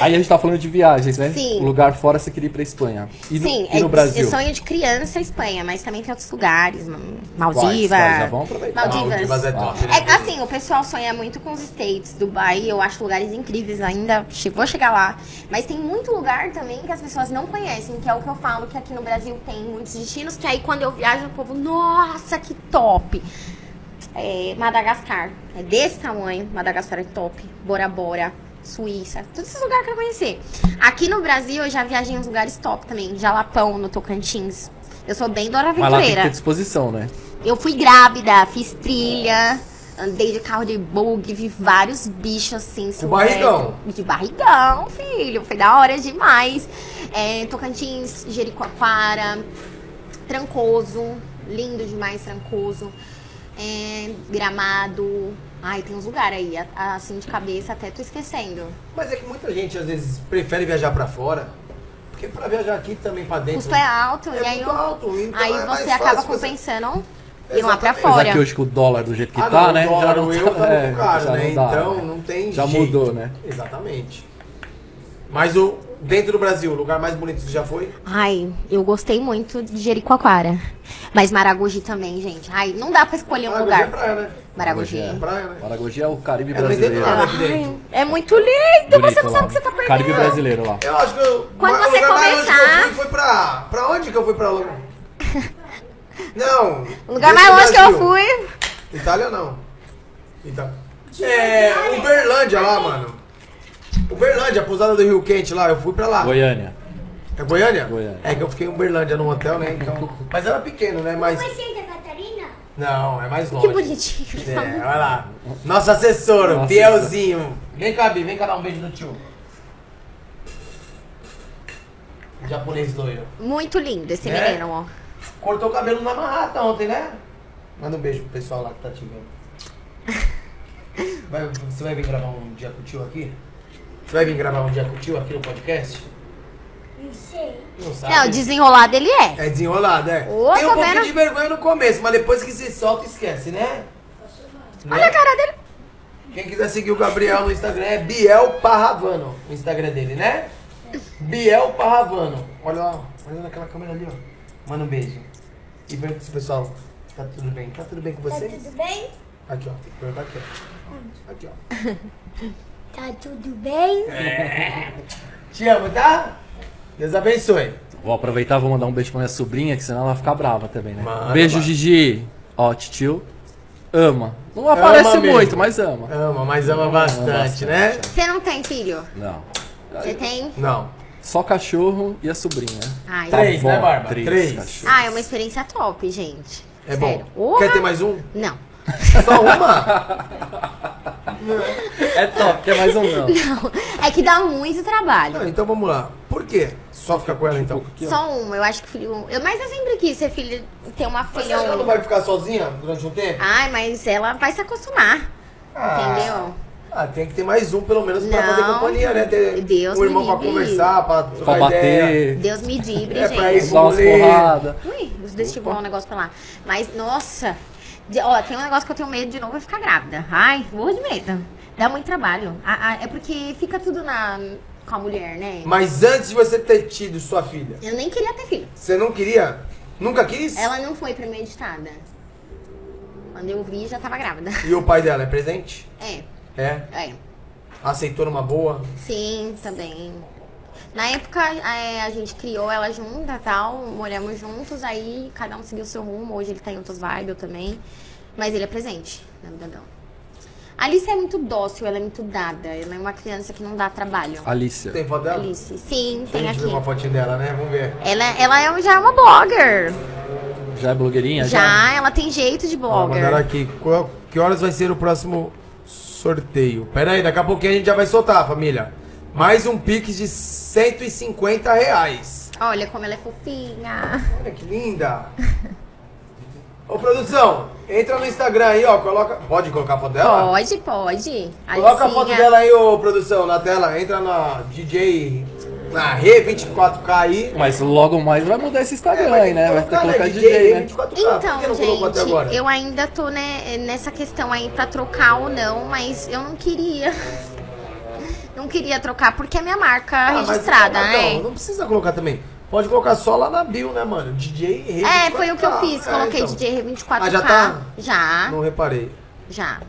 Aí a gente tá falando de viagens, né?
Sim.
O lugar fora você queria ir pra Espanha. E no,
Sim,
e no
é,
Brasil?
é sonho de criança a Espanha, mas também tem outros lugares. hum,
Quais? Quais?
Maldiva.
Já vamos aproveitar.
Maldivas.
Maldivas é top, né?
É, assim, o pessoal sonha muito com os States, Dubai, eu acho lugares incríveis ainda, che- vou chegar lá. Mas tem muito lugar também que as pessoas não conhecem, que é o que eu falo, que aqui no Brasil tem muitos destinos, que aí quando eu viajo o povo, nossa, que top! É, Madagascar, é desse tamanho, Madagascar é top, Bora Bora. Suíça, todos esses lugares que eu quero conhecer. Aqui no Brasil eu já viajei em uns lugares top também, Jalapão, no Tocantins. Eu sou bem Dora
Mas lá tem que
Aventureira.
ter disposição, né?
Eu fui grávida, fiz trilha, andei de carro de bug, vi vários bichos assim. silvestres.
barrigão.
De barrigão, filho. Foi da hora demais. É, Tocantins, Jericoacoara, Trancoso. Lindo demais, Trancoso. É, gramado. Ai, tem uns lugares aí, a- assim de cabeça, até tô esquecendo.
Mas é que muita gente às vezes prefere viajar pra fora, porque pra viajar aqui também pra
O
dentro.
custo é alto,
É
e aí,
muito
eu-
alto, então
aí
é mais
você
fácil
acaba
você-
compensando ir lá pra
Exatamente.
Apesar
fora.
que hoje com o dólar do jeito que
Ah,
tá,
não,
né?
o dólar, o euro tá muito
é,
caro,
já
né?
não dá,
então
né?
não tem
Já
jeito.
mudou, né?
Exatamente. Mas o dentro do Brasil, o lugar mais bonito que já foi?
Ai, eu gostei muito de Jericoacoara. Mas Maragogi também, gente. Ai, não dá pra escolher um
Maragogi é
lugar.
praia, né?
Maragogi.
É praia, né?
Maragogi é o Caribe
não tem
brasileiro.
nada.
né?
aqui dentro.
Ai, é muito lindo, você não
Bonito
sabe
lá.
o que você tá perdendo.
Caribe brasileiro lá.
Eu acho que eu,
Quando
o
você
lugar mais longe que eu
começar-
fui foi pra. Pra onde que eu fui pra longe?
(laughs)
Não.
O lugar mais
dentro do
longe que eu
Brasil.
fui.
Itália não. Ita... É, Uberlândia lá, mano. Uberlândia, a pousada do Rio Quente lá, eu fui pra lá.
Goiânia.
É Goiânia?
Goiânia.
É que eu fiquei em Uberlândia num hotel, né? Então... Mas era pequeno, né? Mas.
Mas Santa Catarina?
Não, é mais longe.
é Que bonitinho.
É, vai lá. Nosso assessor, o
Nossa,
Bielzinho. Vem cá, Bi, vem cá dar um beijo no tio. Japonês loiro.
Muito lindo esse
É?
menino, ó.
Cortou o cabelo na marrata ontem, né? Manda um beijo pro pessoal lá que tá te vendo. Vai- você vai vir gravar um dia com o tio aqui? Você vai vir gravar um dia com o tio aqui no podcast?
Não sei. É,
Não sabe.
Não, desenrolado ele é.
É desenrolado, é.
Ô,
Tem um
tá
pouquinho
vendo?
de vergonha no começo, mas depois que se solta, esquece, né?
Olha a cara dele.
Quem quiser seguir o Gabriel no Instagram é Biel Parravano, o Instagram dele, né? Biel Parravano. Olha lá, ó. olha naquela câmera ali, ó. Manda um beijo. E pergunta pro pessoal, tá tudo bem? Tá tudo bem com
Tá
vocês?
tudo bem?
Aqui, ó. Tem que perguntar aqui, ó. Aqui, ó.
Tá tudo bem?
Te amo, tá? Deus abençoe.
Vou aproveitar e vou mandar um beijo pra minha sobrinha, que senão ela vai ficar brava também, né?
Manda,
beijo,
vai.
Gigi. Ó, titio. Ama. Não aparece
mesmo.
muito, mas ama.
Ama, mas ama bastante, né?
Você não tem filho?
Não.
Você tem?
Não.
Só cachorro e a sobrinha.
Ai,
Três.
Avó,
né, Barba? Três.
cachorros.
ah, é uma experiência top, gente.
É
Sério.
bom.
Porra.
Quer ter mais um?
Não. (laughs)
Só uma?
É top. Quer mais um
(laughs)
não?
Não. É que dá muito trabalho.
Não, então vamos lá. Por quê? Só ficar com ela então.
Só uma, eu acho que filho. um. Eu, mas eu sempre quis ser filho, ter uma
Mas você
filha.
acha que ela não vai ficar sozinha durante um tempo?
Ai, mas ela vai se acostumar. Entendeu?
Ah, tem que ter mais um, pelo menos, pra
Não.
fazer companhia, né? Ter
Deus
um irmão
me
pra
livre.
conversar, pra
Pra
trocar ideia.
bater,
Deus me livre,
É
gente.
pra isso.
dar umas
Rolê.
porradas.
Ui, os dois tiveram um negócio pra lá. Mas, nossa. de- ó, tem um negócio que eu tenho medo de novo é ficar grávida. Ai, morro de medo. Dá muito trabalho. A- a- é porque fica tudo na, com a mulher, né?
Mas antes de você ter tido sua filha,
Eu nem queria ter filho.
você não queria? Nunca quis?
Ela não foi premeditada. Quando eu vi, já tava grávida.
E o pai dela é presente?
É,
É.
é.
Aceitou numa boa?
Sim, também. Na época é, a gente criou ela junta tal, moramos juntos, aí cada um seguiu seu rumo. Hoje ele tá em outras vibes, eu também. Mas ele é presente na vida dela. A Alice é muito dócil, ela é muito dada. Ela é uma criança que não dá trabalho.
Alicia.
Tem foto dela?
Alice, sim,
a
tem
gente
aqui.
ver uma fotinha dela, né? Vamos ver.
Ela, ela é, um- já é uma blogger.
Já é blogueirinha?
Já,
é.
ela tem jeito de
Ó, mandaram
blogger.
aqui. Qual- que horas vai ser o próximo sorteio? Pera aí, daqui a pouquinho a gente já vai soltar, família. Mais um pix de 150 reais.
Olha como ela é fofinha.
Olha que
(laughs)
linda. Ô, produção, entra no Instagram aí, ó. Coloca... Pode colocar a foto dela?
Pode, é. pode.
Coloca a
Alicinha.
foto dela aí, ô produção, na tela. Entra na DJ, na Rê 24K aí.
Mas logo mais vai mudar esse
Tá
Instagram
vai
aí, né? Vai
ter que É, colocar, né?
DJ,
DJ
né?
24K. Por
Então,
que não colocou até agora?
gente, eu ainda tô né, nessa questão aí pra trocar ou não, mas eu não queria. (laughs) não queria trocar porque é minha marca
Ah, mas
registrada,
não,
né?
Não, não precisa colocar também. Pode colocar só lá na bio, né, mano? DJ Rede
É, foi o que eu
24K.
fiz, coloquei
É, então.
DJ R24K.
Ah, já tá?
Já,
Não reparei.
já.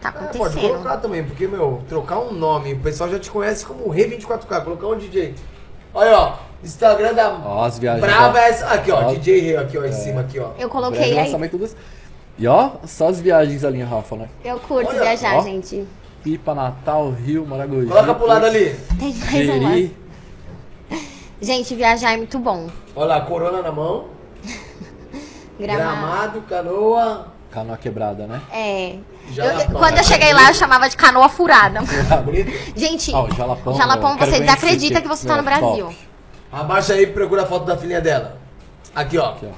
Tá
É, pode
acontecendo.
colocar também, porque, meu, trocar um nome, o pessoal já te conhece como Re24K, colocar um DJ. Olha, ó, Instagram da
Ó, as viagens.
Brava
ó.
é essa. Aqui, ó,
Ó. É.
DJ Re, aqui, ó, em cima, aqui, ó.
eu
Breve
coloquei aí.
lançamento dos- E ó, só as viagens ali, Rafa, né?
Eu curto
Olha,
viajar,
ó.
gente.
Pipa, Natal, Rio, Maragogi.
Coloca pro lado ali.
Tem mais um lance.
Jeri.
Gente, viajar é muito bom.
Olha lá, corona na mão.
Gramado.
Gramado, canoa.
Canoa quebrada, né?
É.
Já
Eu- quando eu cheguei lá, eu chamava de canoa furada.
Bonito.
Gente,
Ó, o Jalapão.
Jalapão,
velho, quero
você
conhecer
desacredita
aqui.
que você tá no
Meu, top.
Brasil.
Abaixa aí e procura a foto da filhinha dela. Aqui, ó.
Aqui, ó.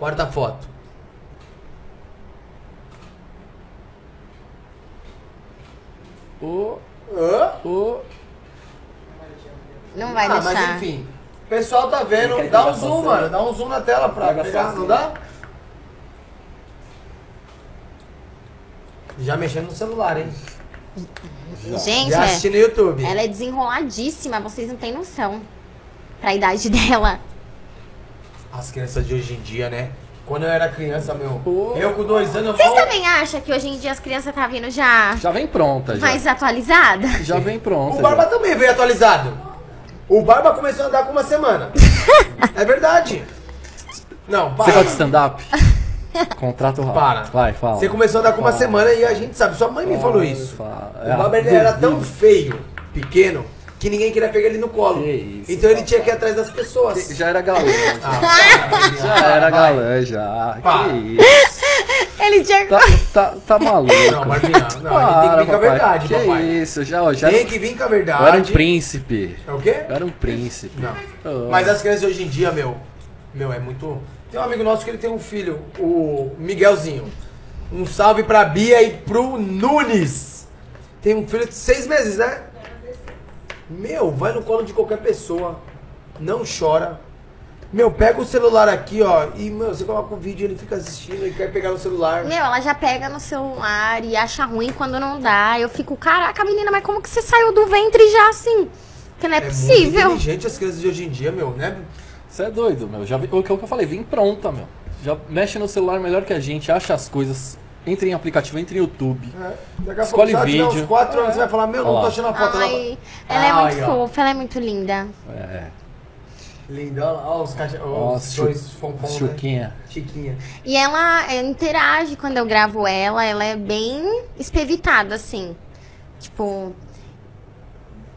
Quarta foto.
Ô,
Hã?
ô.
Não vai
ah,
deixar.
mas enfim. O pessoal tá vendo.
Quer
Dá um
pegar
zoom,
sozinho?
mano. Dá um zoom na tela pra
Pega
pegar, não
sozinho.
dá? Já mexendo no celular, hein?
Gente,
Já assisti
é,
no YouTube.
ela é desenroladíssima, vocês não têm noção. Pra idade (laughs) dela.
As crianças de hoje em dia, né? Quando eu era criança, meu.
Pô.
Eu com dois anos eu
Vocês
mal-
também acham que hoje em dia as crianças tá vindo já
Já vem pronta, já.
(laughs)
mais atualizada?
Já vem pronta.
O Barba tá
já.
também veio atualizado. O Barba começou a andar com uma
(laughs)
semana. é verdade. Não,
Você tá gosta de
para.
(laughs)
stand-up? Contrata o Rafa.
Para.
Vai, fala.
Você começou a andar com uma
Fala.
semana e a gente sabe, sua mãe me falou
Fala,
isso.
fala. É
O Barba ele era tão feio, pequeno, que ninguém queria pegar ele no colo.
Que isso,
então ele
papai.
tinha que ir atrás das pessoas.
Já era galã. (laughs) Já,
Ah, para,
já
vai.
era galã, já.
Para.
Que isso.
Ele tinha.
Tá, tá, tá maluco.
Não, Barbinha, não, ele tem que
Para,
vir com a
papai.
verdade,
que
papai.
isso, já, ó, já
Tem
era,
que vir com a
eu era um
verdade.
príncipe.
É o quê?
Eu era um príncipe.
Não.
Ah.
Mas é- as crianças hoje em dia, meu, meu, é muito. Tem um amigo nosso que ele tem um filho, o Miguelzinho. Um salve pra Bia e pro Nunes. Tem um filho de seis meses, né? Meu, vai no colo de qualquer pessoa. Não chora. Meu, pega o celular aqui, ó, e, meu, você coloca um vídeo ele fica assistindo e quer pegar no celular.
Meu, ela já pega no celular e acha ruim quando não dá. Eu fico, caraca, menina, mas como que você saiu do ventre já assim? Que não é,
é
possível.
muito inteligente as crianças de hoje em dia, meu, né?
Você é doido, meu. Já vi, o que eu falei, vem pronta, meu. Já mexe no celular melhor que a gente, acha as coisas. Entra em aplicativo, entra em YouTube.
É, daqui a
Escolhe
pouco, sabe, tiver
vídeo.
uns quatro anos, você vai falar, meu, não
Olha
tô
lá.
achando a foto. ela-
Ai, ela é muito
Ai, ó.
fofa, ela é muito linda.
É,
Lindo, olha lá, olha os cachorros.
ó,
Os dois fompons, né?
Chuquinha.
Chiquinha.
E ela é, interage quando eu gravo ela, ela é bem espevitada, assim. Tipo,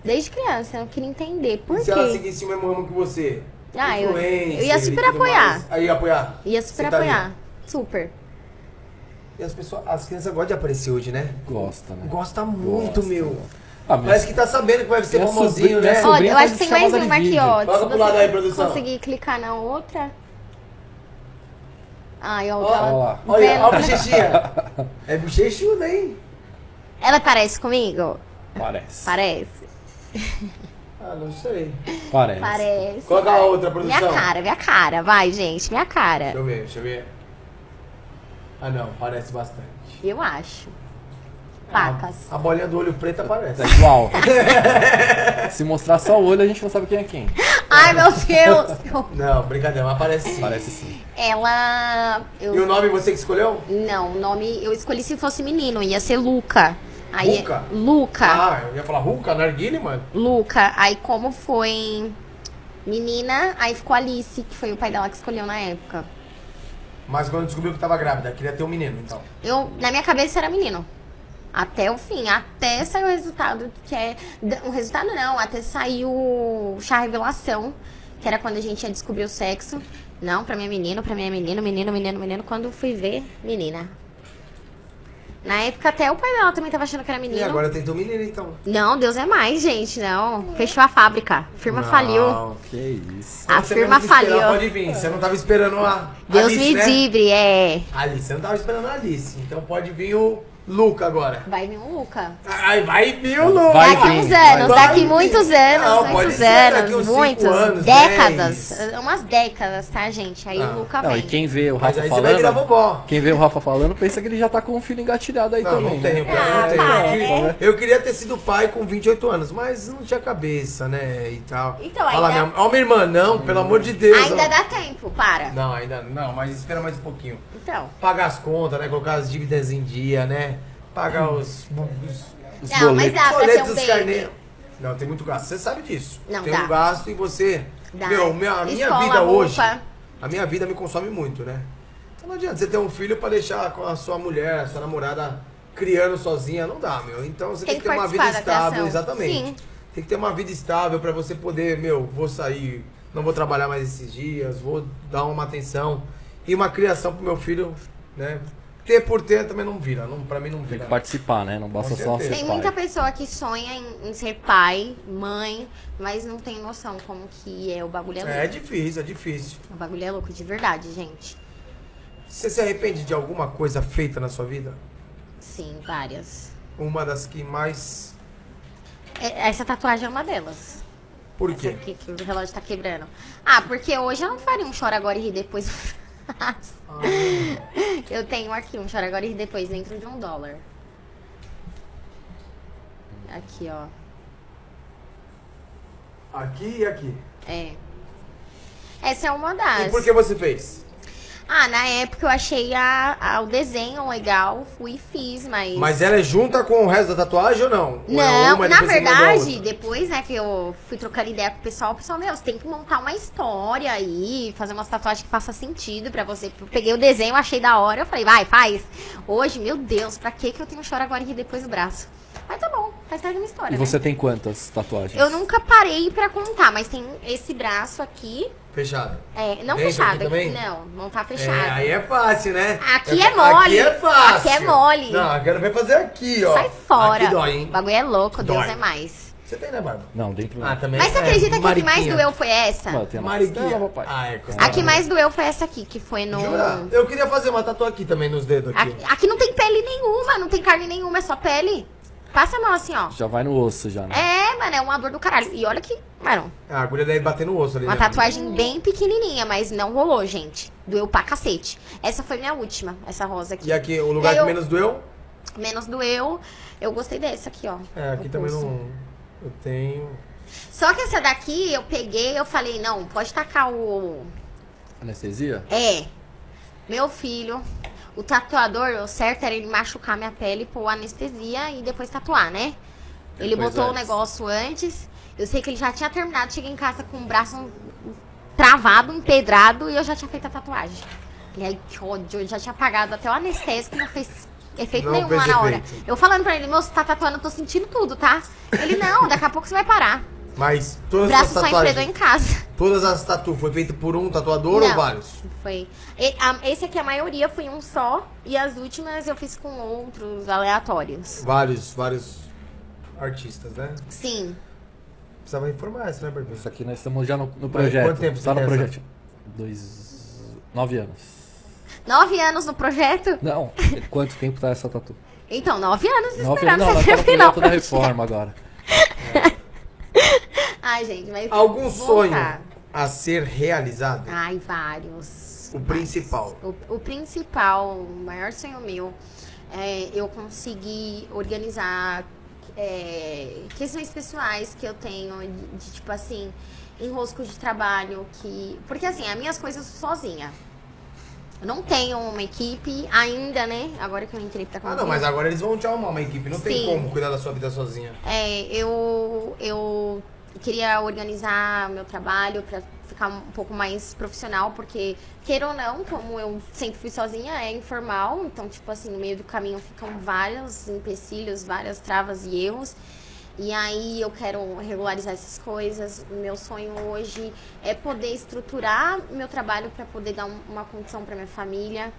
desde criança, eu não queria entender por
Se ela
quê.
seguisse o mesmo ramo que você.
Ah, eu-
influencer
eu ia super
e tudo
apoiar.
mais, Aí ia apoiar.
Ia super
Você tá
apoiar.
ali.
Super.
E as pessoas, as crianças gostam de aparecer hoje, né?
Gosta, né?
Gosta muito, meu.
Ah, meu.
Parece que tá sabendo que vai ser
Minha
famosinho,
sobrinha-
né?
minha
Olha,
bem
eu acho que
faz
tem mais
chamada de
uma aqui,
vídeo.
ó. Se
Coloca pro
você
lado aí, produção.
conseguir clicar na outra. Ai, ó,
Ó,
Olha
ela,
lá.
Olha,
Vendo.
olha a bochechinha.
(laughs)
é bochechuda, hein?
ela parece comigo?
Parece.
Parece.
Ah, não sei.
Parece.
Parece.
Coloca a outra, produção.
Minha cara, minha cara. Vai, gente, minha
Deixa
cara.
eu ver, deixa eu ver. Ah, não, parece bastante.
Eu acho.
Ah.
Pacas.
A bolinha do olho preto aparece.
É igual. (laughs) Se mostrar só o olho, a gente não sabe quem é quem.
Ai, meu Deus.
Não, brincadeira, mas aparece sim.
Parece sim.
Ela.
E o
Eu...
nome você que escolheu?
Não, o nome. Eu escolhi se fosse menino, ia ser Luca. Aí,
Luca?
Luca.
Ah, eu ia falar Hulk, Narguile, mano.
Luca. Aí, como foi menina, aí ficou Alice, que foi o pai dela que escolheu na época.
Mas quando descobriu que tava grávida, queria ter um menino, então.
Eu, na minha cabeça era menino. Até o fim, até sair o resultado, que é. d- O resultado não, até saiu o chá revelação, que era quando a gente ia descobrir o sexo. Não, pra mim é menino, pra mim é menino, menino, menino, menino. Quando eu fui ver, menina. Na época até o pai dela também tava achando que era menino.
E agora tentou um menino, então.
Não, Deus é mais, gente, não. Fechou a fábrica. Firma
Não.
faliu.
Que isso.
A
Você
firma
mesmo que esperava,
faliu.
Pode vir, você não tava esperando a
Deus
Alice,
me
né?
livre, é.
Alice, você não tava esperando a Alice. Então pode vir o Luca agora.
Vai vir um Luca.
Ai, vai vir o Luca.
Vai
Daqui
vir,
uns
vai
anos,
vir.
daqui
vir.
muitos anos,
Não, pode
muitos
ser daqui uns
anos,
cinco
muitos,
anos,
décadas, É,
dez.
umas décadas, tá, gente? Aí
Ah,
o Luca
Não,
vem.
e quem vê o
Mas
Rafa
aí você vai um virar
tá falando.
vovó.
Quem vê o Rafa falando pensa que ele já tá com o filho engatilhado aí
Não,
também.
não tem,
né?
não tem.
para,
Eu queria-
né?
Eu queria ter sido pai com 28 anos, mas não tinha cabeça, né? E tal.
Então,
Olha lá,
ainda-
minha, ó, minha irmã, não, pelo amor de Deus.
Ainda
ó.
dá tempo, para.
Não, ainda não, mas espera mais um pouquinho.
Então.
Pagar as contas, né? Colocar as dívidas em dia, né? Pagar os. os
Os
Não, mas
boletos.
dá pra ter
boletos,
um
os
baby.
carnê- Não, tem muito gasto. Você sabe disso.
Não,
tem
dá.
um gasto e você.
Dá.
Meu, meu, a minha
Escola,
vida hoje.
roupa.
A minha vida me consome muito, né? Então não adianta você ter um filho pra deixar com a sua mulher, a sua namorada criando sozinha, não dá, meu. Então você tem,
Tem
que
que
ter uma vida
participar da
estável,
criação.
exatamente.
Sim.
Tem que ter uma vida estável pra você poder, meu, vou sair, não vou trabalhar mais esses dias, vou dar uma atenção e uma criação pro meu filho, né? Ter por ter também não vira, não, pra mim não
Tem que
vira.
participar, né? Não basta
Com
só
certeza.
ser
Tem
pai.
muita pessoa que sonha em, em ser pai, mãe, mas não tem noção como que é o bagulho é louco.
É difícil, é difícil.
O bagulho é louco de verdade, gente.
Você se arrepende de alguma coisa feita na sua vida?
Sim, várias.
Uma das que mais.
É- Essa tatuagem é uma delas.
Por
Essa
quê?
aqui que o relógio tá quebrando. Ah, porque hoje eu não faria um chora agora e ri depois. (laughs) eu tenho aqui um chora agora e ri depois dentro de um dólar. Aqui, ó.
Ah, Aqui e aqui.
É. Essa é uma das.
E por que você fez?
Ah, na época eu achei a, a- o desenho legal, fui e fiz, mas.
Mas ela é junta com o resto da tatuagem ou não? Ou é
Não,
uma e depois
na
você manda a
verdade,
outra?
depois, né, que eu fui trocando ideia com o pessoal, o pessoal, meu, você tem que montar uma história aí, fazer umas tatuagens que faça sentido pra você. Eu peguei o desenho, achei da hora, eu falei, vai, faz. Hoje, meu Deus, pra que que eu tenho choro agora e depois do braço? Mas tá bom, faz parte de uma história,
E
né?
você tem quantas tatuagens?
Eu nunca parei pra contar, mas tem esse braço aqui,
Fechado.
é, não
Dentro
fechado,
aqui
aqui,
também?
não, não tá
É,
fechado.
aí é fácil, né?
Aqui é
Aqui
mole.
é fácil.
Aqui é mole.
Não, eu quero ver fazer aqui, ó.
Sai fora.
Aqui dói, hein?
O bagulho é louco,
Dói.
Deus é mais.
Você tem, né, Barba?
Não, dentro
Ah, também.
Mas você acredita que a que mais
Mariquinha.
doeu foi essa?
Mano, tem uma
Mariquinha.
costela, papai.
Ah, é.
A que mais doeu foi essa aqui, que foi no.
Jura? Eu queria fazer uma tatuagem aqui também, nos dedos aqui.
Aqui, aqui não tem pele nenhuma, não tem carne nenhuma, é só pele. Passa a mão assim, ó.
Já vai no osso, já, né?
É, mano, é uma dor do caralho. E olha que, mano,
A agulha deve bater no osso ali.
uma
né?
tatuagem bem pequenininha, mas não rolou, gente. Doeu pra cacete. Essa foi minha última, essa rosa aqui.
E aqui, o lugar
Eu-
que menos doeu?
Menos doeu. Eu gostei dessa aqui, ó.
É, aqui
no
também
pulso.
não. Eu tenho.
Só que essa daqui eu peguei, eu falei, não, pode tacar o.
Anestesia?
É. Meu filho, o tatuador, o certo era ele machucar minha pele, pôr anestesia e depois tatuar, né? Ele
Depois
botou o
é.
antes.
negócio antes. Eu sei que ele já tinha terminado. Cheguei em casa com o braço travado, empedrado e eu já tinha feito a tatuagem. E aí, que ódio, ele já tinha pagado até o anestésico, não fez efeito
Não
nenhum
fez
lá na hora.
efeito.
Eu falando pra ele, moço, tá tatuando, eu tô sentindo tudo, tá? Ele, não, daqui a pouco você vai parar.
Mas
O
todas as
braço só empedrou em
tatuagens.
casa.
Todas as tatu foi feito por um tatuador ou
Não,
vários?
Foi. E- a- esse aqui, a maioria foi um só. E as últimas eu fiz com outros aleatórios.
Vários, vários artistas, né?
Sim.
Precisava informar isso, né, Barbinha?
Isso aqui nós estamos já no, no projeto.
quanto tempo você
tá no
tem essa?
projeto? Dois. Nove anos.
Nove anos no projeto?
Não, (laughs) quanto tempo tá essa tatu?
Então, nove anos
Nove anos,
esperando
não,
você
ela tá no
terminar
projeto da
o projeto.
reforma
(laughs)
agora.
Ai, gente, mas.
Algum sonho
voltar. Ah,
a ser realizado?
Ai, vários.
O principal.
O, o principal, o maior sonho meu é eu conseguir organizar é, questões pessoais que eu tenho, de, de, tipo assim, enrosco de trabalho, que. Porque assim, as minhas coisas sozinha. Eu não tenho uma equipe ainda, né? Agora que eu entrei pra
Ah, não, mas agora eles vão te arrumar uma equipe. Não tem
Sim.
como cuidar da sua vida sozinha.
é, eu, eu queria organizar meu trabalho para ficar um pouco mais profissional, porque, queira ou não, como eu sempre fui sozinha, é informal, então, tipo assim, no meio do caminho ficam vários empecilhos, várias travas e erros. E aí eu quero regularizar essas coisas. Meu sonho hoje é poder estruturar meu trabalho para poder dar um- uma condição para minha família.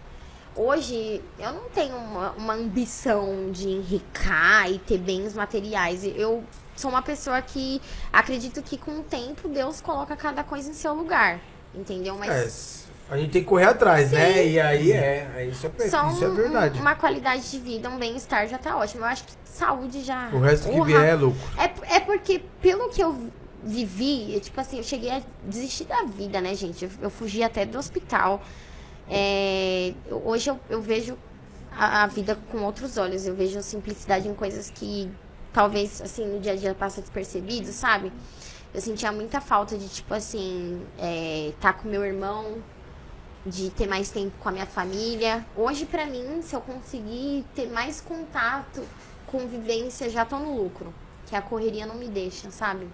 Hoje eu não tenho uma, uma ambição de enricar e ter bens materiais. Eu sou uma pessoa que acredito que com o tempo Deus coloca cada coisa em seu lugar. Entendeu? Mas
É, s- A gente tem que correr atrás, né? E aí é. é Isso é, per-
Só
isso é
um-
verdade.
uma qualidade de vida, um bem-estar já tá ótimo. Eu acho que saúde já.
O resto que
Porra.
vier é lucro.
É, é porque, pelo que eu vi- vivi, eu, tipo assim, eu cheguei a desistir da vida, né, gente? Eu, eu fugi até do hospital. É, eu- hoje eu, eu vejo a, a vida com outros olhos. Eu vejo a simplicidade em coisas que talvez, assim, no dia a dia passa despercebido, sabe? Eu sentia muita falta de, tipo assim, é, tá com meu irmão, de ter mais tempo com a minha família. Hoje, pra mim, se eu conseguir ter mais contato, convivência, já tô no lucro. Que a correria não me deixa, sabe?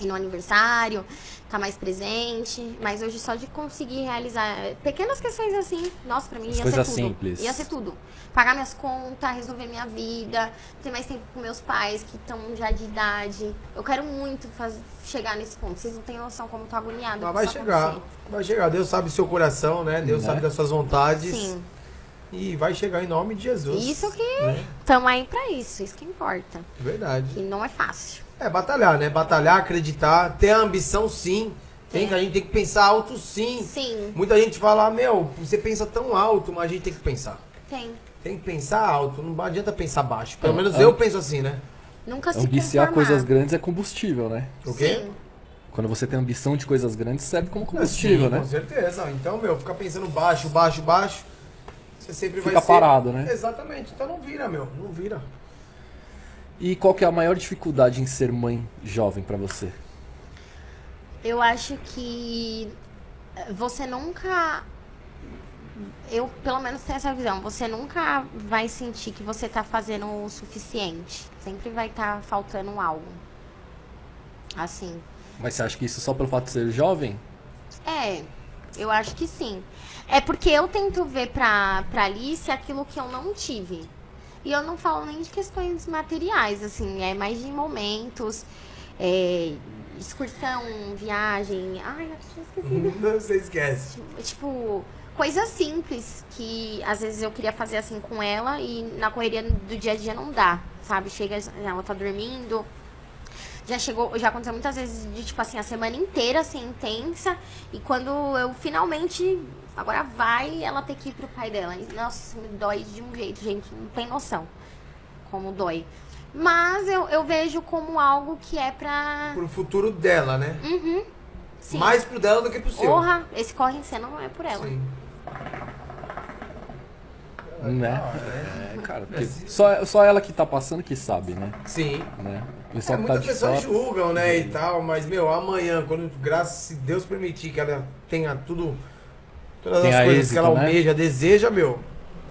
Ir no aniversário, tá mais presente. Mas hoje, só de conseguir realizar pequenas questões assim, nossa, pra mim
As
ia
coisas
ser tudo.
simples.
Ia ser tudo. Pagar minhas contas, resolver minha vida, ter mais tempo com meus pais, que estão já de idade. Eu quero muito faz- chegar nesse ponto. Vocês não têm noção como eu tô agoniada.
Mas
com
vai
isso
chegar.
acontecer.
Vai chegar. Deus sabe o seu coração, né? Deus
Né?
sabe das suas vontades.
Sim.
E vai chegar em nome de Jesus.
Isso que
Né?
estamos aí pra isso, isso que importa.
Verdade.
E não é fácil.
É batalhar, né? Batalhar, acreditar, ter a ambição sim. Tem, que- A gente tem que pensar alto sim.
Sim,
Muita gente fala, "Ah, meu, você pensa tão alto, mas a gente tem que pensar.
tem.
Tem que pensar alto, não adianta pensar baixo. Pelo
É,
menos
é.
eu penso assim, né?
Nunca se
Ambiciar
conformar.
É um Então, coisas grandes é combustível, né?
O quê?
Sim,
Quando você tem ambição de coisas grandes, serve como combustível,
Ah, Sim,
né?
Com certeza. Então, meu, ficar pensando baixo, baixo, baixo, você sempre
Fica
vai ser...
parado, né?
Exatamente. Então não vira, meu. Não vira.
E qual que é a maior dificuldade em ser mãe jovem pra você?
eu acho que eh, você nunca. Eu, pelo menos, tenho essa visão. Você nunca vai sentir que você tá fazendo o suficiente. Sempre vai estar faltando algo. Assim.
Mas você acha que isso só pelo fato de ser jovem?
É, eu acho que sim. É porque eu tento ver pra, pra Alice aquilo que eu não tive. E eu não falo nem de questões materiais, assim, é mais de momentos, é, excursão, viagem. Ai, eu tinha
(laughs)
esquecido.
Não se esquece.
Tipo, coisas simples que às vezes eu queria fazer assim com ela e na correria do dia a dia não dá, sabe? Chega, ela tá dormindo. Já chegou, já aconteceu muitas vezes de tipo assim, a semana inteira assim, intensa. E quando eu finalmente. Agora vai ela ter que ir pro pai dela. E, nossa, isso me dói de um jeito, gente. Não tem noção como dói. Mas eu, eu vejo como algo que é pra.
Pro futuro dela, né?
Hum, Sim.
Mais pro dela do que pro seu.
Porra, esse corre em cena não é por ela.
Sim. Ah,
né? É, cara, porque só, só ela que tá passando que sabe, né?
Sim.
né?
É,
O pessoal que tá
muitas
de
pessoas
fora.
julgam, né, e tal, mas, meu, amanhã, quando, graças se Deus permitir que ela tenha tudo, todas
Tenha
as coisas que
êxito,
ela
né?
almeja, deseja, meu,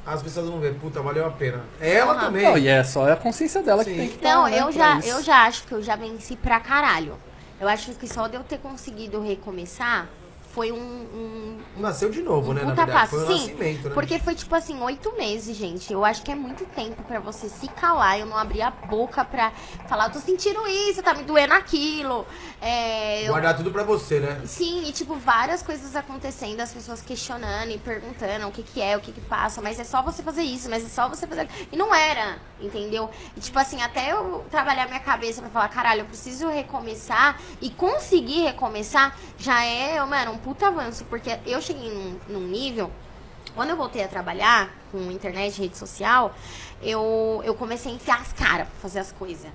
as pessoas vão ver, puta, valeu a pena. Ela também.
Não, e é só a consciência dela
Sim.
que tem que
Não,
tá, né,
eu
pra
é
já,
isso.
eu já acho que eu já venci pra caralho. Eu acho que só de eu ter conseguido recomeçar foi um, um,
Nasceu de novo,
um
né, na
puta
verdade.
passo.
Foi o
Sim,
nascimento, né?
porque foi tipo assim, oito meses, gente. Eu acho que é muito tempo pra você se calar. Eu não abrir a boca pra falar, eu tô sentindo isso, tá me doendo aquilo. É, eu
Guardar tudo pra você, né?
Sim, e tipo, várias coisas acontecendo, as pessoas questionando e perguntando o que que é, o que que passa, mas é só você fazer isso, mas é só você fazer... E não era, entendeu? E tipo assim, até eu trabalhar minha cabeça pra falar, caralho, eu preciso recomeçar e conseguir recomeçar, já é, mano, um puta avanço, porque eu cheguei num, num nível... Quando eu voltei a trabalhar com internet, rede social, eu, eu comecei a enfiar as caras pra fazer as coisas.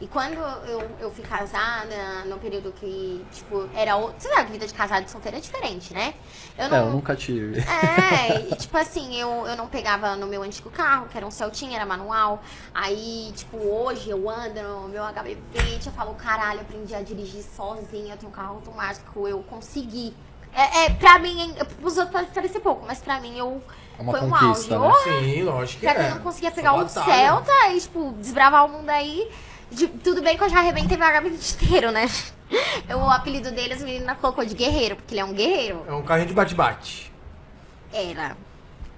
E quando eu, eu fui casada, no período que, tipo, era outro. Você sabe que vida de casado e solteiro é diferente, né? Eu
É, eu
(laughs)
nunca tive.
é, e tipo assim, eu, eu não pegava no meu antigo carro, que era um Celtinha, era manual. Aí, tipo, hoje eu ando no meu HB20, eu falo, caralho, aprendi a dirigir sozinha, eu tenho um carro automático, eu consegui. É, é pra mim, hein, pros outros pode parecer pouco, mas pra mim eu,
É uma
foi um auge.
conquista, né?
Oh,
Sim, lógico que
Pra
é.
quem não conseguia
Só
pegar um
batalha.
Celta e, tipo, desbravar o mundo aí. De- tudo bem que eu já arrebentei meu HB inteiro, né? (laughs) O apelido dele, as meninas colocou de guerreiro, porque ele é um guerreiro.
É um carrinho de bate-bate.
Era.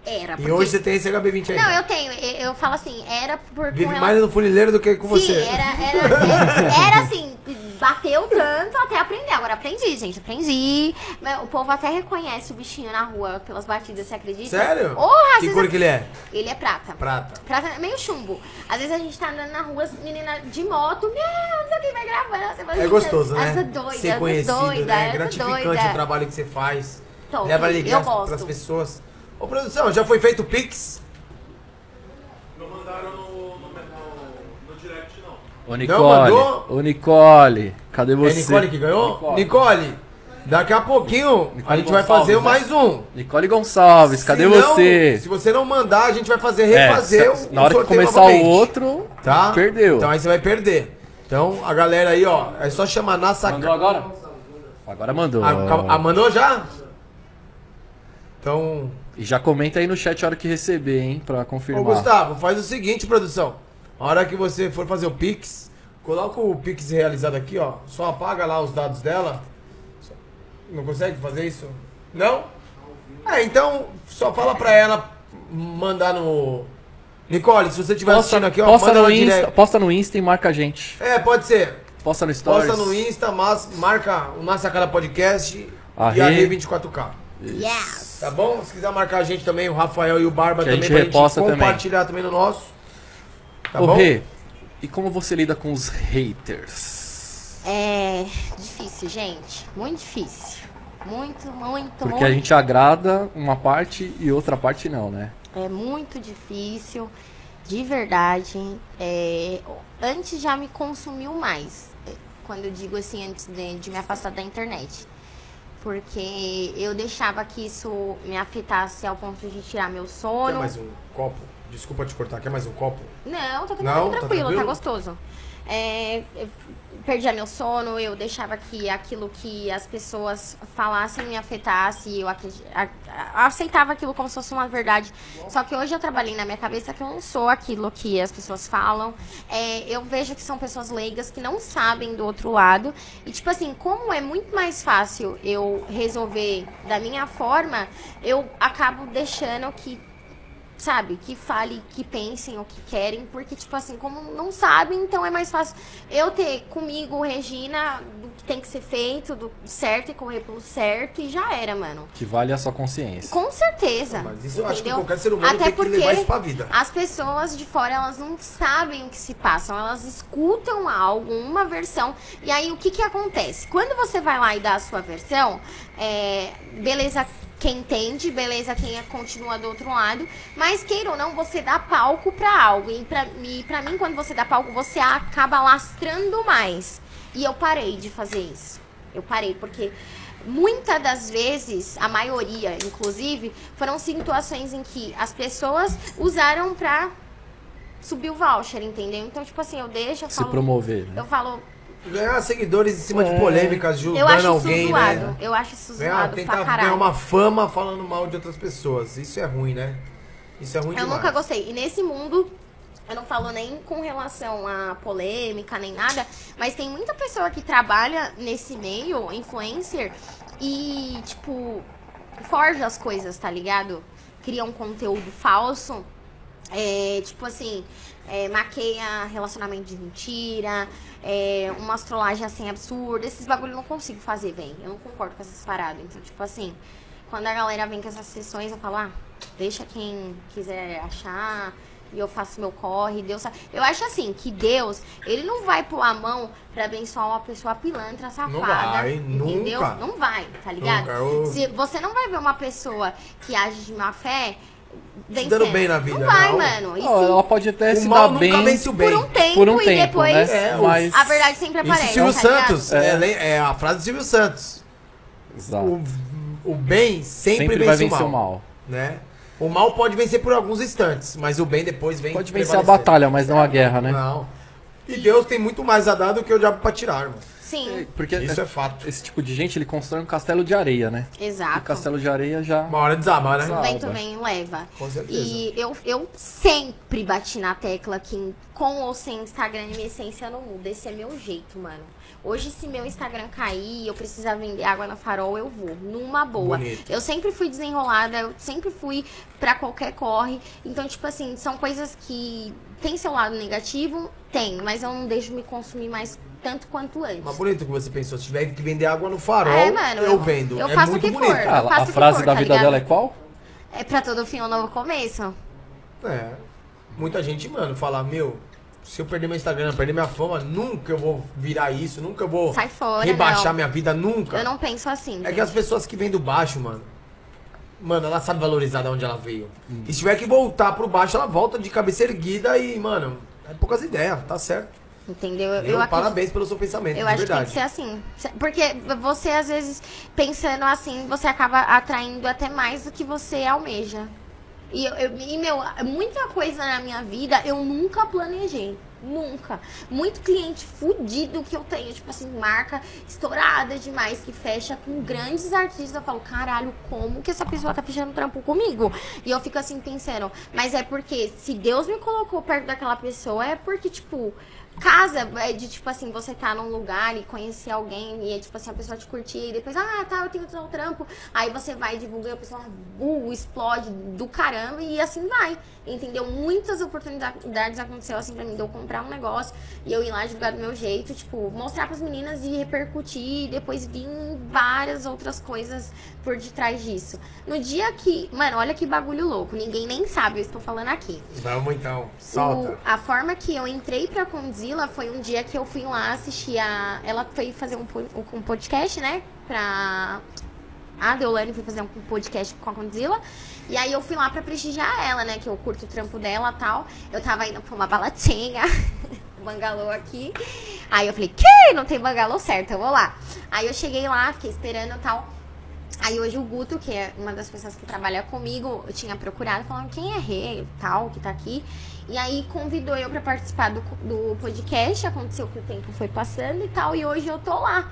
Era.
E
porque-
hoje você tem esse HB20 aí.
Não, eu tenho. Eu, eu falo assim, era por.
Vive
com ela-
mais no funileiro do que com
Sim,
você.
era, era, era assim, bateu tanto até aprender. Agora aprendi, gente, aprendi. Meu, O povo até reconhece o bichinho na rua pelas batidas, você acredita?
Sério?
Porra,
que
vocês-
cor que ele é?
Ele é prata.
Prata.
Prata é meio chumbo. Às vezes a gente tá andando na rua, as meninas de moto, meu, não sei quem vai gravando. Você fala,
É
"Gente,
gostoso, né?
Essa doida,
Ser
essa
conhecido,
doida,
né? É
essa
gratificante
doida.
o trabalho que você faz.
top.
Leva alegria
eu
às- pras
gosto.
pessoas. Ô, produção, já foi feito o Pix?
Não mandaram no, no, no, no direct, não.
Ô Nicole,
mandou?
ô Nicole, cadê
É a
você?
Nicole que ganhou? Nicole, daqui a pouquinho a gente vai
Gonçalves,
fazer
né?
mais um.
Nicole Gonçalves, cadê
Se não-
você?
Se você não mandar, a gente vai fazer
É,
refazer
se-
o
na hora que
sorteio
começar
novamente.
o outro,
tá?
perdeu.
Então aí você vai perder. Então a galera aí, ó, é só chamar na
Mandou
sacada.
agora?
Agora mandou.
A, a- a mandou já? Então,
E já comenta aí no chat a hora que receber, hein, pra confirmar.
ô Gustavo, tá faz o seguinte, produção. A hora que você for fazer o Pix, coloca o Pix realizado aqui, ó. Só apaga lá os dados dela. Não consegue fazer isso? Não? É, então só fala pra ela mandar no. Nicole, se você estiver
posta,
assistindo aqui, ó,
posta
manda
no
no
Insta,
direct.
posta no Insta e marca a gente.
É, pode ser.
Posta no Stories.
Posta no Insta, mas marca o Nossa Cara Podcast
A
e a
Rê.
Rê 24K.
Yes.
Tá bom? Se quiser marcar a gente também, o Rafael e o Barba
Que a
também,
gente reposta também.
compartilhar também no nosso. Tá
Ô,
bom?
Rê, e como você lida com os haters?
É difícil, gente. Muito difícil. Muito, muito,
Porque
muito.
a gente agrada uma parte e outra parte não, né?
É muito difícil, de verdade. É, antes já me consumiu mais. é, Quando eu digo assim, antes de, de me afastar da internet. Porque eu deixava que isso me afetasse ao ponto de tirar meu
Quer
sono.
mais um copo? Desculpa te cortar, quer mais um copo?
Não, tá tudo
Não,
bem
tá
tranquilo, tá,
tranquilo?
gostoso. É, eu perdia meu sono, eu deixava que aquilo que as pessoas falassem me afetasse, eu acredi- a- a- aceitava aquilo como se fosse uma verdade. Só que hoje eu trabalhei na minha cabeça que eu não sou aquilo que as pessoas falam. É, eu vejo que são pessoas leigas que não sabem do outro lado. E, tipo assim, como é muito mais fácil eu resolver da minha forma, eu acabo deixando que sabe, que fale, que pensem o que querem, porque, tipo assim, como não sabem, então é mais fácil eu ter comigo, Regina, do que tem que ser feito, do certo e correr pelo certo, e já era, mano.
Que vale a sua consciência.
Com certeza.
Mas isso eu acho que
Tá. entendeu?
qualquer ser humano
Até
tem que
porque
levar isso pra vida.
As pessoas de fora, elas não sabem o que se passam, elas escutam algo, uma versão. E aí, o que que acontece? Quando você vai lá e dá a sua versão, é, beleza quem entende, beleza quem é- continua do outro lado, mas queira ou não, você dá palco pra algo. E pra, e pra mim, quando você dá palco, você acaba lastrando mais. E eu parei de fazer isso. Eu parei, porque muitas das vezes, a maioria, inclusive, foram situações em que as pessoas usaram pra subir o voucher, entendeu? Então, tipo assim, eu deixo, eu
Se
falo.
promover, né?
Eu falo,
Ganhar seguidores em cima
É.
de polêmicas,
eu
julgando
acho
alguém,
isso zoado.
né?
Eu acho isso
Ganhar,
zoado pra
tentar ganhar
caralho.
uma fama falando mal de outras pessoas. Isso é ruim, né? Isso é ruim
Eu
demais.
nunca gostei. E nesse mundo, eu não falo nem com relação a polêmica, nem nada, mas tem muita pessoa que trabalha nesse meio, influencer, e, tipo, forja as coisas, tá ligado? Cria um conteúdo falso. É, tipo assim, é, maqueia relacionamento de mentira, é, uma astrolagem assim absurda. Esses bagulho eu não consigo fazer, velho. Eu não concordo com essas paradas. Então, tipo assim, quando a galera vem com essas sessões, eu falo, ah, deixa quem quiser achar. E eu faço meu corre, Deus sabe. Eu acho assim, que Deus, ele não vai pôr a mão pra abençoar uma pessoa pilantra, safada.
vai,
entendeu?
nunca.
Não vai, tá ligado?
Nunca, eu-
Se você não vai ver uma pessoa que age de má fé vencendo.
dando bem na vida,
Não vai,
não.
mano. E
Ó,
sim,
ela pode até
O
se
mal
dar
nunca
bem.
vence o bem.
por um tempo,
Por um
e
tempo,
depois
né?
É,
Mas...
a verdade sempre
Isso
aparece.
o Silvio
tá ligado?
Santos. É. le- é a frase do Silvio Santos.
Exato.
O, o bem sempre,
Sempre
vence,
vai vencer
o mal. né? O mal pode vencer por alguns instantes, mas o bem depois vem.
Pode vencer a
prevalecer.
batalha, mas não a guerra, né?
Não. E Deus tem muito mais a dar do que o diabo pra tirar, irmão.
Sim,
Porque
Isso é fato.
esse tipo de gente, ele constrói um castelo de areia, né? E
exato.
castelo de areia já...
Uma hora desaba, né?
O vento
Alba.
vem e leva.
Com certeza.
E eu, eu sempre bati na tecla que com ou sem Instagram minha essência não muda. Esse é meu jeito, mano. Hoje, se meu Instagram cair e eu precisar vender água na farol, eu vou. Numa boa.
Bonito.
Eu sempre fui desenrolada, eu sempre fui pra qualquer corre. Então, tipo assim, são coisas que tem seu lado negativo? Tem, mas eu não deixo me consumir mais tanto quanto antes.
Mas bonito que você pensou. Se tiver que vender água no farol,
É, mano,
eu,
eu-
vendo.
eu
é
faço o
muito
que for.
bonito.
Ah,
faço
a
o que
frase
for,
da
tá
vida
ligado?
dela é qual?
É pra todo fim um novo começo.
É. Muita gente, mano, fala, meu, se eu perder meu Instagram, perder minha fama, nunca eu vou virar isso, nunca eu vou
Sai fora,
rebaixar
não.
minha vida, nunca.
Eu não penso assim.
É que as pessoas que vêm do baixo, mano, Mano, ela sabe valorizar de onde ela veio. E se tiver que voltar pro baixo, ela volta de cabeça erguida e, mano, é poucas ideias, tá certo.
Entendeu? Eu,
Eu,
eu acredito-
parabéns pelo seu pensamento,
Eu
de
acho que tem
verdade.
que ser assim. Porque você, às vezes, pensando assim, você acaba atraindo até mais do que você almeja. E, eu- eu- e, meu, muita coisa na minha vida eu nunca planejei. Nunca. Muito cliente fudido que eu tenho, tipo assim, marca estourada demais, que fecha com grandes artistas. Eu falo, caralho, como que essa pessoa tá fechando trampo comigo? E eu fico assim pensando, mas é porque se Deus me colocou perto daquela pessoa, é porque, tipo, casa é de tipo assim, você tá num lugar e conhecer alguém e é tipo assim, a pessoa te curtir e depois, ah, tá, eu tenho tal trampo. Aí você vai divulgar, a pessoa uh, explode do caramba e assim vai. Entendeu? Muitas oportunidades aconteceu assim pra mim, de eu comprar um negócio e eu ir lá divulgar do meu jeito, tipo, mostrar pras meninas e repercutir, e depois vir várias outras coisas por detrás disso. No dia que, mano, olha que bagulho louco, ninguém nem sabe, eu estou falando aqui.
Vamos então,
O-
solta.
a forma que eu entrei pra conduzi-la foi um dia que eu fui lá assistir a. Ela foi fazer um, po- um podcast, né? Pra. A Deolane foi fazer um podcast com a Condzilla. E aí eu fui lá pra prestigiar ela, né? Que eu curto o trampo dela e tal. Eu tava indo pra uma baladinha, (laughs) bangalô aqui. Aí eu falei, que? Não tem bangalô certo, eu vou lá. Aí eu cheguei lá, fiquei esperando e tal. Aí hoje o Guto, que é uma das pessoas que trabalha comigo, eu tinha procurado, falando quem é rei e tal, que tá aqui. E aí convidou eu pra participar do, do podcast, aconteceu que o tempo foi passando e tal, e hoje eu tô lá.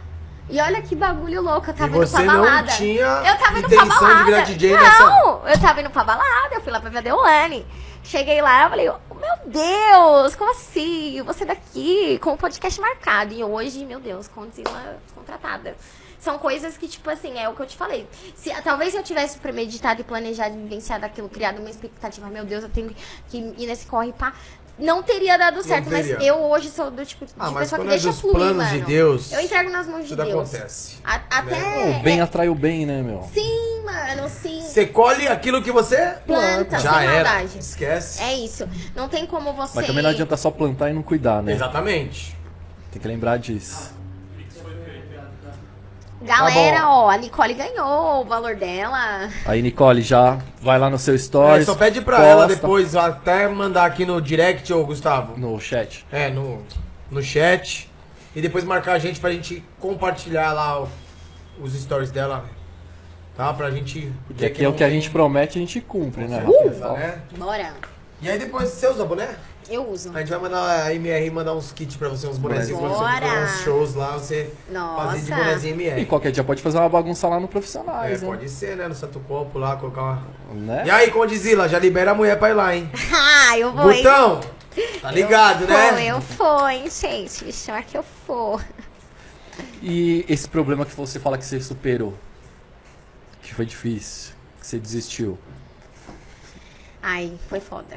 E olha que bagulho louco, eu
E
tava indo
você
pra
não
balada.
tinha
Eu tava indo pra
intenção
balada.
de virar DJ
não,
nessa.
eu tava indo pra balada, eu fui lá pra ver a Deolane. Cheguei lá, eu falei, "Oh, meu Deus, como assim? Você daqui, com o podcast marcado. E hoje, meu Deus, Condzilla contratada. São coisas que, tipo assim, é o que eu te falei. Se, talvez eu tivesse premeditado e planejado, e vivenciado aquilo, criado uma expectativa, meu Deus, eu tenho que ir nesse corre pá. Não teria dado certo, mas
teria.
eu hoje sou do tipo de
Ah, mas
pessoa que
quando
deixa
é dos
fluir,
planos
mano.
de Deus,
eu entrego nas mãos de
Tudo
Deus. Hum.
acontece.
A- até.
O bem atrai o bem, né, meu?
É. Sim, mano, sim.
Você colhe aquilo que você
Planta,
Já
sem
era.
maldade.
Esquece.
É isso. Não tem como você.
Mas também não adianta só plantar e não cuidar, né?
Exatamente.
Tem que lembrar disso.
Galera,
Tá
ó, a Nicole ganhou o valor dela.
Aí, Nicole, já vai lá no seu
É,
stories.
só pede pra
posta
ela depois, até mandar aqui no direct, ô Gustavo.
No chat.
É, no, no chat. E depois marcar a gente pra gente compartilhar lá o- os stories dela. né? Tá? Pra gente.
E aqui é o que a gente promete, a gente cumpre, né?
Tá, né?
Bora.
E aí depois você usa boné?
Eu uso.
A gente vai mandar a MR mandar uns kits pra você, uns bonezinhos pra você
Bora!
fazer uns shows lá, você fazer de
Nossa.
bonezinho MR.
Então, E qualquer dia pode fazer uma bagunça lá no Profissionais,
É,
né?
pode ser, né? No Santo Copo lá, colocar uma.
Né?
E aí, Condizila, já libera a mulher pra ir lá, hein?
(laughs) Ah, eu vou. hein?
Botão! Tá ligado,
eu
né?
vou, eu vou, hein, gente. Me chama que eu for.
E esse problema que você fala que você superou? Que foi difícil, que você desistiu.
Ai, foi foda.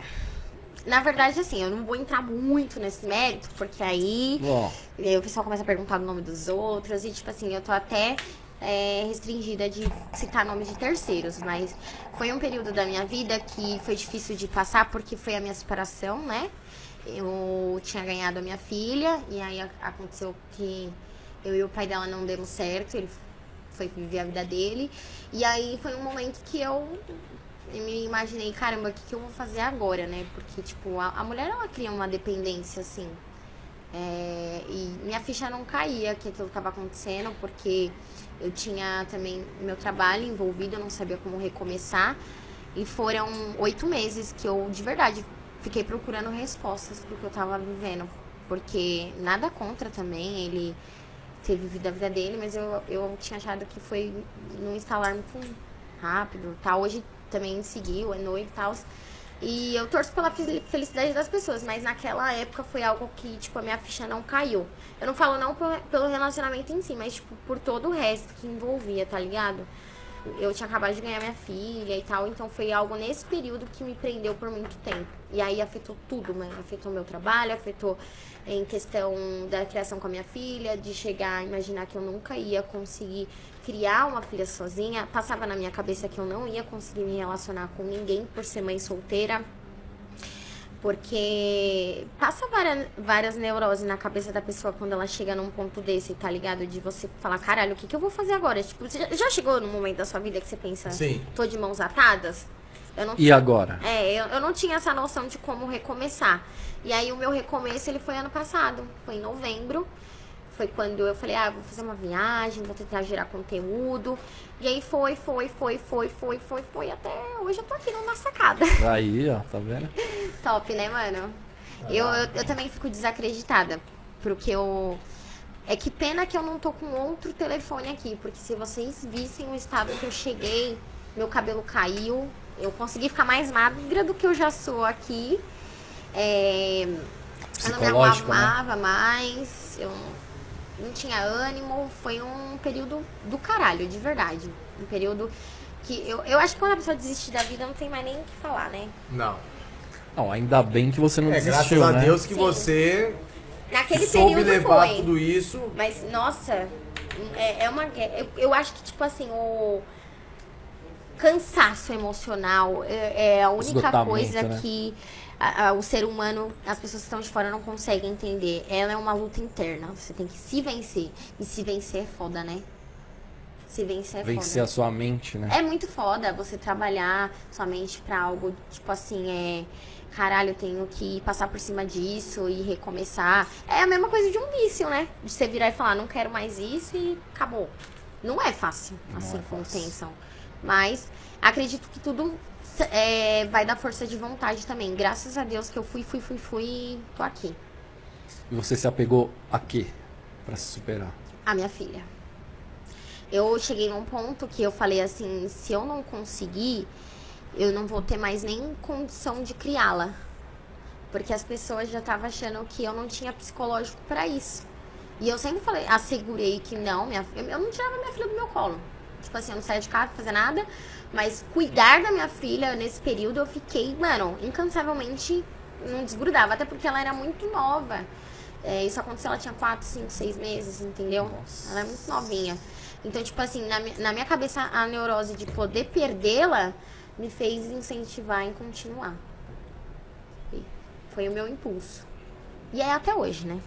Na verdade, assim, eu não vou entrar muito nesse mérito, porque aí.
Bom,
E aí o pessoal começa a perguntar o nome dos outros e, tipo assim, eu tô até é, restringida de citar nome de terceiros, mas foi um período da minha vida que foi difícil de passar porque foi a minha separação, né? Eu tinha ganhado a minha filha e aí a- aconteceu que eu e o pai dela não demos certo, ele foi viver a vida dele. E aí foi um momento que eu me imaginei, caramba, o que, que eu vou fazer agora, né? Porque, tipo, a, a mulher ela cria uma dependência, assim. É, e minha ficha não caía que aquilo estava acontecendo, porque eu tinha também meu trabalho envolvido, eu não sabia como recomeçar. E foram oito meses que eu, de verdade, fiquei procurando respostas pro que eu tava vivendo. Porque nada contra também, ele ter vivido a vida dele, mas eu, eu tinha achado que foi num instalar muito rápido, tá? Hoje também seguiu, é noivo e tal. E eu torço pela fel- felicidade das pessoas, mas naquela época foi algo que, tipo, a minha ficha não caiu. Eu não falo não pe- pelo relacionamento em si, mas, tipo, por todo o resto que envolvia, tá ligado? Eu tinha acabado de ganhar minha filha e tal, então foi algo nesse período que me prendeu por muito tempo. E aí afetou tudo, né? Afetou meu trabalho, afetou em questão da criação com a minha filha, de chegar a imaginar que eu nunca ia conseguir criar uma filha sozinha. Passava na minha cabeça que eu não ia conseguir me relacionar com ninguém por ser mãe solteira. Porque passa várias, várias neuroses na cabeça da pessoa quando ela chega num ponto desse, tá ligado? De você falar, caralho, o que, que eu vou fazer agora? Tipo, você já- já chegou num momento da sua vida que você pensa,
Sim.
tô de mãos atadas? Eu não
E agora?
é, eu, eu não tinha essa noção de como recomeçar. E aí o meu recomeço ele foi ano passado, foi em novembro. Foi quando eu falei, ah, vou fazer uma viagem, vou tentar gerar conteúdo. E aí foi, foi, foi, foi, foi, foi, foi. Até hoje eu tô aqui numa sacada.
Aí, ó, tá vendo?
Top, né, mano? Eu, eu, eu também fico desacreditada. Porque eu. É que pena que eu não tô com outro telefone aqui. Porque se vocês vissem o estado que eu cheguei, meu cabelo caiu. Eu consegui ficar mais magra do que eu já sou aqui. É, eu não me
Psicológico, né?
arrumava mais. Eu não tinha ânimo. Foi um período do caralho, de verdade. Um período que eu, eu acho que quando a pessoa desiste da vida, não tem mais nem o que falar, né?
Não.
Não, ainda bem que você não
É,
desistiu,
graças a
né?
Deus que
Sim.
você
Naquele
soube
período
levar
foi.
tudo isso.
Mas, nossa, é, é uma guerra. Eu, eu acho que, tipo assim, o cansaço emocional é, é a única
Esgotamento,
coisa
né?
que a- a- o ser humano, as pessoas que estão de fora não conseguem entender. Ela é uma luta interna. Você tem que se vencer. E se vencer é foda, né? Se vencer é
Vencer a
foda.
sua mente, né?
É muito foda você trabalhar sua mente pra algo, tipo assim, é. Caralho, eu tenho que passar por cima disso e recomeçar. É a mesma coisa de um vício, né? De você virar e falar, não quero mais isso e acabou. Não é fácil,
Não
assim,
é
com
fácil.
intenção. Mas acredito que tudo se- é, vai dar força de vontade também. Graças a Deus que eu fui, fui, fui, fui e tô aqui.
E você se apegou a quê? Pra se superar.
A minha filha. Eu cheguei num ponto que eu falei assim, se eu não conseguir, eu não vou ter mais nem condição de criá-la. Porque as pessoas já estavam achando que eu não tinha psicológico pra isso. E eu sempre falei, assegurei que não, minha, eu eu não tirava minha filha do meu colo. Tipo assim, eu não saía de casa, não fazia nada. Mas cuidar da minha filha nesse período eu fiquei, mano, incansavelmente não desgrudava. Até porque ela era muito nova. É, isso aconteceu, ela tinha 4, 5, 6 meses, entendeu?
Nossa.
Ela é muito novinha. Então, tipo assim, na, mi- na minha cabeça, a neurose de poder perdê-la me fez incentivar em continuar. E foi o meu impulso. E é até hoje, né?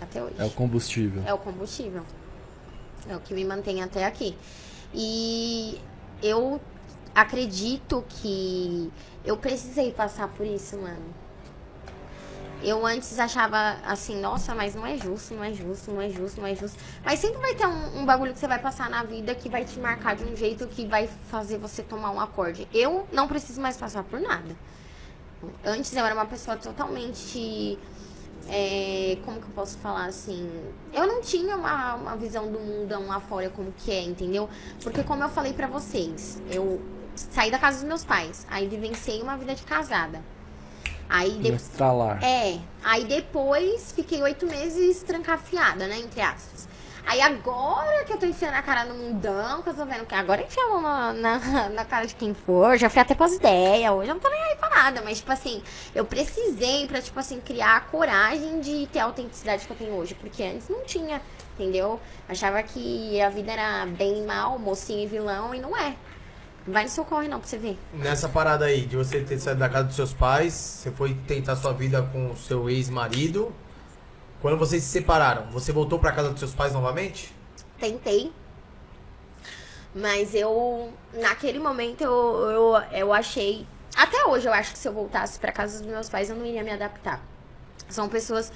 Até hoje.
É o combustível.
É o combustível. É o que me mantém até aqui. E eu acredito que eu precisei passar por isso, mano. Eu antes achava assim, nossa, mas não é justo, não é justo, não é justo, não é justo. Mas sempre vai ter um, um bagulho que você vai passar na vida que vai te marcar de um jeito que vai fazer você tomar um acorde. Eu não preciso mais passar por nada. Antes eu era uma pessoa totalmente. é, como que eu posso falar assim? Eu não tinha uma, uma visão do mundão lá fora como que é, entendeu? Porque como eu falei pra vocês, eu saí da casa dos meus pais, aí vivenciei uma vida de casada. Aí
No
depois.
estralar.
É, aí depois fiquei oito meses trancafiada, né? Entre aspas. Aí agora que eu tô enfiando a cara no mundão, que eu tô vendo que agora enfia a mão na, na, (laughs) na cara de quem for, já fui até pras ideias, hoje eu não tô nem aí pra nada, mas tipo assim, eu precisei pra, tipo assim, criar a coragem de ter a autenticidade que eu tenho hoje, porque antes não tinha, entendeu? Achava que a vida era bem e mal, mocinho e vilão, e não é. Não vai no seu corre não pra você ver.
Nessa parada aí, de você ter saído da casa dos seus pais, você foi tentar sua vida com o seu ex-marido. Quando vocês se separaram, você voltou pra casa dos seus pais novamente?
Tentei. Mas eu, naquele momento, eu, eu, eu achei. Até hoje eu acho que se eu voltasse pra casa dos meus pais, eu não iria me adaptar. São pessoas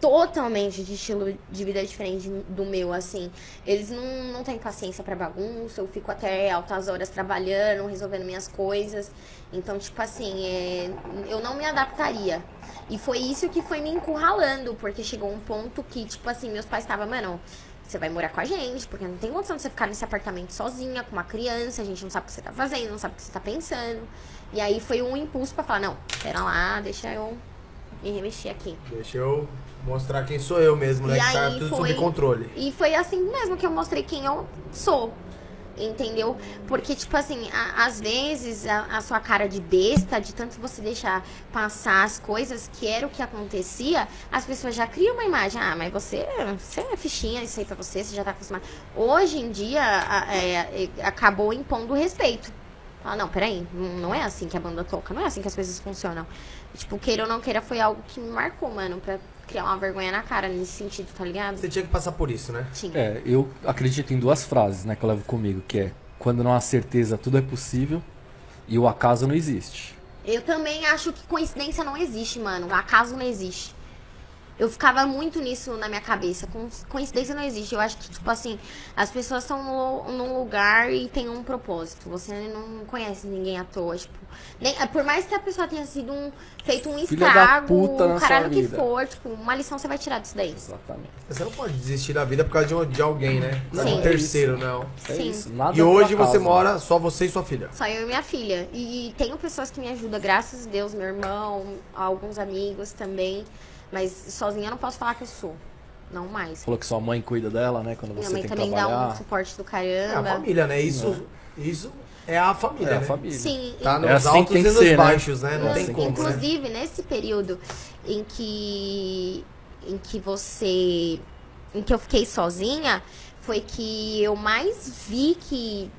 totalmente de estilo de vida diferente do meu, assim. Eles não, não têm paciência pra bagunça, eu fico até altas horas trabalhando, resolvendo minhas coisas. Então, tipo assim, é, eu não me adaptaria. E foi isso que foi me encurralando, porque chegou um ponto que, tipo assim, meus pais estavam, mano, você vai morar com a gente, porque não tem condição de você ficar nesse apartamento sozinha, com uma criança, a gente não sabe o que você tá fazendo, não sabe o que você tá pensando. E aí foi um impulso pra falar, não, pera lá, deixa eu me remexer aqui.
Deixa eu mostrar quem sou eu mesmo, né?
E
que tá
aí
tudo
foi-
sob controle.
E foi assim mesmo que eu mostrei quem eu sou. Entendeu? Porque, tipo assim, a- às vezes a, a sua cara de besta, de tanto você deixar passar as coisas que era o que acontecia, as pessoas já criam uma imagem. Ah, mas você, você é fichinha, isso aí pra você, você já tá acostumado. Hoje em dia, a- é, é, acabou impondo respeito. Fala, não, peraí, hum, não é assim que a banda toca, não é assim que as coisas funcionam. Tipo, queira ou não queira foi algo que me marcou, mano, pra criar uma vergonha na cara nesse sentido, tá ligado?
Você tinha que passar por isso, né?
Tinha.
É, eu acredito em duas frases, né, que eu levo comigo, que é quando não há certeza, tudo é possível e o acaso não existe.
Eu também acho que coincidência não existe, mano. Um Acaso não existe. Eu ficava muito nisso na minha cabeça. Com- Coincidência não existe. Eu acho que, tipo assim, as pessoas estão no- num lugar e tem um propósito. Você não conhece ninguém à toa. Tipo, nem, por mais que a pessoa tenha sido um. feito um
Filha da
estrago,
puta na
o
sua
caralho que
vida.
for, tipo, uma lição você vai tirar disso daí.
Exatamente.
Você não pode desistir da vida por causa de, um- de alguém, né? Por causa de um
Sim.
terceiro, não.
É
Sim.
isso, nada
E
é por
hoje você
acaso,
mora só você e sua filha.
Só eu e minha filha. E tenho pessoas que me ajudam, graças a Deus, meu irmão, alguns amigos também. Mas sozinha eu não posso falar que eu sou. Não mais.
Falou que sua mãe cuida dela, né, quando
Minha
você
mãe
tem que
também dá um
trabalhar.
suporte do
É a
caramba.
família, né? Isso, isso é a família,
É a
né?
família.
Sim,
Tá nos
É assim que
altos
tem
e
que
nos
ser, né?
baixos, né?
in-
Não
É
tem
assim que
como, né?
inclusive nesse período em que em que você em que eu fiquei sozinha, foi que eu mais vi que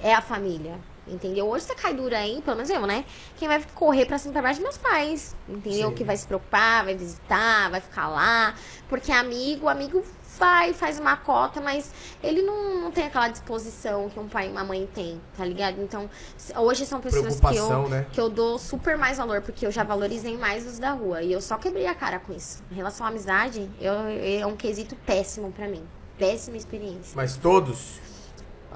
é a família. Entendeu? Hoje você cai dura aí, pelo menos eu, né? Quem vai correr pra cima e pra baixo é meus pais. Entendeu?
Sim.
Que vai se preocupar, vai visitar, vai ficar lá. Porque amigo, amigo vai, faz uma cota, mas ele não, não tem aquela disposição que um pai e uma mãe tem, tá ligado? Então, se- hoje são pessoas que eu,
Preocupação, né?
que eu dou super mais valor, porque eu já valorizei mais os da rua. E eu só quebrei a cara com isso. Em relação à amizade, eu, é um quesito péssimo pra mim. Péssima experiência.
Mas todos.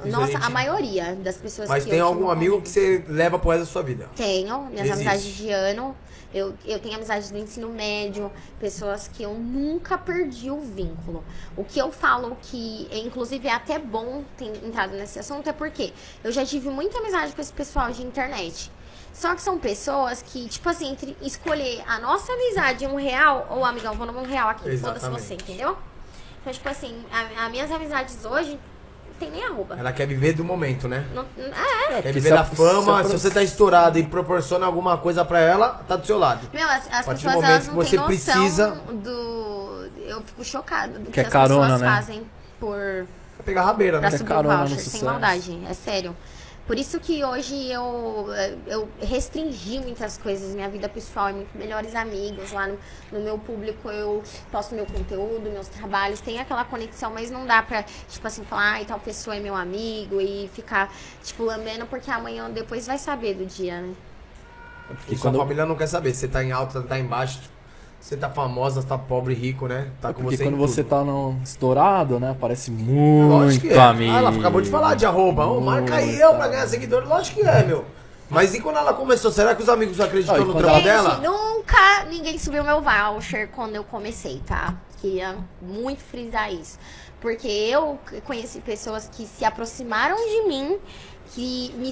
Nossa, a
Diferente.
maioria das pessoas
Mas
que
tem
eu
algum
tive
amigo
convívio-
que você leva pro resto da sua vida.
tenho, minhas
Existe.
amizades de ano. Eu, eu tenho amizades do ensino médio, pessoas que eu nunca perdi o vínculo. O que eu falo que, é, inclusive, é até bom ter entrado nesse assunto é porque eu já tive muita amizade com esse pessoal de internet. Só que são pessoas que, tipo assim, entre escolher a nossa amizade um real ou, amigão, vou no um real aqui, foda-se
Exatamente.
você, entendeu? Então, tipo assim, a- as minhas amizades hoje não tem nem arroba.
Ela quer viver do momento, né?
Não- não-
Quer
É, porque
viver
se
da
a-
fama.
se a-
Se você tá estourado e proporciona alguma coisa pra ela, tá do seu lado.
Meu, as, as
partir do
pessoas
momento
elas
que
não
você
têm noção
precisa-
do. Eu fico chocada do que,
Que é
as
carona,
pessoas
né?
fazem por
Vai pegar rabeira,
pra
né?
Quer
subir o
carona no
voucher, sem
sucesso.
maldade, é sério. Por isso que hoje eu, eh, eu restringi muitas coisas, minha vida pessoal é muito melhores amigos, lá no, no meu público eu posto meu conteúdo, meus trabalhos, tem aquela conexão, mas não dá pra, tipo assim, falar, ai, tal pessoa é meu amigo e ficar, tipo, lambendo, porque amanhã ou depois vai saber do dia, né?
E
Porque
sua
quando,
família não quer saber. Você tá em alta, tá em baixo. Você tá famosa, tá pobre, rico, né? Tá com
porque
você. em
quando você
tudo.
tá no estourado, né, aparece
Lógico
muito
que é.
amigo.
Ah, ela acabou de falar de arroba. Ô, marca aí eu pra ganhar seguidor. Lógico que é, meu. Mas e quando ela começou? Será que os amigos acreditam
Ah, e
no
quando
trampo
ela-
Gente,
dela?
nunca ninguém subiu meu voucher quando eu comecei, tá? Queria muito frisar isso. Porque eu c- conheci pessoas que se aproximaram de mim, que me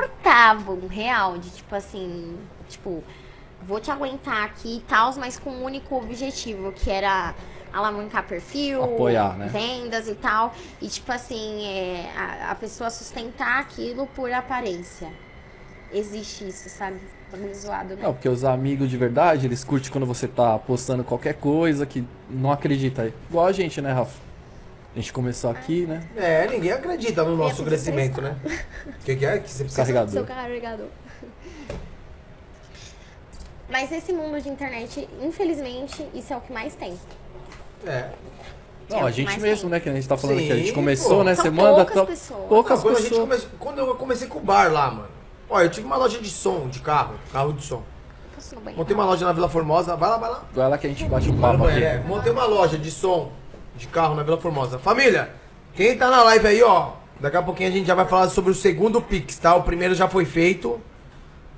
suportavam, real, de tipo assim, tipo, vou te aguentar aqui e tal, mas com um único objetivo, que era alavancar perfil,
Apoiar, né?
vendas e tal. E tipo assim, é, a, a pessoa sustentar aquilo por aparência. Existe isso, sabe? Tá meio zoado, né?
Não, porque os amigos de verdade, eles curtem quando você tá postando qualquer coisa que não acredita. Igual a gente, né, Rafa? A gente começou aqui, né?
É, ninguém acredita no nosso
pedir
crescimento, né? O que, que é que você precisa?
Seu
Carregador.
carregador. Mas nesse mundo de internet, infelizmente, isso é o que mais tem.
É.
Não, a gente
Mas
mesmo,
tem.
né? Que a gente tá falando
Sim,
que a gente começou,
pô.
né?
São
Você manda
poucas
tal-
pessoas.
poucas
quando, a gente
pessoas.
come... quando eu comecei com o bar lá, mano. Olha, eu tive uma loja de som, de carro, carro de som.
Posso ir no banheiro?
Montei uma loja na Vila Formosa. Vai lá, vai lá.
Vai lá que a gente bate um
Vai lá,
papo aqui.
banheiro, é. Montei uma loja de som, de carro na Vila Formosa. Família, quem tá na live aí, ó. Daqui a pouquinho a gente já vai falar sobre o segundo Pix, tá? O primeiro já foi feito,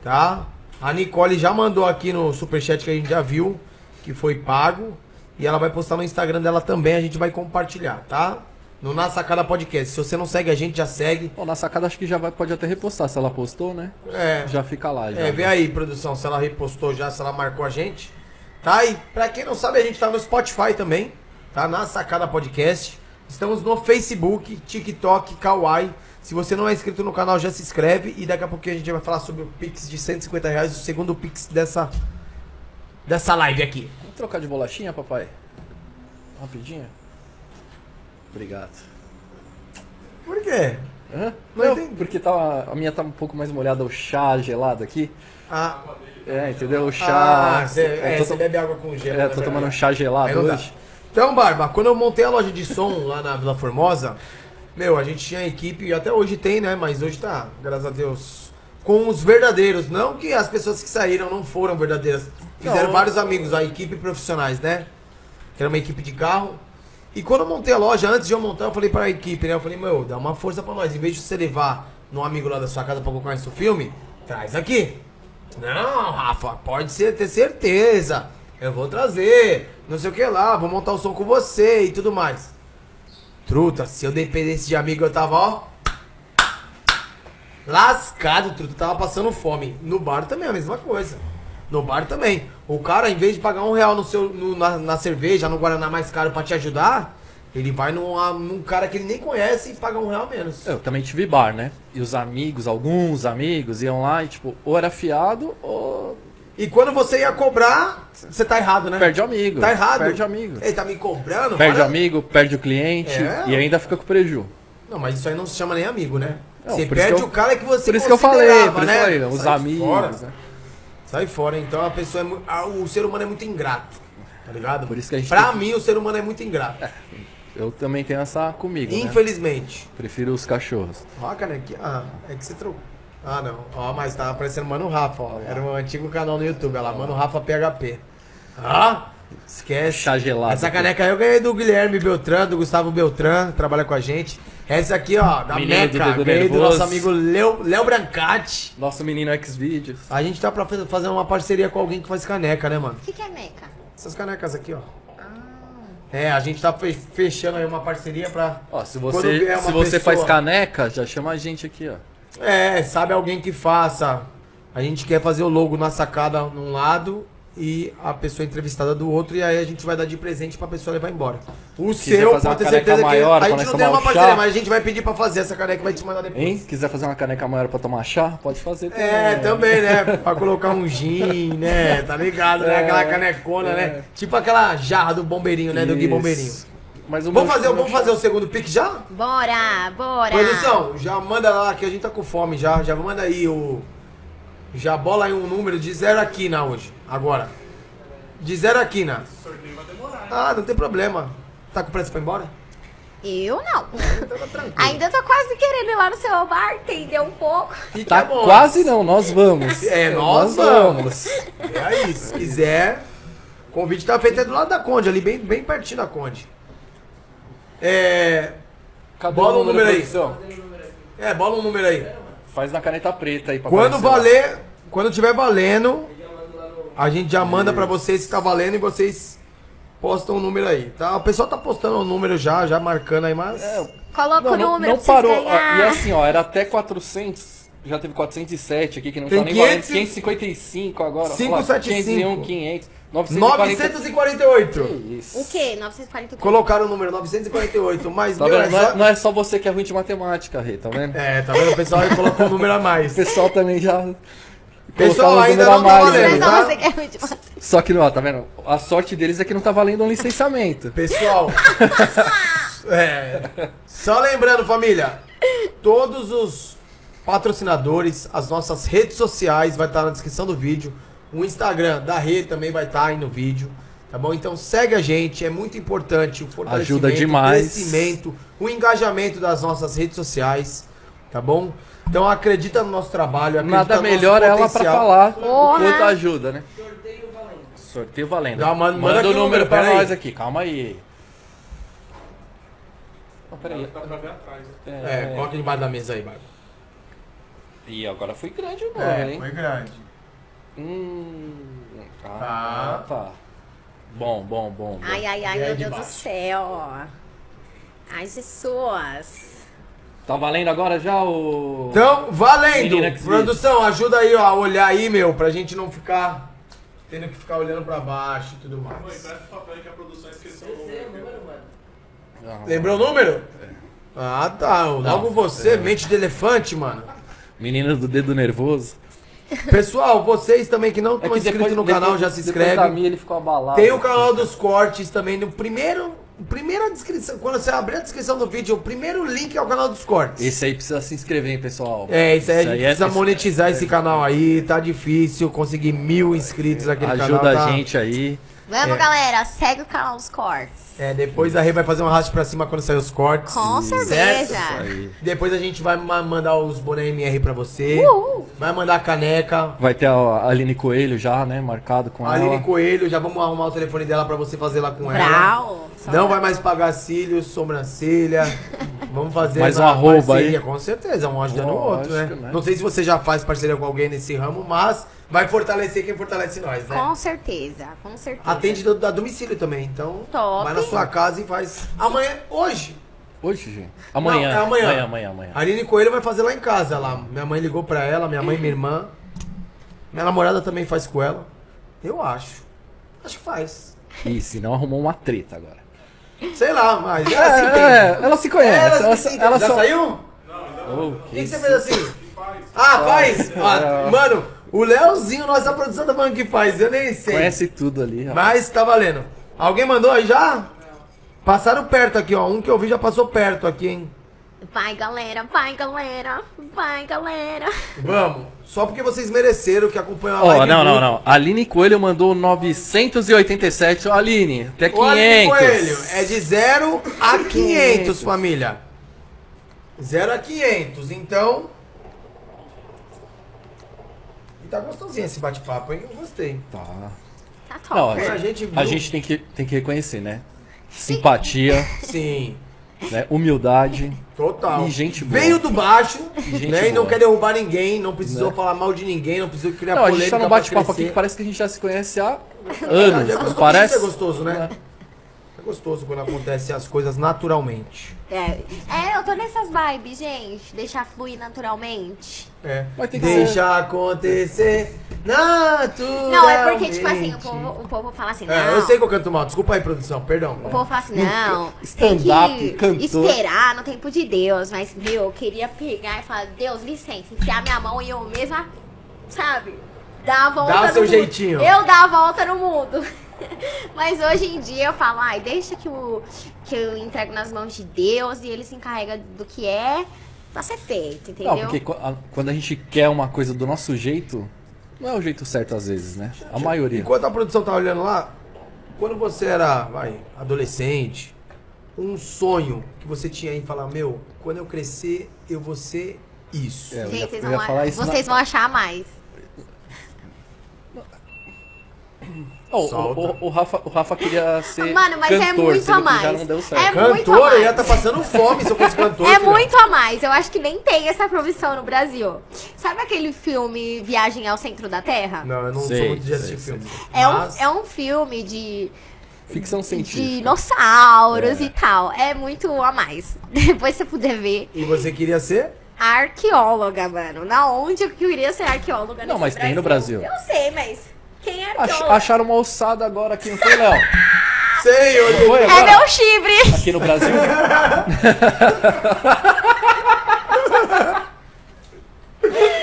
tá? A Nicole já mandou aqui no superchat que a gente já viu, que foi pago. E ela vai postar no Instagram dela também, a gente vai compartilhar, tá? No Na Sacada Podcast. Se você não segue a gente, já segue.
Bom, na sacada acho que já vai, pode até repostar. Se ela postou, né?
É.
Já fica lá. Já.
É, vê aí, produção, se ela repostou já, se ela marcou a gente. Tá? E pra quem não sabe, a gente tá no Spotify também, tá? Na Sacada Podcast. Estamos no Facebook, TikTok, Kawaii. Se você não é inscrito no canal, já se inscreve. E daqui a pouquinho a gente vai falar sobre o Pix de 150 reais, o segundo Pix dessa, dessa live aqui.
Vamos trocar de bolachinha, papai? Rapidinho? Obrigado.
Por quê?
Hã?
Não
Não,
entendi.
porque tá, a minha tá um pouco mais molhada, o chá gelado aqui.
Ah,
É, entendeu? O chá.
ah você é,
eu tô,
você
to-
bebe água com gelo.
é,
né,
tô tomando um
verdade?
chá
Aí
gelado
não dá.
hoje.
Então, Barba, quando eu montei a loja de som lá na Vila Formosa, meu, a gente tinha a equipe, e até hoje tem, né? Mas hoje tá, graças a Deus, com os verdadeiros. Não que as pessoas que saíram não foram verdadeiras. Fizeram
Não.
vários amigos, a equipe profissionais, né? Que era uma equipe de carro. E quando eu montei a loja, antes de eu montar, eu falei pra equipe, né? Eu falei, meu, dá uma força pra nós. Em vez de você levar num amigo lá da sua casa pra colocar isso no filme, traz aqui. Não, Rafa, pode ser, ter certeza. Eu vou trazer, não sei o que lá, vou montar o som com você e tudo mais. Truta, se eu dependesse de amigo, eu tava, ó. Lascado, truta, tava passando fome. No bar também é a mesma coisa. No bar também. O cara, em vez de pagar um real no seu, no- na, na cerveja, no Guaraná mais caro pra te ajudar, ele vai numa- num cara que ele nem conhece e paga um real menos.
Eu também tive bar, né? E os amigos, alguns amigos, iam lá e, tipo, ou era fiado ou
E quando você ia cobrar, você tá errado, né?
perde o amigo.
Tá errado.
Perde o amigo.
Ele tá me cobrando?
Perde o
Para.
amigo, perde o cliente
É.
e ainda fica com prejuízo.
Não, mas isso aí não se chama nem amigo, né?
Não,
você
por isso
perde
que eu-
o cara que você
Por isso que eu falei,
considerava,
por isso que eu
né?
falei, os
Sai fora.
amigos, né?
Sai fora, então a pessoa é mu- ah, o ser humano é muito ingrato. Tá ligado?
Por isso que né? a gente
pra
tem
mim, o ser humano é muito ingrato.
Eu também tenho essa comigo, né?
Infelizmente.
Prefiro os cachorros.
Ó, a canequinha. Ah, é que você trocou. Ah, não. Ó, mas tá aparecendo Mano Rafa,
É.
ó. Era um antigo canal no YouTube, olha lá. Mano Rafa PHP. Ah, esquece.
Chá Tá gelado.
Essa caneca aí eu ganhei do Guilherme Beltran, do Gustavo Beltran, que trabalha com a gente. Essa aqui, ó, da
Menino do
Meca,
dedo
ganhei do
nervoso.
nosso amigo Leo, Léo Brancati.
Nosso menino Xvideos.
A gente tá pra fa- fazer uma parceria com alguém que faz caneca, né, mano?
O que, que é meca?
Essas canecas aqui, ó. É, a gente tá fe- fechando aí uma parceria pra.
Ó, se
Quando
você,
vier uma
se você faz
pessoa-
caneca, já chama a gente aqui, ó.
É, sabe alguém que faça. A gente quer fazer o logo na sacada num lado e a pessoa entrevistada do outro, e aí a gente vai dar de presente pra pessoa levar embora. O seu,
fazer
pode
uma
ter
caneca
certeza
maior
que. A
pra
gente
nós
não tem
tomar
uma
um
parceria,
chá.
mas a gente vai pedir pra fazer essa caneca e vai te mandar depois.
Hein? Quiser fazer uma caneca maior pra tomar chá, pode fazer também.
É, também, né? Pra colocar um gin, né? Tá ligado,
É,
né? Aquela canecona, né? Tipo aquela jarra do bombeirinho, né? Do Gui
Isso.
Bombeirinho.
Mas o
Vamos
meu-
fazer,
meu
vamos É. fazer o segundo pique já?
Bora, bora.
é.
Produção, já manda lá que a gente tá com fome já. Já manda aí o. Já bola aí um número de zero a quina hoje. Agora. De zero a quina. Ah, não tem problema. Tá com pressa pra ir embora?
Eu não.
Então tá tranquilo.
Ainda tô quase querendo ir lá no seu bar, entendeu um pouco.
Fica
Tá
é bom.
quase não,
(laughs)
nós vamos.
É, nós vamos. É aí, se quiser. O convite tá feito é do lado da Conde, ali, bem, bem pertinho da Conde. É.
Cadê
Bola um número aí.
produção?
É, bola um número aí.
Faz na caneta preta aí pra
Quando
aparecer lá.
valer, quando tiver valendo, a gente já manda pra vocês se tá valendo e vocês postam o número aí, tá? O pessoal tá postando o número já, já marcando aí, mas
É,
Coloca
Não,
é o
não,
número
não
pra vocês Ah.
parou.
ganhar.
Ó, E assim, ó, era até 400. Já teve 407 aqui, que não
Tem
tá nem valendo.
500.
555 agora. ó lá,
575.
501, 500. 940.
948.
Isso.
O quê? 940
Colocaram o número 948, mas
Tá
meu, é
vendo? Não,
só...
é, não é só você que é ruim de matemática, Rê, tá vendo?
É, tá vendo? O pessoal aí colocou o número a mais.
(laughs) O pessoal também já.
Pessoal,
colocava o
ainda
número a
não tá
mais,
valendo,
né?
Mas
tá?
não, você quer muito mais.
Só que, ó, tá vendo? A sorte deles é que não tá valendo um licenciamento.
Pessoal, é, só lembrando, família, todos os patrocinadores, as nossas redes sociais vai estar na descrição do vídeo. O Instagram da rede também vai estar aí no vídeo, tá bom? Então segue a gente, é muito importante o fortalecimento,
Ajuda demais.
o crescimento, o engajamento das nossas redes sociais, tá bom? Então acredita no nosso trabalho, acredita
Nada
no nosso
melhor é ela pra
potencial.
falar o
Porra.
quanto ajuda, né? Sorteio valendo.
Não, manda-
manda,
manda aqui
o
o número,
número pra
peraí.
nós aqui, calma aí. Não, peraí.
Dá pra ver atrás. né?
É, coloca debaixo da mesa aí, Marco.
E agora foi grande o nome,
É,
hein?
grande.
Hum.
Tá.
Ah, tá. Bom, bom, bom. bom.
Ai, ai, ai,
É
E aí
meu
de
Deus do
baixo?
céu. Ai, Jesus.
Tá valendo agora já o.
Então, valendo!
Menina que se
Produção, ajuda aí, ó, a olhar aí, meu, pra gente não ficar tendo que ficar olhando pra baixo e tudo
Mãe,
mais.
presta o papel aí que a produção esqueceu É. o número. viu?
Ah,
Lembrou o número? Ah, tá. Logo
Não, é.
você, mente de elefante, mano.
Menino do dedo nervoso.
Pessoal, vocês também que não estão inscritos Tá no canal, já se
É depois da
inscreve. um
minha ele ficou abalado.
Tem o canal dos cortes também no primeiro Primeira descrição, quando você abrir a descrição do vídeo, o primeiro link é o canal dos cortes.
Esse aí precisa se inscrever, hein, pessoal.
É, isso aí, a gente
é-
precisa
esse-
monetizar esse canal aí, tá difícil conseguir mil inscritos aqui no canal.
Ajuda a
tá?
gente aí.
É.
Vamos, galera, segue o canal dos cortes.
É, depois a Rê vai fazer um arrasto pra cima quando sair os cortes.
Com cerveja.
Aí.
Depois a gente vai ma- mandar os boné MR pra você.
Uhul.
Vai mandar a caneca.
Vai ter a Aline Coelho já, né? Marcado com
A
ela.
Aline Coelho, já vamos arrumar o telefone dela pra você fazer lá com
É.
ela.
Brau.
Não vai mais pagar cílios,
(laughs)
sobrancelha. Vamos fazer
Mais
uma
um arroba aí.
parceria, Com certeza, um ajudando o outro, né?
Lógico, né?
Não sei se você já faz parceria com alguém nesse ramo, mas vai fortalecer quem fortalece nós, né?
Com certeza, com certeza.
Atende do, da domicílio também, então
Top.
vai na sua casa e faz. Amanhã, hoje,
Hoje, gente.
Não,
Amanhã.
é amanhã.
Amanhã, amanhã, amanhã.
a Aline Coelho vai fazer lá em casa. Lá. Minha mãe ligou pra ela, minha mãe e minha irmã. Minha namorada também faz com ela. Eu acho. Acho que faz.
Ih, se não arrumou uma treta agora.
Sei lá, mas
É,
ela se entende.
ela se conhece. Ela,
se
é, ela,
entende. Já
só...
saiu?
Oh,
O
que
que, que você
isso.
fez assim? Ah, faz!
É.
Ah, mano, o Leozinho, nossa produção da banca que faz, eu nem sei.
Conhece tudo ali, rapaz.
assim? Mas tá valendo. Alguém mandou aí já? Passaram perto aqui, ó. Um que eu vi já passou perto aqui, hein?
Vai, galera, vai, galera, vai, galera.
Vamos. Só porque vocês mereceram que acompanham a
Ó,
live.
não, não,
muito.
não. Aline Coelho mandou 987. Ó, Aline, até 500.
O Aline Coelho é de 0 a
É
500, família. 0 a 500, então... E tá gostosinho esse bate-papo, hein? Eu gostei.
Tá.
Tá top.
Não,
A é
a gente,
gente viu...
a gente tem, que, tem que reconhecer, né? Simpatia,
Sim,
né? humildade.
total.
E gente boa.
Veio do baixo,
gente
né? E não
boa.
quer derrubar ninguém, não precisou
Né?
falar mal de ninguém, não precisou criar
Não, a gente
É, polêmica
tá num
pra
bate-papo aqui
crescer.
que parece que a gente já se conhece há
Ah,
anos.
é gostoso,
parece.
Isso é gostoso, né? É gostoso quando acontecem as coisas naturalmente.
É, é, eu tô nessas vibes, gente. Deixar fluir naturalmente.
É.
Mas tem que
Deixa
ser-
acontecer naturalmente.
Não, é porque, tipo assim, o povo, o povo fala assim, não.
É, eu sei que eu canto mal. Desculpa aí, produção. Perdão. né?
O povo fala assim, não, tem
stand-up,
que
cantor.
esperar no tempo de Deus. Mas, meu, eu queria pegar e falar, Deus, licença, enfiar minha mão e eu mesma, sabe? Dar a volta
Dá o
no
seu
mundo.
jeitinho.
Eu dar a volta no mundo. (laughs) Mas hoje em dia eu falo, ai, deixa que, o, que eu entrego nas mãos de Deus e ele se encarrega do que é pra ser feito, entendeu?
Não, porque qu- a- quando a gente quer uma coisa do nosso jeito, não é o jeito certo às vezes, né? A maioria.
Enquanto a produção tá olhando lá, quando você era, vai, adolescente, um sonho que você tinha em falar, meu, quando eu crescer, eu vou ser isso.
É. eu ia-
Gente, vocês,
eu
vão,
ia falar isso na-
vocês vão achar mais.
Ó,
Solta.
o, o- o Rafa, o Rafa queria ser.
Mano, mas é
cantor,
muito
sendo
a
que
mais.
Já não deu certo.
É muito a
Cantora,
mais.
eu ia tá passando fome se eu
(laughs)
fosse cantor.
É
filha.
muito a mais. Eu acho que nem tem essa profissão no Brasil. Sabe aquele filme Viagem ao Centro da Terra?
Não, eu não sou
Sei,
muito de
sei,
assistir
sei.
filme.
É,
Mas-
um, é um filme de
Ficção
de
científica.
dinossauros
É.
e tal. É muito a mais. (laughs) Depois você puder ver.
E você queria ser?
A arqueóloga, mano. Na onde eu queria ser arqueóloga?
Não,
nesse
mas tem no Brasil.
Eu sei, mas quem é
Ach-
arqueólogo?
acharam uma ossada agora aqui, não foi, Léo?
Sei, eu
Não Foi
É
agora? (laughs)
meu chifre!
Aqui no Brasil?
acharam,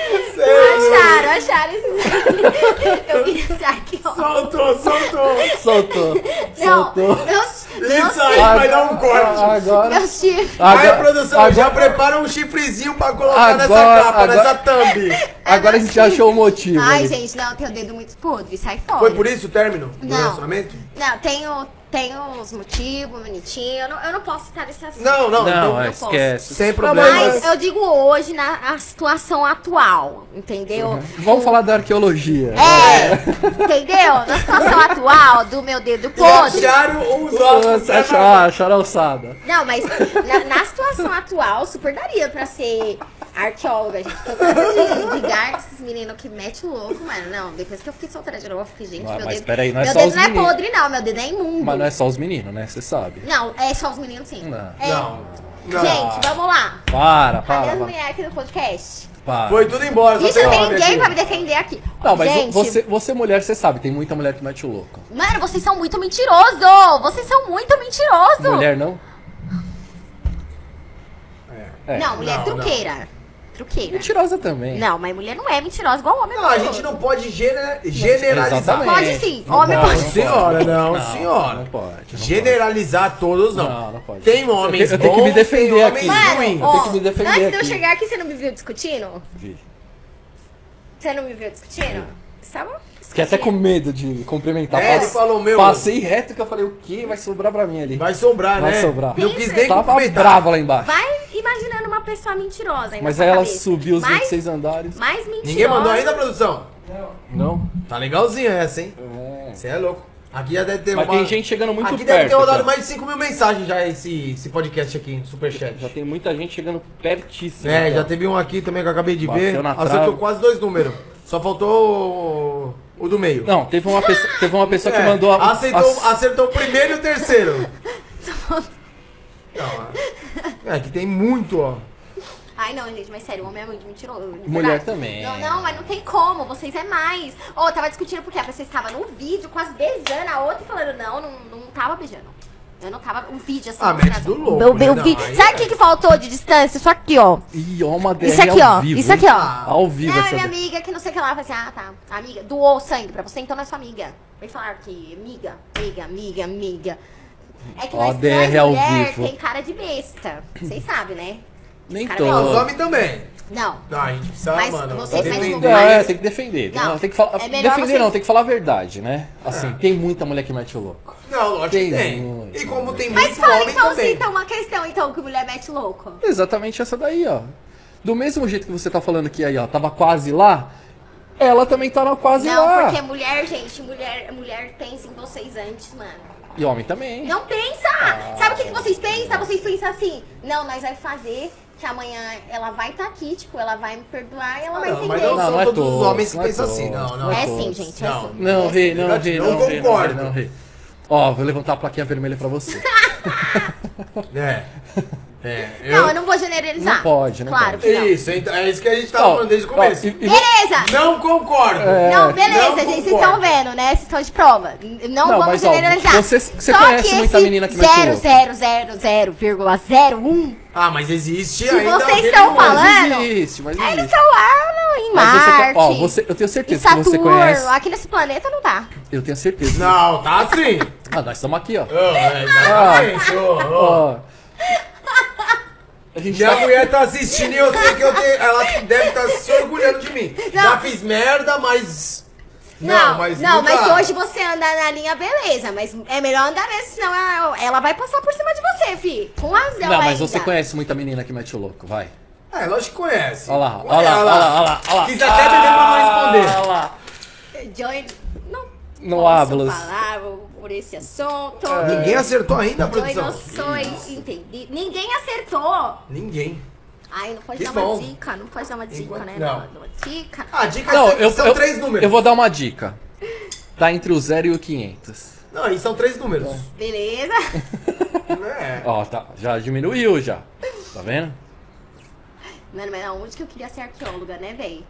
(laughs)
acharam esses. eu queria ser arqueóloga.
Soltou, soltou.
Soltou.
Não,
Soltou.
meus, meus,
Isso aí (laughs) vai dar um corte.
Ah, Agora.
meus chifres.
Aí,
Agora,
produção,
agora,
já prepara um chifrezinho pra colocar nessa
Agora-
capa,
agora-
nessa thumb.
agora a gente achou o motivo.
Ai,
ali.
gente, não, tem o dedo muito podre, sai fora.
Foi por isso o término do
Não.
relacionamento?
Não, tenho, tenho uns motivos bonitinhos. Eu não, eu não posso estar nesse assunto.
Não, não,
Não,
não.
é,
posso.
esquece.
Sem
Mas
problemas.
eu digo hoje, na a situação atual, entendeu?
Vamos falar da arqueologia.
É, entendeu? Na situação atual do meu dedo podre.
Acharam os ossos.
Nossa, acharam, acharam a ossada.
Não, mas na, na situação atual, super daria pra ser arqueóloga, gente. Tô cansada de ligar esses meninos que mete o louco, mano. Não, depois que eu fiquei solteira de novo, eu fiquei, gente,
Mas-
meu
mas
dedo.
peraí, não é
meu
só
dedo
os
não é
meninos.
podre, não, meu dedo é imundo.
Mas não é só os meninos, né? Você sabe.
Não, é só os meninos sim.
Não.
É.
Não, não.
Gente, vamos lá.
Para,
Cadê
para,
as
para.
mulheres aqui do podcast?
para.
Foi tudo embora, só
Isso não tem
homem
ninguém
aqui.
pra me defender aqui.
Não, mas
Gente,
você, você mulher, você sabe, tem muita mulher que mete o louco.
Mano, vocês são muito mentirosos! Vocês são muito mentirosos!
Mulher não?
É.
É.
Não, mulher
Não,
truqueira. truqueira.
Mentirosa também.
Não, mas mulher não é mentirosa igual homem.
Não, a gente não pode gene- generalizar.
Exatamente.
Pode sim, homem
Não,
pode.
não
Senhora, não, senhora.
Não pode. não
Generalizar todos, não.
Não, não pode.
Tem homens
Eu tenho que me
bons,
defender
é tem
aqui.
homens ruins.
Eu
Mano,
tenho
ó,
que me defender
antes de eu
aqui.
chegar aqui, você não me viu discutindo?
pode.
Você não me viu discutindo? Você tava
Fiquei até com medo de cumprimentar.
É, ele
Passe-
falou, meu.
Passei reto que eu falei, o que vai sobrar pra mim ali?
Vai sobrar,
Vai
né?
sobrar.
Não quis nem
Tava
cumprimentar.
brava lá embaixo.
Vai imaginando uma pessoa mentirosa aí na
Mas
sua
aí ela
cabeça.
subiu os
mais,
26 andares.
Mais mentirosa.
Ninguém mandou ainda, produção?
Não?
Tá legalzinho essa, hein?
É.
Você é louco. Aqui já deve ter
Mas
uma-
tem gente chegando muito
Aqui
perto.
deve ter rodado
cara.
mais de 5 mil mensagens já esse, esse podcast aqui, no Superchat.
Já tem muita gente chegando pertíssimo.
É,
cara.
já teve um aqui também que eu acabei de
Bateu
ver.
na
Acertou
trave.
quase dois números. Só faltou o, o do meio.
Não, teve uma pessoa, teve uma pessoa que
É,
mandou a,
aceitou-
a-
Acertou o primeiro e o
(laughs)
terceiro. Não, é. é que tem muito, ó.
Ai, não, gente, mas sério, o homem é muito mentiroso. de
Mulher
verdade.
também.
Não, não, mas não tem como, vocês é mais. Ô, eu tava discutindo porque a pessoa estava no vídeo quase beijando a outra e falando, não, não, não tava beijando. Eu não tava. Um vídeo assim.
Ah,
mostrando-
mete do louco,
Eu- eu
né?
vi-
Não, aí
Sabe
é.
o que, que faltou de distância? Isso aqui, ó.
Ih, ó, uma DR
Isso aqui,
É, ao
ó.
vivo,
Isso aqui,
hein?
ó.
Ao vivo
Ah,
essa
minha
DR.
amiga que não sei o que lá. Eu falei assim, ah, tá. Amiga, doou sangue pra você, então não é sua amiga. Vem falar que amiga, amiga, amiga, amiga. É que
Ó,
nós,
DR
nós
ao
mulher
vivo.
tem cara de besta. Vocês sabem, né?
Nem
Cara,
Ah, Os
todo.
homens também.
Não.
Não, a gente precisa,
Mas
mano.
vocês mais
defender.
Não, é, tem que defender.
Não,
Não, tem que falar,
é melhor
defender
vocês- É.
não, tem que falar a verdade, né? Assim, tem muita mulher que mete o louco.
Não, lógico que
Tem
tem.
muito.
E como tem
Mas
muito
fala
homem
então se
também.
então uma questão, então, que mulher mete louco.
Exatamente essa daí, ó. Do mesmo jeito que você tá falando que aí, ó, tava quase lá, ela também tá na quase
Não,
lá.
porque é mulher, gente, mulher, mulher pensa em vocês antes, mano.
E homem também.
Não pensa! Sabe o que, que vocês pensam? Vocês pensam assim, não, nós vai fazer, que amanhã ela vai estar aqui, tipo, ela vai me perdoar e ela
Ah,
vai
não, mas
entender.
não, são
Não, é
todos os
todos,
homens que
não é
pensam
todos,
assim. Não, não.
não
é
todos.
sim, gente, é
Não.
sim.
Não, Rê, não,
Verdade,
Rê,
não
não, Rê, não, Rê,
concordo.
não, Rê. Ó, vou levantar a plaquinha vermelha
(laughs)
pra você.
É. É.
Não, eu não vou generalizar.
Não pode, não
Claro
pode.
que não.
Isso, então, é isso que a gente tava
Ó,
falando desde o
ó,
começo.
e- É, e-
Beleza!
Não concordo.
Não, beleza,
não
gente, vocês
concordo.
estão vendo, né? Vocês estão de prova. N- Não,
Não,
vamos
mas, ó,
generalizar.
você- você conhece muita menina que mete
zero,
louco.
zero, zero, zero, vírgula zero, um,
Ah, mas existe
que
ainda.
vocês
aquele
estão
homem.
falando,
Mas existe, mas
eles
existe.
estão lá no- em
Mas você
Marte,
tá- ó, você, eu tenho
em
certeza que você
Saturno,
conhece.
aqui nesse planeta não tá.
Eu tenho certeza.
Não, tá assim.
Ah, nós estamos aqui, ó.
Não, é, exatamente. ô, ô.
Ó. A gente
Minha
Ah.
tá-
mulher tá assistindo e eu sei que eu tenho. Ela deve estar se orgulhando de mim. Já fiz merda, mas.
Não, não, mas,
dá.
hoje você anda na linha beleza, mas é melhor andar mesmo, senão ela, ela vai passar por cima de você, fi. Com razão
Não, mas
Então ainda.
você conhece muita menina que mete o louco, vai.
É, lógico que conhece.
Olha lá,
Conhece,
olha lá, olha lá, olha lá, olha lá. Ah!
Quis até beber pra não responder.
Johnny, não,
Não
posso
hablas.
falar por esse assunto.
É. Ninguém acertou ainda,
Johnny,
produção?
não sou entendido. Ninguém acertou.
Ninguém.
Ai, não pode
Que
dar
bom.
uma dica, não pode dar uma dica,
Enquanto-
né?
não.
Uma dica.
Ah, dica
Não,
são,
eu,
são
eu-
três números.
Eu vou dar uma dica. Tá entre o 0 e o 500.
Não, e são três números.
Beleza? (laughs)
É.
Ó, tá, já diminuiu já. Tá vendo?
Mano, mas aonde que eu queria ser arqueóloga, né, véi?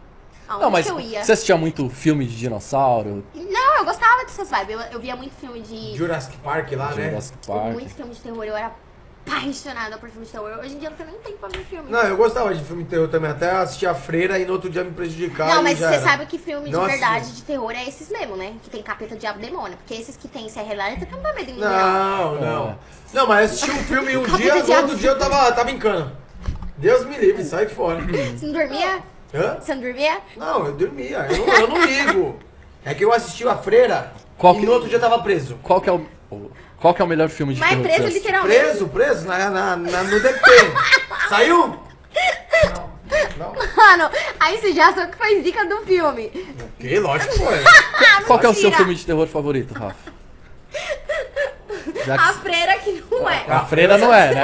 Aonde
Não, mas
que eu ia?
você assistia muito filme de dinossauro,
Não, eu gostava dessas vibes. Eu, eu via muito filme de.
Jurassic Park lá, né?
Jurassic Park.
Muito filme de terror, eu era apaixonada por filme de terror. Hoje em dia eu não tenho nem tempo pra ver filme.
Não, eu gostava de filme de terror também. Até assistir a freira e no outro dia me prejudicar.
Não,
e
mas
já
você
era.
sabe que filme de
Nossa.
verdade de terror é esses mesmo, né? Que tem capeta, diabo, demônio. Porque esses que tem é Serra Elétrica não dá tá medo em mim, não.
Não, não. Não, mas assisti um filme um dia,
Capeta
no
de
outro
aço.
dia eu tava, tava em cana. Deus me livre, sai fora.
Você não dormia?
Hã?
Você não dormia?
Não, eu dormia, eu não, eu não ligo. É que eu assisti a freira
Qual
e
que-
no outro dia tava preso.
Qual que é o. o- Qual que é o melhor filme de
Mas
terror? que
preso
você assiste?
literalmente.
Preso, preso na, na, na- no DP. Saiu? Não. Não?
Mano, aí você já só que foi dica do filme.
Que lógico, pô. é.
Ah,
Qual que é o seu
mentira.
filme de terror favorito,
(laughs)
Rafa? Já que-
A freira que não é.
A freira não é, né?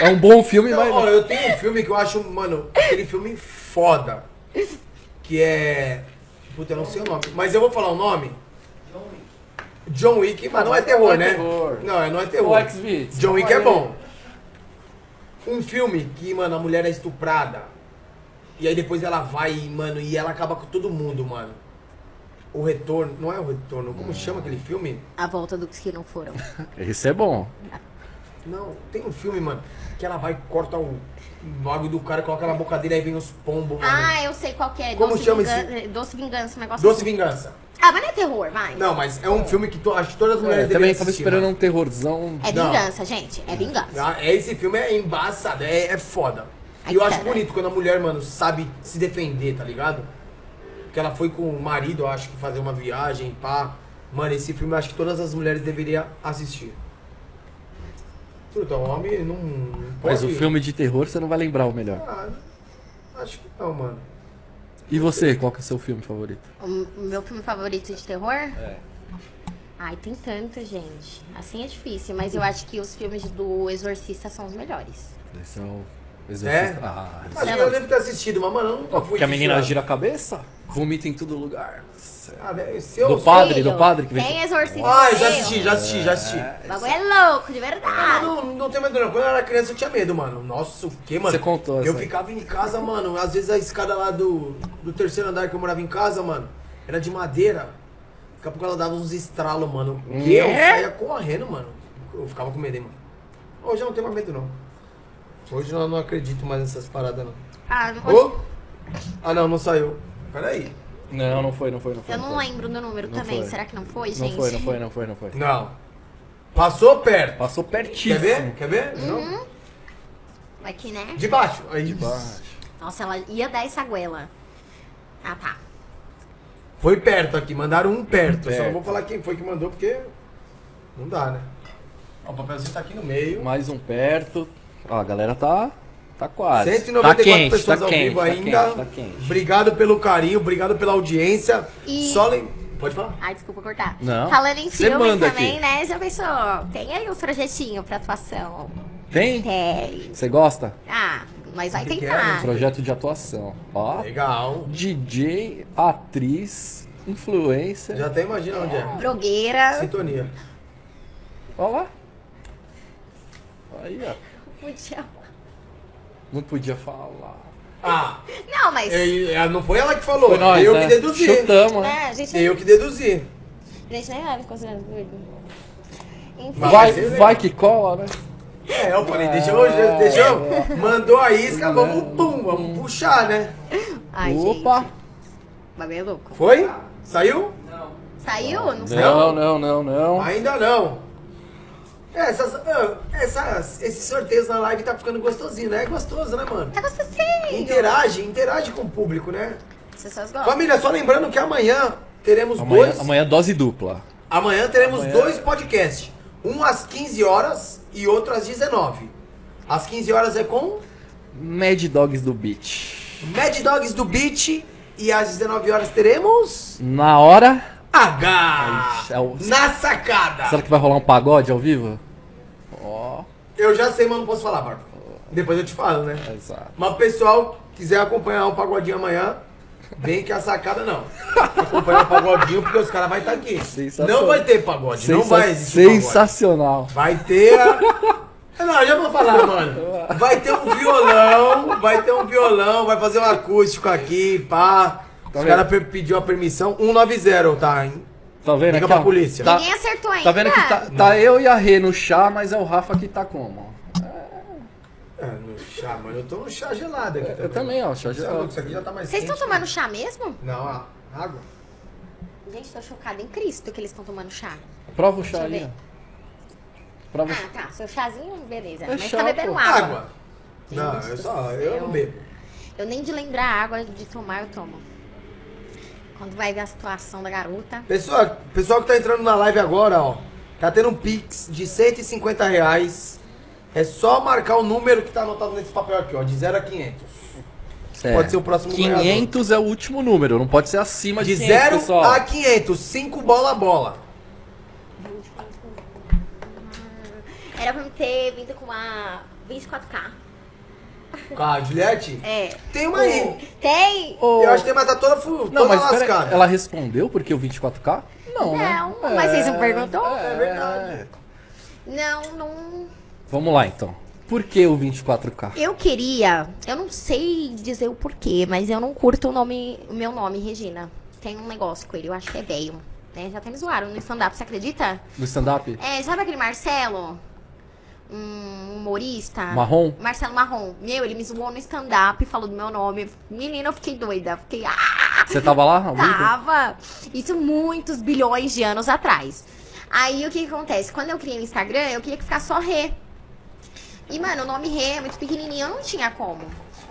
É um bom filme,
Não,
mas.
ó, eu tenho um filme que eu acho, mano, aquele filme foda. Que é. Puta, eu não sei o nome. Mas eu vou falar o nome. John Wick, mas não é terror, né?
terror.
Não, é- não é
O
terror.
X-Videos.
John Wick é bom. Um filme que, mano, a mulher é estuprada. E aí depois ela vai, mano, e ela acaba com todo mundo, mano. O retorno. Não é o retorno. Como chama aquele filme?
A volta dos que não foram.
Esse é bom.
Não, tem um filme, mano, que ela vai e corta o mago do cara, coloca na boca dele, aí vem os pombos, mano.
Ah, eu sei qual que é.
Como
Doce
chama
Vingan-
esse-
eh, Doce Vingança, um negócio
Doce Vingança.
assim. Ah, mas não é terror, vai.
Não, mas é um filme que to- acho que todas as mulheres
É, Eu também
deveriam
tava
assistir,
esperando
mano.
um terrorzão.
É
Não.
vingança, gente. É vingança.
Ah, Esse filme é embaçado, é, é foda.
Ai,
E eu acho
cara.
bonito quando a mulher, mano, sabe se defender, tá ligado? Porque ela foi com o marido, eu acho que fazer uma viagem, pá. Mano, esse filme eu acho que todas as mulheres deveriam assistir. Puta, o homem não. não
Mas o
pode-
filme de terror você não vai lembrar o melhor.
Ah, acho que não, mano.
E você, qual que é o seu filme favorito?
O meu filme favorito de terror?
É.
Ai, tem tanto, gente. Assim é difícil, mas eu acho que os filmes do Exorcista são os melhores.
Esse é o Exorcista. Ah,
Assim,
Não,
eu
mas-
devo ter assistido, mas, mano, eu nunca fui.
que a menina
fissurado.
gira a cabeça, vomita em todo lugar.
Ah, velho, se eu.
Do padre,
Filho,
do padre que vem.
Tem Exorcista.
Ah, já
meu.
assisti, já assisti, já assisti.
O bagulho é louco, de
Ah,
verdade.
não, não tem medo não. Quando eu era criança eu tinha medo, mano. Nossa, o que, mano?
Você contou
Eu
essa aí.
ficava em casa, mano. Às vezes a escada lá do, do terceiro andar que eu morava em casa, mano, era de madeira. Daqui a pouco ela dava uns estralos, mano. E eu
É?
saía correndo, mano. Eu ficava com medo, hein, mano. Hoje eu não tenho mais medo, não. Hoje eu não acredito mais nessas paradas, não.
Ah, não
Ô?
consigo-
Ah, não, não saiu. Peraí.
Não, não foi, não foi, não foi.
Eu não
foi.
lembro do número
Não
também.
foi.
Será que não foi,
Não
gente?
foi, não foi, não foi, não foi.
Não. Passou perto.
Passou
Quer
pertíssimo.
ver? Quer ver? Não?
Vai que, né?
De baixo. Aí. De
Baixo.
Nossa, ela ia dar essa goela. Ah, tá.
Foi perto aqui, mandaram um perto. Eu Só não
Perto.
vou falar quem foi que mandou, porque não dá, né? Ó, o papelzinho tá aqui no meio.
Mais um perto. Ó, a galera tá. Tá quase.
194
tá quente,
pessoas
tá
ao
quente,
vivo
tá
ainda.
Quente, tá quente.
Obrigado pelo carinho, obrigado pela audiência.
E-
Só lem... Pode falar?
Ai, desculpa cortar.
Não.
Falando em
Você
filme
manda
também,
aqui.
né? Já pensou? Tem aí uns projetinhos pra atuação.
Tem?
Tem.
Você gosta?
Ah, mas vai
O que que é,
tentar.
Projeto de atuação. Ó.
Legal.
DJ, atriz, influencer.
Já até imagina onde é.
Blogueira.
Sintonia.
Ó lá. Aí, ó.
Podia-
Não podia falar.
Ah,
Não, mas.
e- e- não foi ela que falou.
Foi nós,
eu
né?
que deduzi.
Chutamos, né?
Né, a gente,
Eu que deduzi.
a gente nem leva em consideração tudo. Enfim.
Mas
Vai,
você vê.
vai que cola, né?
É, eu falei, deixa eu, deixa eu. Mandou a isca, vamos pum, vamos puxar, né?
Ai,
Opa!
gente. o Bagulho é louco.
Foi? Saiu?
Saiu? Não saiu?
Não, não, não, não.
Ainda não. É, Essas, ah, essas, esses sorteios na live tá ficando gostosinho, né? É gostoso, né, mano?
É gostosinho.
Interage, interage com o público, né?
As pessoas gostam.
Família, só lembrando que amanhã teremos
Amanhã,
dois. Amanhã,
amanhã é dose dupla.
teremos
Amanhã-
dois podcasts. Um às 15 horas e outro às 19. Às 15 horas é com
Mad Dogs do Beach.
Mad Dogs do Beat. E às 19 horas teremos.
Na hora.
H!
Ai, é o-
Na sacada!
Será que vai rolar um pagode ao vivo? Ó,
Eu já sei, mas não posso falar, Bárbara. Depois eu te falo, né?
exato.
Mas pessoal, quiser acompanhar o pagodinho amanhã, vem que a sacada não. Acompanhar o pagodinho, porque os caras vão estar aqui.
Sensacional.
Não vai ter pagode, não
Sensa-
vai existir um pagode.
Sensacional.
Vai ter a... É, Não, já vou falar, mano. Vai ter um violão, vai ter um violão, vai fazer um acústico aqui, pá. Os
Tá vendo?
caras pe- pediu a permissão, 190, tá? Hein?
Tá vendo
Liga
aqui, ó?
pra polícia.
Tá,
Ninguém acertou ainda.
tá vendo que tá, tá eu e a Rê no chá, mas é o Rafa que tá como?
É, no chá, mano, eu tô no chá gelado aqui
Eu também, ó, chá
Você é louco,
gelado.
isso aqui já tá mais
Vocês estão
quente.
tomando chá mesmo?
Não, a água.
Gente, tô chocada em Cristo que eles estão tomando chá.
Prova o chá
Deixa
aí,
eu
ó. Prova o chá.
Ah, tá. Seu chazinho, beleza.
É
Mas
chá,
tá bebendo
pô.
água.
Água. Não, eu só, eu não bebo.
Eu nem de lembrar a água de tomar, eu tomo. Quando vai ver a situação da garota.
Pessoal, pessoal que tá entrando na live agora, ó, tá tendo um Pix de 150 reais. É só marcar o número que tá anotado nesse papel aqui, ó, de 0 a 500. É. Pode ser o próximo né?
500 é o último número, não pode ser acima de,
De
500,
0
pessoal.
a 500, 5 bola a bola.
Era pra me ter vindo com uma 24K.
Com a Juliette?
É.
Tem uma aí.
Tem?
Ô,
Eu acho que tem, mas tá toda, fu-
Não,
toda
mas pera,
lascada.
ela respondeu porque o 24K? Não, né?
Não, mas vocês não perguntou?
É verdade.
Não, não.
Vamos lá, então. Por que o 24K?
Eu queria. Eu não sei dizer o porquê, mas eu não curto o nome, o meu nome, Regina. Tem um negócio com ele, eu acho que é velho. Né? Já até me zoaram no stand-up, você acredita?
No stand-up?
É, sabe aquele Marcelo? um humorista.
Marrom?
Marcelo Marrom. Meu, ele me zoou no stand-up, falou do meu nome. Menina, eu fiquei doida. Fiquei, ah!
Você tava lá? ao vivo?
Tá. Tava. Isso muitos bilhões de anos atrás. Aí o que, que acontece? Quando eu criei o Instagram, eu queria que ficasse só Rê. E, mano, o nome Rê é muito pequenininho, eu não tinha como.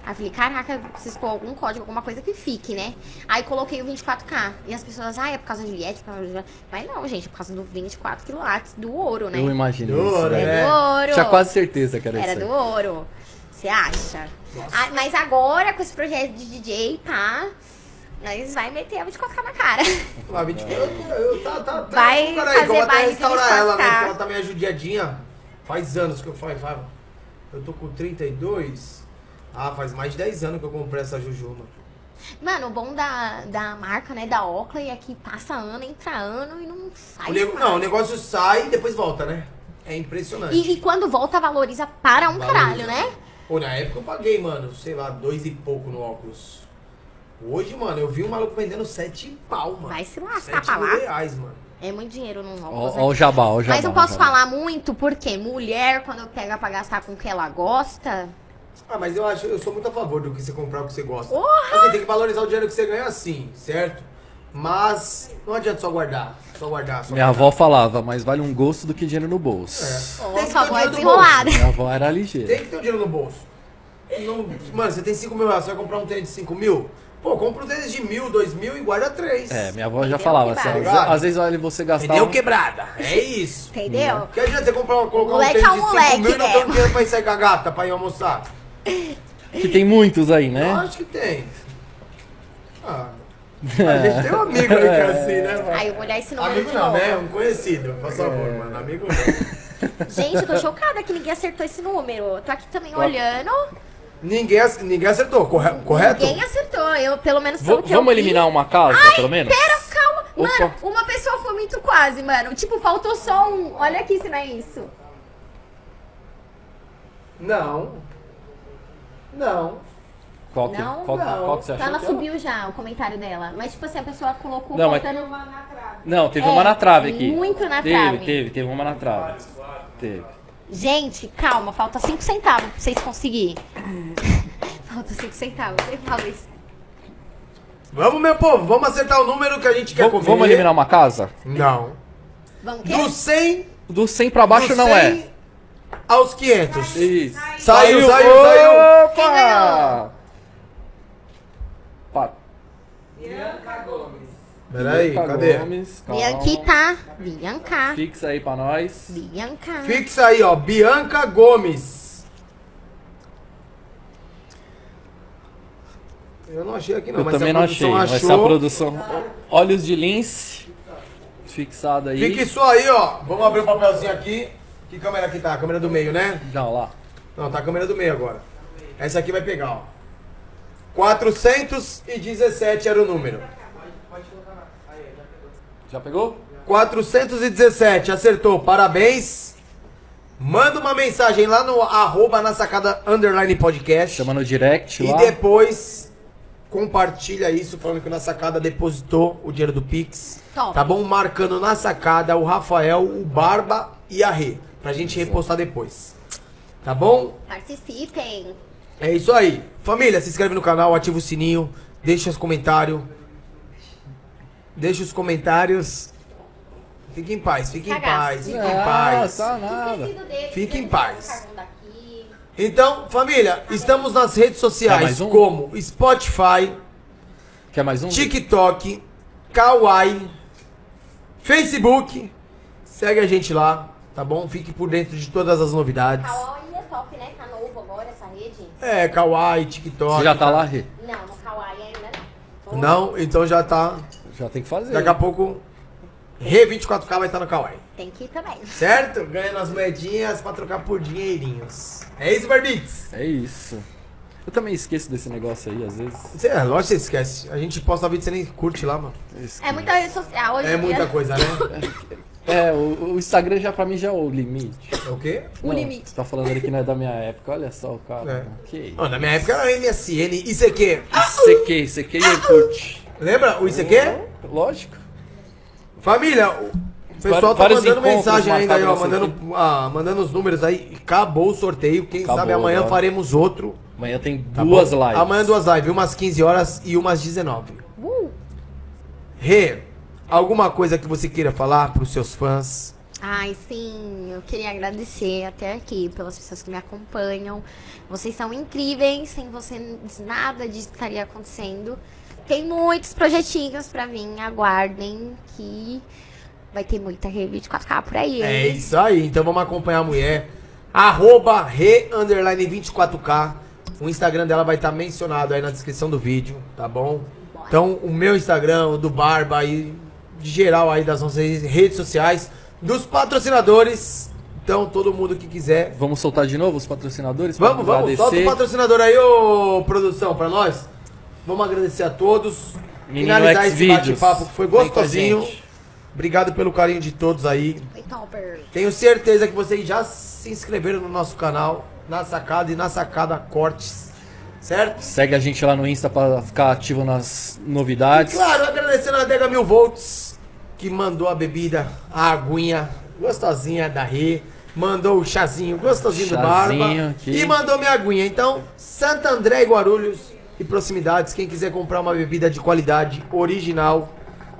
Aí eu falei, caraca, preciso pôr algum código, alguma coisa que fique, né? Aí coloquei o 24K. E as pessoas, ah, é por causa da Juliette, por causa da Juliette. Mas não, gente, é por causa do 24 quilates do ouro, né?
Eu imagino
Do
isso,
ouro,
né?
né?
É do ouro.
Tinha quase certeza que era,
Era
isso aí.
do ouro. Você acha? Ah, mas agora, com esse projeto de DJ, pá, nós vai meter a 24K na cara. (laughs)
Ah, 20 eu, eu, tá, tá, tá. Peraí,
Vai
que eu
fazer
vou até
baile
restaurar
que a gente
ela, né?
pode
Porque
tá.
ela tá meio judiadinha. Faz anos que eu faço. vai, Eu tô com 32. Ah, faz mais de 10 anos que eu comprei essa Jujuba.
Mano, o bom da, da marca, né, da Oakley, é que passa ano, entra ano e não sai.
O nego-
mais.
não, o negócio sai e depois volta, né? É impressionante.
E, e quando volta, valoriza para um
Valoriza.
caralho, né?
Pô, na época eu paguei, mano, sei lá, dois e pouco no óculos. Hoje, mano, eu vi um maluco vendendo sete pau, mano.
Vai se lascar
sete
pra
mil
lá.
reais, mano.
É muito dinheiro num
Ó,
óculos. né?
ó o jabá, ó o jabá.
Mas não
ó o
posso
jabá.
falar muito, porque mulher, quando pega pra gastar com o que ela gosta,
Ah, mas eu acho, eu sou muito a favor do que você comprar o que você gosta. Assim, tem que valorizar o dinheiro que você ganha assim, certo? Mas não adianta só guardar, só guardar, só
Minha
guardar.
avó falava, mas vale um gosto do que dinheiro no bolso.
É.
ou
que ter o
só vai
dinheiro no bolso.
desenrolada.
Minha avó era ligeira.
Tem que ter o dinheiro no bolso. Não- mano, você tem 5 mil reais, você vai comprar um tênis de 5 mil? Pô, compra um tênis de mil, dois mil e guarda três.
É, minha avó já
Entendeu?
falava
Que
assim,
vale.
às vezes- às vezes olha você gastar
Entendeu?
um...
Quebrada. É isso.
Entendeu?
Que adianta você comprar, uma- colocar
Moleque
um
é
tênis
um
de 5
moleque,
mil e não
né?
ter um dinheiro pra ir sair com a gata, pra ir almoçar?
que tem muitos aí, né?
Eu acho que tem.
(laughs)
Ah, a gente tem um amigo aí que é assim, né, mano?
Aí eu vou olhar esse número
Amigo
de
não,
novo.
né? Um conhecido, por favor,
É.
mano. Amigo não.
Gente, eu tô chocada que ninguém acertou esse número. Eu tô aqui também olhando.
Ninguém, ac- ninguém acertou, corre- correto?
Ninguém acertou. Eu, pelo menos,
V-
pelo que
vamos
eu vi-
eliminar uma casa, pelo menos?
Pera, calma. Mano,
Opa.
uma pessoa foi muito quase, mano. Tipo, faltou só um. Olha aqui se não é isso.
Não. Não.
Qual que,
Não, Tá
qual,
não.
qual que você achou
Ela
que era?
subiu já o comentário dela. Mas, tipo assim, a pessoa colocou
Não, mas-
faltando uma na trave.
Não, teve
É,
uma na trave aqui.
muito na
teve,
trave.
Teve, teve uma na trave. Teve.
Gente, calma. Falta 5 centavos pra vocês conseguirem. (laughs) falta 5 centavos. Você fala isso.
Vamos, meu povo, vamos acertar o número que a gente quer
Vamos-
comer.
vamos eliminar uma casa?
Não.
Vamos quê?
Do 100,
Do 100 pra baixo
do
não
100 aos 500.
é. Isso.
Saiu, saiu, saiu.
Opa!
Quem ganhou?
Pa-
Peraí,
Bianca
cadê?
Gomes, calma.
tá Bianquita. Bianca.
Fixa aí pra nós.
Bianca.
Fixa aí, ó. Bianca Gomes. Eu não achei aqui, não.
Eu
mas se a
também não achei,
produção
mas se a
achou,
produção... Olhos de lince. Fixado aí.
Fica isso aí, ó. Vamos abrir o papelzinho aqui. Que câmera que tá? A câmera do meio, né?
Não, lá.
Não, tá a câmera do meio agora. Essa aqui vai pegar, ó. 417 era o número.
Já pegou?
417, acertou, parabéns. Manda uma mensagem lá no arroba na sacada underline podcast.
Chama no direct
E
lá.
depois compartilha isso falando que o na sacada depositou o dinheiro do Pix.
Top.
Tá bom? Marcando na sacada o Rafael, o Barba e a Rê. Pra gente repostar depois. Tá bom?
Participem.
É isso aí. Família, se inscreve no canal, ativa o sininho, deixa os comentários. Deixa os comentários. Fique em paz, fique em
Cagaço.
paz, fique em
Ah,
paz.
tá nada.
Fique em paz. Então, família, estamos nas redes
Quer
sociais
mais um?
como Spotify,
Quer mais um?
TikTok, Kawaii, Facebook. Segue a gente lá, tá bom? Fique por dentro de todas as novidades.
Kawaii é top, né? Tá novo agora essa rede?
É, Kawaii, TikTok.
Você já tá lá, Rê?
Não, no Kawaii ainda não.
Não, então já tá.
Já tem que fazer.
Daqui a pouco, Re24K vai estar no Kawaii.
Tem que ir também.
Certo? Ganhando as moedinhas pra trocar por dinheirinhos. É isso, Barbites?
É isso. Eu também esqueço desse negócio aí, às vezes.
Cê, é, lógico que você esquece. A gente posta vídeo e você nem curte lá, mano.
Eu esqueço.
É muita rede social hoje
É
em dia.
muita coisa, né?
É, o, o Instagram já pra mim já é o limite.
É o quê?
O
Não,
limite.
Você tá falando ali que não é da minha época. Olha só o cara.
É.
Que isso.
Ó, na minha época era MSN, ICQ.
ICQ, ICQ e Orkut.
Lembra o ICQ?
Lógico.
Família, o- O pessoal tá
Vários
mandando
encontros
mensagem ainda aí, ó,
marcados nessa
mandando, ah, mandando os números aí. Acabou o sorteio. Quem
Acabou
sabe amanhã
agora.
faremos outro.
Amanhã tem
tá
duas
bom?
lives.
Amanhã duas lives, umas 15 horas e umas 19.
Uh,
Rê, alguma coisa que você queira falar pros seus fãs?
Ai, sim, eu queria agradecer até aqui pelas pessoas que me acompanham. Vocês são incríveis, sem vocês nada disso estaria acontecendo. Tem muitos projetinhos pra vir, aguardem que vai ter muita Re24K por aí.
É
hein?
isso aí, então vamos acompanhar a mulher. Arroba re underline 24k. O Instagram dela vai estar mencionado aí na descrição do vídeo, tá bom? Então, o meu Instagram, o do Barba aí, de geral aí das nossas redes sociais, dos patrocinadores. Então, todo mundo que quiser.
Vamos soltar de novo os patrocinadores? pra
Vamos, vamos, solta o
agradecer.
patrocinador aí, ô produção, pra nós. Vamos agradecer a todos.
Menino
Finalizar esse
Xvideos.
bate-papo que foi
Vem com a
gostosinho.
gente.
Obrigado pelo carinho de todos aí.
Oi, Topper.
Tenho certeza que vocês já se inscreveram no nosso canal, na sacada e na sacada cortes, certo?
Segue a gente lá no Insta pra ficar ativo nas
E
novidades.
claro, agradecendo a Adega Mil Volts, que mandou a bebida, a aguinha gostosinha da Rê, mandou o chazinho gostosinho do
Chazinho
Barba
aqui.
e mandou minha aguinha. Então, Santo André e Guarulhos e proximidades, quem quiser comprar uma bebida de qualidade original,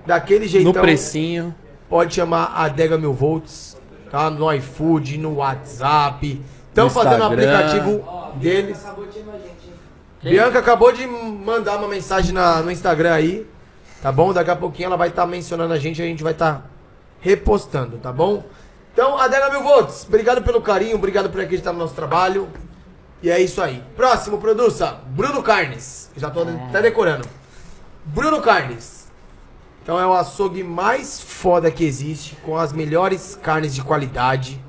daquele
no
jeitão,
precinho.
pode chamar a Adega Mil Volts, tá? No iFood, no WhatsApp. Estão
No
fazendo o
Instagram.
aplicativo deles.
Acabou de ir na gente, hein?
Bianca acabou de mandar uma mensagem na- no Instagram aí, tá bom? Daqui a pouquinho ela vai estar mencionando a gente, a gente vai estar repostando, tá bom? Então, Adega Mil Volts, obrigado pelo carinho, obrigado por acreditar no nosso trabalho. E é isso aí. Próximo, produça, Bruno Carnes. Já tô até decorando. Bruno Carnes. Então é o açougue mais foda que existe, com as melhores carnes de qualidade,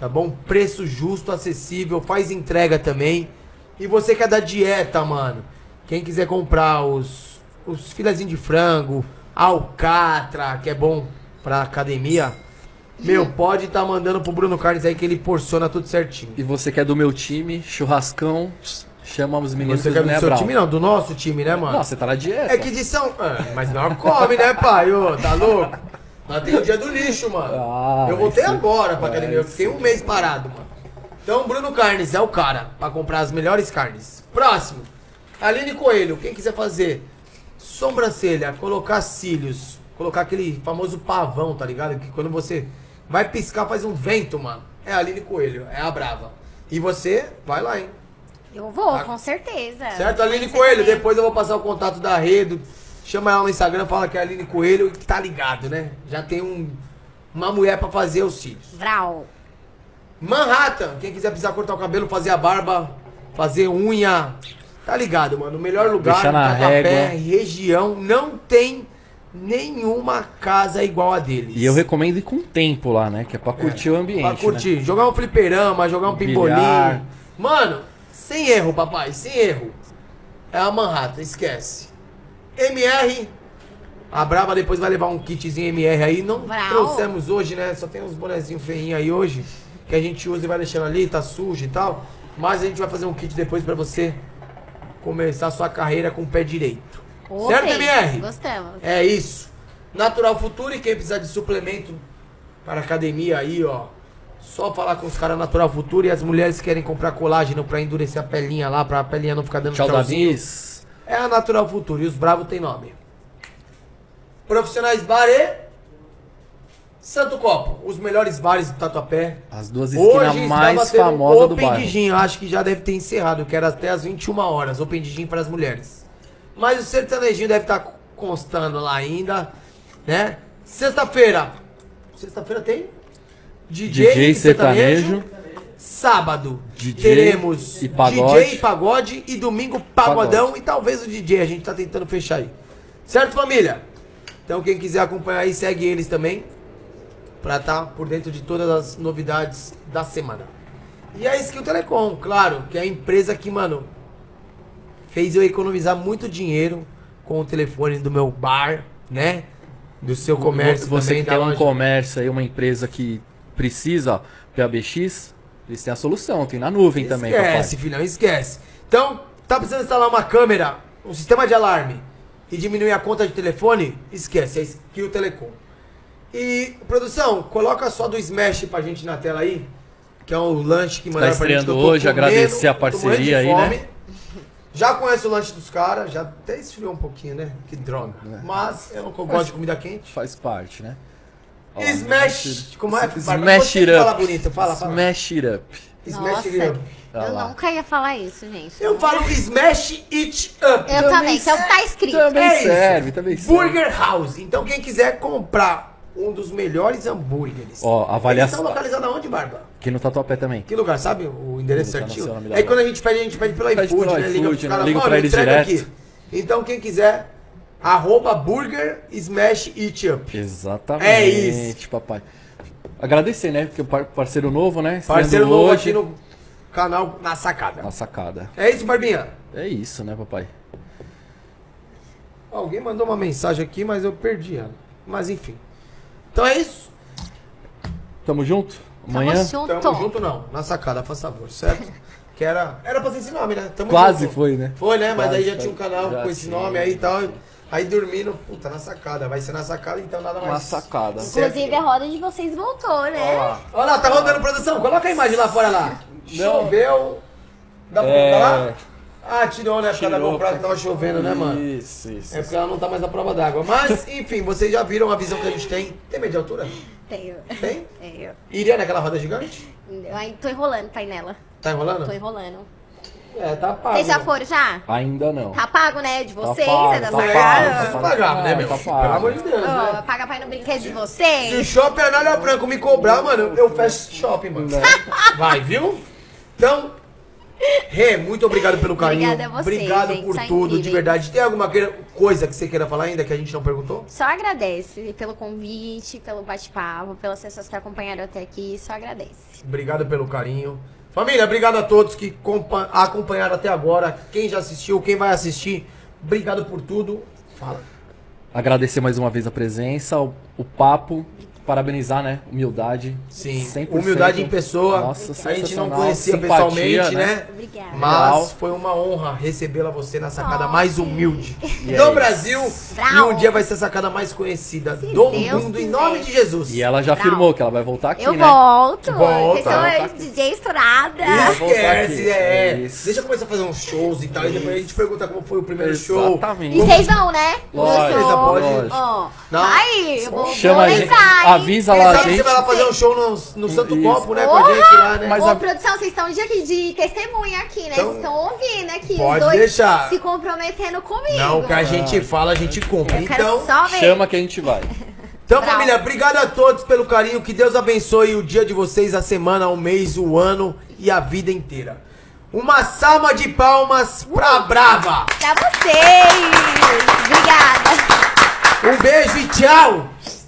tá bom? Preço justo, acessível, faz entrega também. E você que é da dieta, mano, quem quiser comprar os, os filezinhos de frango, alcatra, que é bom pra academia, meu, pode tá mandando pro Bruno Carnes aí que ele porciona tudo certinho.
E você que é do meu time, churrascão, chama os meninos
Você
do
quer do
Guiné
seu
é Brau.
time, não? Do nosso time, né, mano?
Não, você tá na dieta.
É que de São. Ah, mas não come, né, pai? Ô, tá louco? Nós tem o dia do lixo, mano.
Ah,
eu voltei
isso-
agora pra
é,
academia. Eu fiquei um mês parado, mano. Então, Bruno Carnes é o cara pra comprar as melhores carnes. Próximo. Aline Coelho, quem quiser fazer sobrancelha, colocar cílios, colocar aquele famoso pavão, tá ligado? Que quando você vai piscar faz um vento, mano. É a Aline Coelho, é a brava. E você, vai lá, hein?
Eu vou,
Tá.
com certeza.
Certo, Aline
Com
Coelho?
certeza.
Depois eu vou passar o contato da rede. Chama ela no Instagram, fala que é Aline Coelho e que tá ligado, né? Já tem um, uma mulher pra fazer os cílios.
Vral.
Manhattan, quem quiser precisar cortar o cabelo, fazer a barba, fazer unha. Tá ligado, mano? O melhor lugar, é
Deixar na régua.
região, não tem nenhuma casa igual a deles.
E eu recomendo ir com tempo lá, né? Que é pra curtir o ambiente.
Pra curtir, jogar um fliperama, jogar um
Bilhar.
pimbolim. Mano, sem erro, papai, sem erro. É a Manhattan, esquece. MR, a Braba depois vai levar um kitzinho MR aí. Não
Brau.
trouxemos hoje, né? Só tem uns bonezinhos feinhos aí hoje, que a gente usa e vai deixando ali, tá sujo e tal. Mas a gente vai fazer um kit depois pra você começar a sua carreira com o pé direito. Certo,
Ok,
MR?
Gostamos.
É isso. Natural Futuro e quem precisar de suplemento para academia aí, ó. Só falar com os caras Natural Futuro e as mulheres que querem comprar colágeno pra endurecer a pelinha lá, pra pelinha não ficar dando
Tchau,
tchauzinho.
Davis.
É a Natural Futuro e os bravos tem nome. Profissionais Bar e Santo Copo, os melhores bares do Tatuapé.
As duas esquinas
Hoje
mais
estava tendo
famosas do
Open de
bairro.
Gin, eu acho que já deve ter encerrado, que era até às 21 horas, Open de Gin para as mulheres. Mas o sertanejinho deve estar constando lá ainda, né? Sexta-feira. Sexta-feira tem DJ,
DJ
e sertanejo.
sertanejo.
Sábado
DJ
teremos
e pagode.
DJ e pagode e domingo pagodão e talvez o DJ, a gente tá tentando fechar aí. Certo, família? Então quem quiser acompanhar aí, segue eles também pra estar por dentro de todas as novidades da semana. E é a Skill Telecom, claro, que é a empresa que, mano, fez eu economizar muito dinheiro com o telefone do meu bar, né? Do seu comércio
Você
também, é
que
da
tem um
loja.
comércio aí, uma empresa que precisa, ó, PABX, eles têm a solução, tem na nuvem também,
Esquece,
papai.
filhão, esquece. Então, tá precisando instalar uma câmera, um sistema de alarme e diminuir a conta de telefone? Esquece, é Skill Telecom. E, produção, coloca só do Smash pra gente na tela aí, que é o lanche que mandaram pra gente.
Tá estreando
que eu tô
hoje, agradecer a
tô morrendo de
parceria aí,
fome.
né?
Já conheço o lanche dos caras, já até esfriou um pouquinho, né? Que droga. Mas eu não gosto de comida quente.
Faz parte, né? Ó,
Smash, como é?
Smash
Você
it
que
up.
fala bonito, fala, fala.
Smash it up.
Smash it
Nossa. é
up.
Olha
Eu
lá.
nunca ia falar isso, gente.
Eu falo Smash It Up.
Eu também, então tá escrito.
Também
É isso.
serve, também serve.
Burger House. Então quem quiser comprar um dos melhores hambúrgueres.
Ó, avaliação-
Eles estão localizados onde, Barba?
Aqui no Tatuapé tá também.
Que lugar, sabe? O endereço
Vou botar no
certinho.
seu nome da
Aí
barba.
quando a gente pede, a gente pede pelo
Pede
iFood,
pelo
né? Liga
iFood,
pros caras,
né? Liga
"Mano,
pra eles
entrega
direto."
Então quem quiser, arroba Burger Smash It Up.
Exatamente.
É isso.
papai. Agradecer, né? Porque o par- parceiro novo, né? Estreando
Parceiro novo
hoje
aqui no canal Na Sacada.
na sacada.
É isso, Barbinha.
É isso, né, papai?
Alguém mandou uma mensagem aqui, mas eu perdi ela. Mas enfim. Então é isso.
Tamo junto? Amanhã?
Tamo junto.
Tamo junto não, na sacada, faz favor,
(laughs)
certo? Que era. Era pra ser esse nome, né? Tamo
Quase
junto.
foi, né?
Foi, né? Mas
Quase
aí já
foi.
tinha um canal
Já
com esse
tinha,
nome aí e
já
tal.
tinha.
Aí dormindo, puta, na sacada. Vai ser na sacada, então nada mais.
Na sacada.
Inclusive, é a roda de vocês voltou, né?
Olha lá, tá rodando produção. Coloca a imagem lá fora lá. Choveu. Dá pra
É.
colocar lá? Ah, tirou, né? Porque da
Tirou,
GoPro que tava chovendo, né, mano?
Isso, isso.
É porque ela não tá mais na prova d'água.
(laughs)
Mas, enfim, vocês já viram a visão que a gente tem. Tem medo de altura?
Tenho.
Tem?
Tenho.
Iria naquela roda gigante?
Eu ainda tô enrolando, painela.
Tá enrolando?
Tô enrolando.
É, tá pago.
Vocês já foram já?
Ainda não.
Tá pago, né? De vocês,
pago,
é da
tá
sua
É,
pago,
tá
tá
casa.
pagado, né, meu?
Tá
Pelo amor de Deus,
Ó,
né?
Paga pai no brinquedo de
Se o
vocês.
shopping Anália Franco me cobrar, mano, eu fecho esse shopping, mano.
Né.
(laughs) Vai, viu? Então, Rê, muito obrigado pelo carinho.
Obrigada a vocês,
Obrigado
gente, Tá
por
são
tudo, de
incríveis.
verdade. Tem alguma queira- coisa que você queira falar ainda que a gente não perguntou?
Só agradece pelo convite, pelo bate-papo, pelas pessoas que acompanharam até aqui. Só agradece.
Obrigado pelo carinho. Família, obrigado a todos que compa- acompanharam até agora. Quem já assistiu, quem vai assistir, obrigado por tudo. Fala.
Agradecer mais uma vez a presença, o, o papo, parabenizar, né? Humildade.
Sim,
100%.
humildade em pessoa.
Nossa,
a gente não
sensacional.
conhecia
Simpatia,
pessoalmente, né?
né?
Obrigada.
Mas
Legal.
foi uma honra recebê-la você na sacada
Ai.
mais humilde
E é
do
isso.
Brasil. E
Brau.
um dia vai ser a sacada mais conhecida do
Deus
mundo, em
quiser.
nome de Jesus.
E ela já
Brau.
afirmou que ela vai voltar aqui,
eu
né?
volto.
Volta,
Vocês são
volta.
DJ estourada.
Ela vai voltar
Esquece,
aqui.
é. é.
Isso.
Deixa eu começar a fazer uns shows e tal. E depois a gente pergunta como foi o primeiro show.
Exatamente.
E vocês vão, né?
Lógico,
Eu sou-
pode.
Ó,
Não.
aí, eu vou,
Chama
vou
a gente.
pensar, hein?
Avisa
Quem
lá a
sabe você
gente.
vai lá fazer um show no, no Santo
Isso.
Copo, né? Com a gente lá, né?
Mas
Ô,
a-
produção, vocês estão de, aqui de testemunha aqui, né?
Então,
vocês estão ouvindo aqui
pode
os dois
deixar.
se comprometendo comigo.
não, o que a gente fala, a gente cumpre.
Eu quero
Ah. Então,
só ver.
Chama que a gente vai.
Então,
Brau.
família, obrigado a todos pelo carinho. Que Deus abençoe o dia de vocês, a semana, o mês, o ano e a vida inteira. Uma salva de palmas pra Brava.
Pra vocês. Obrigada.
Um beijo e tchau.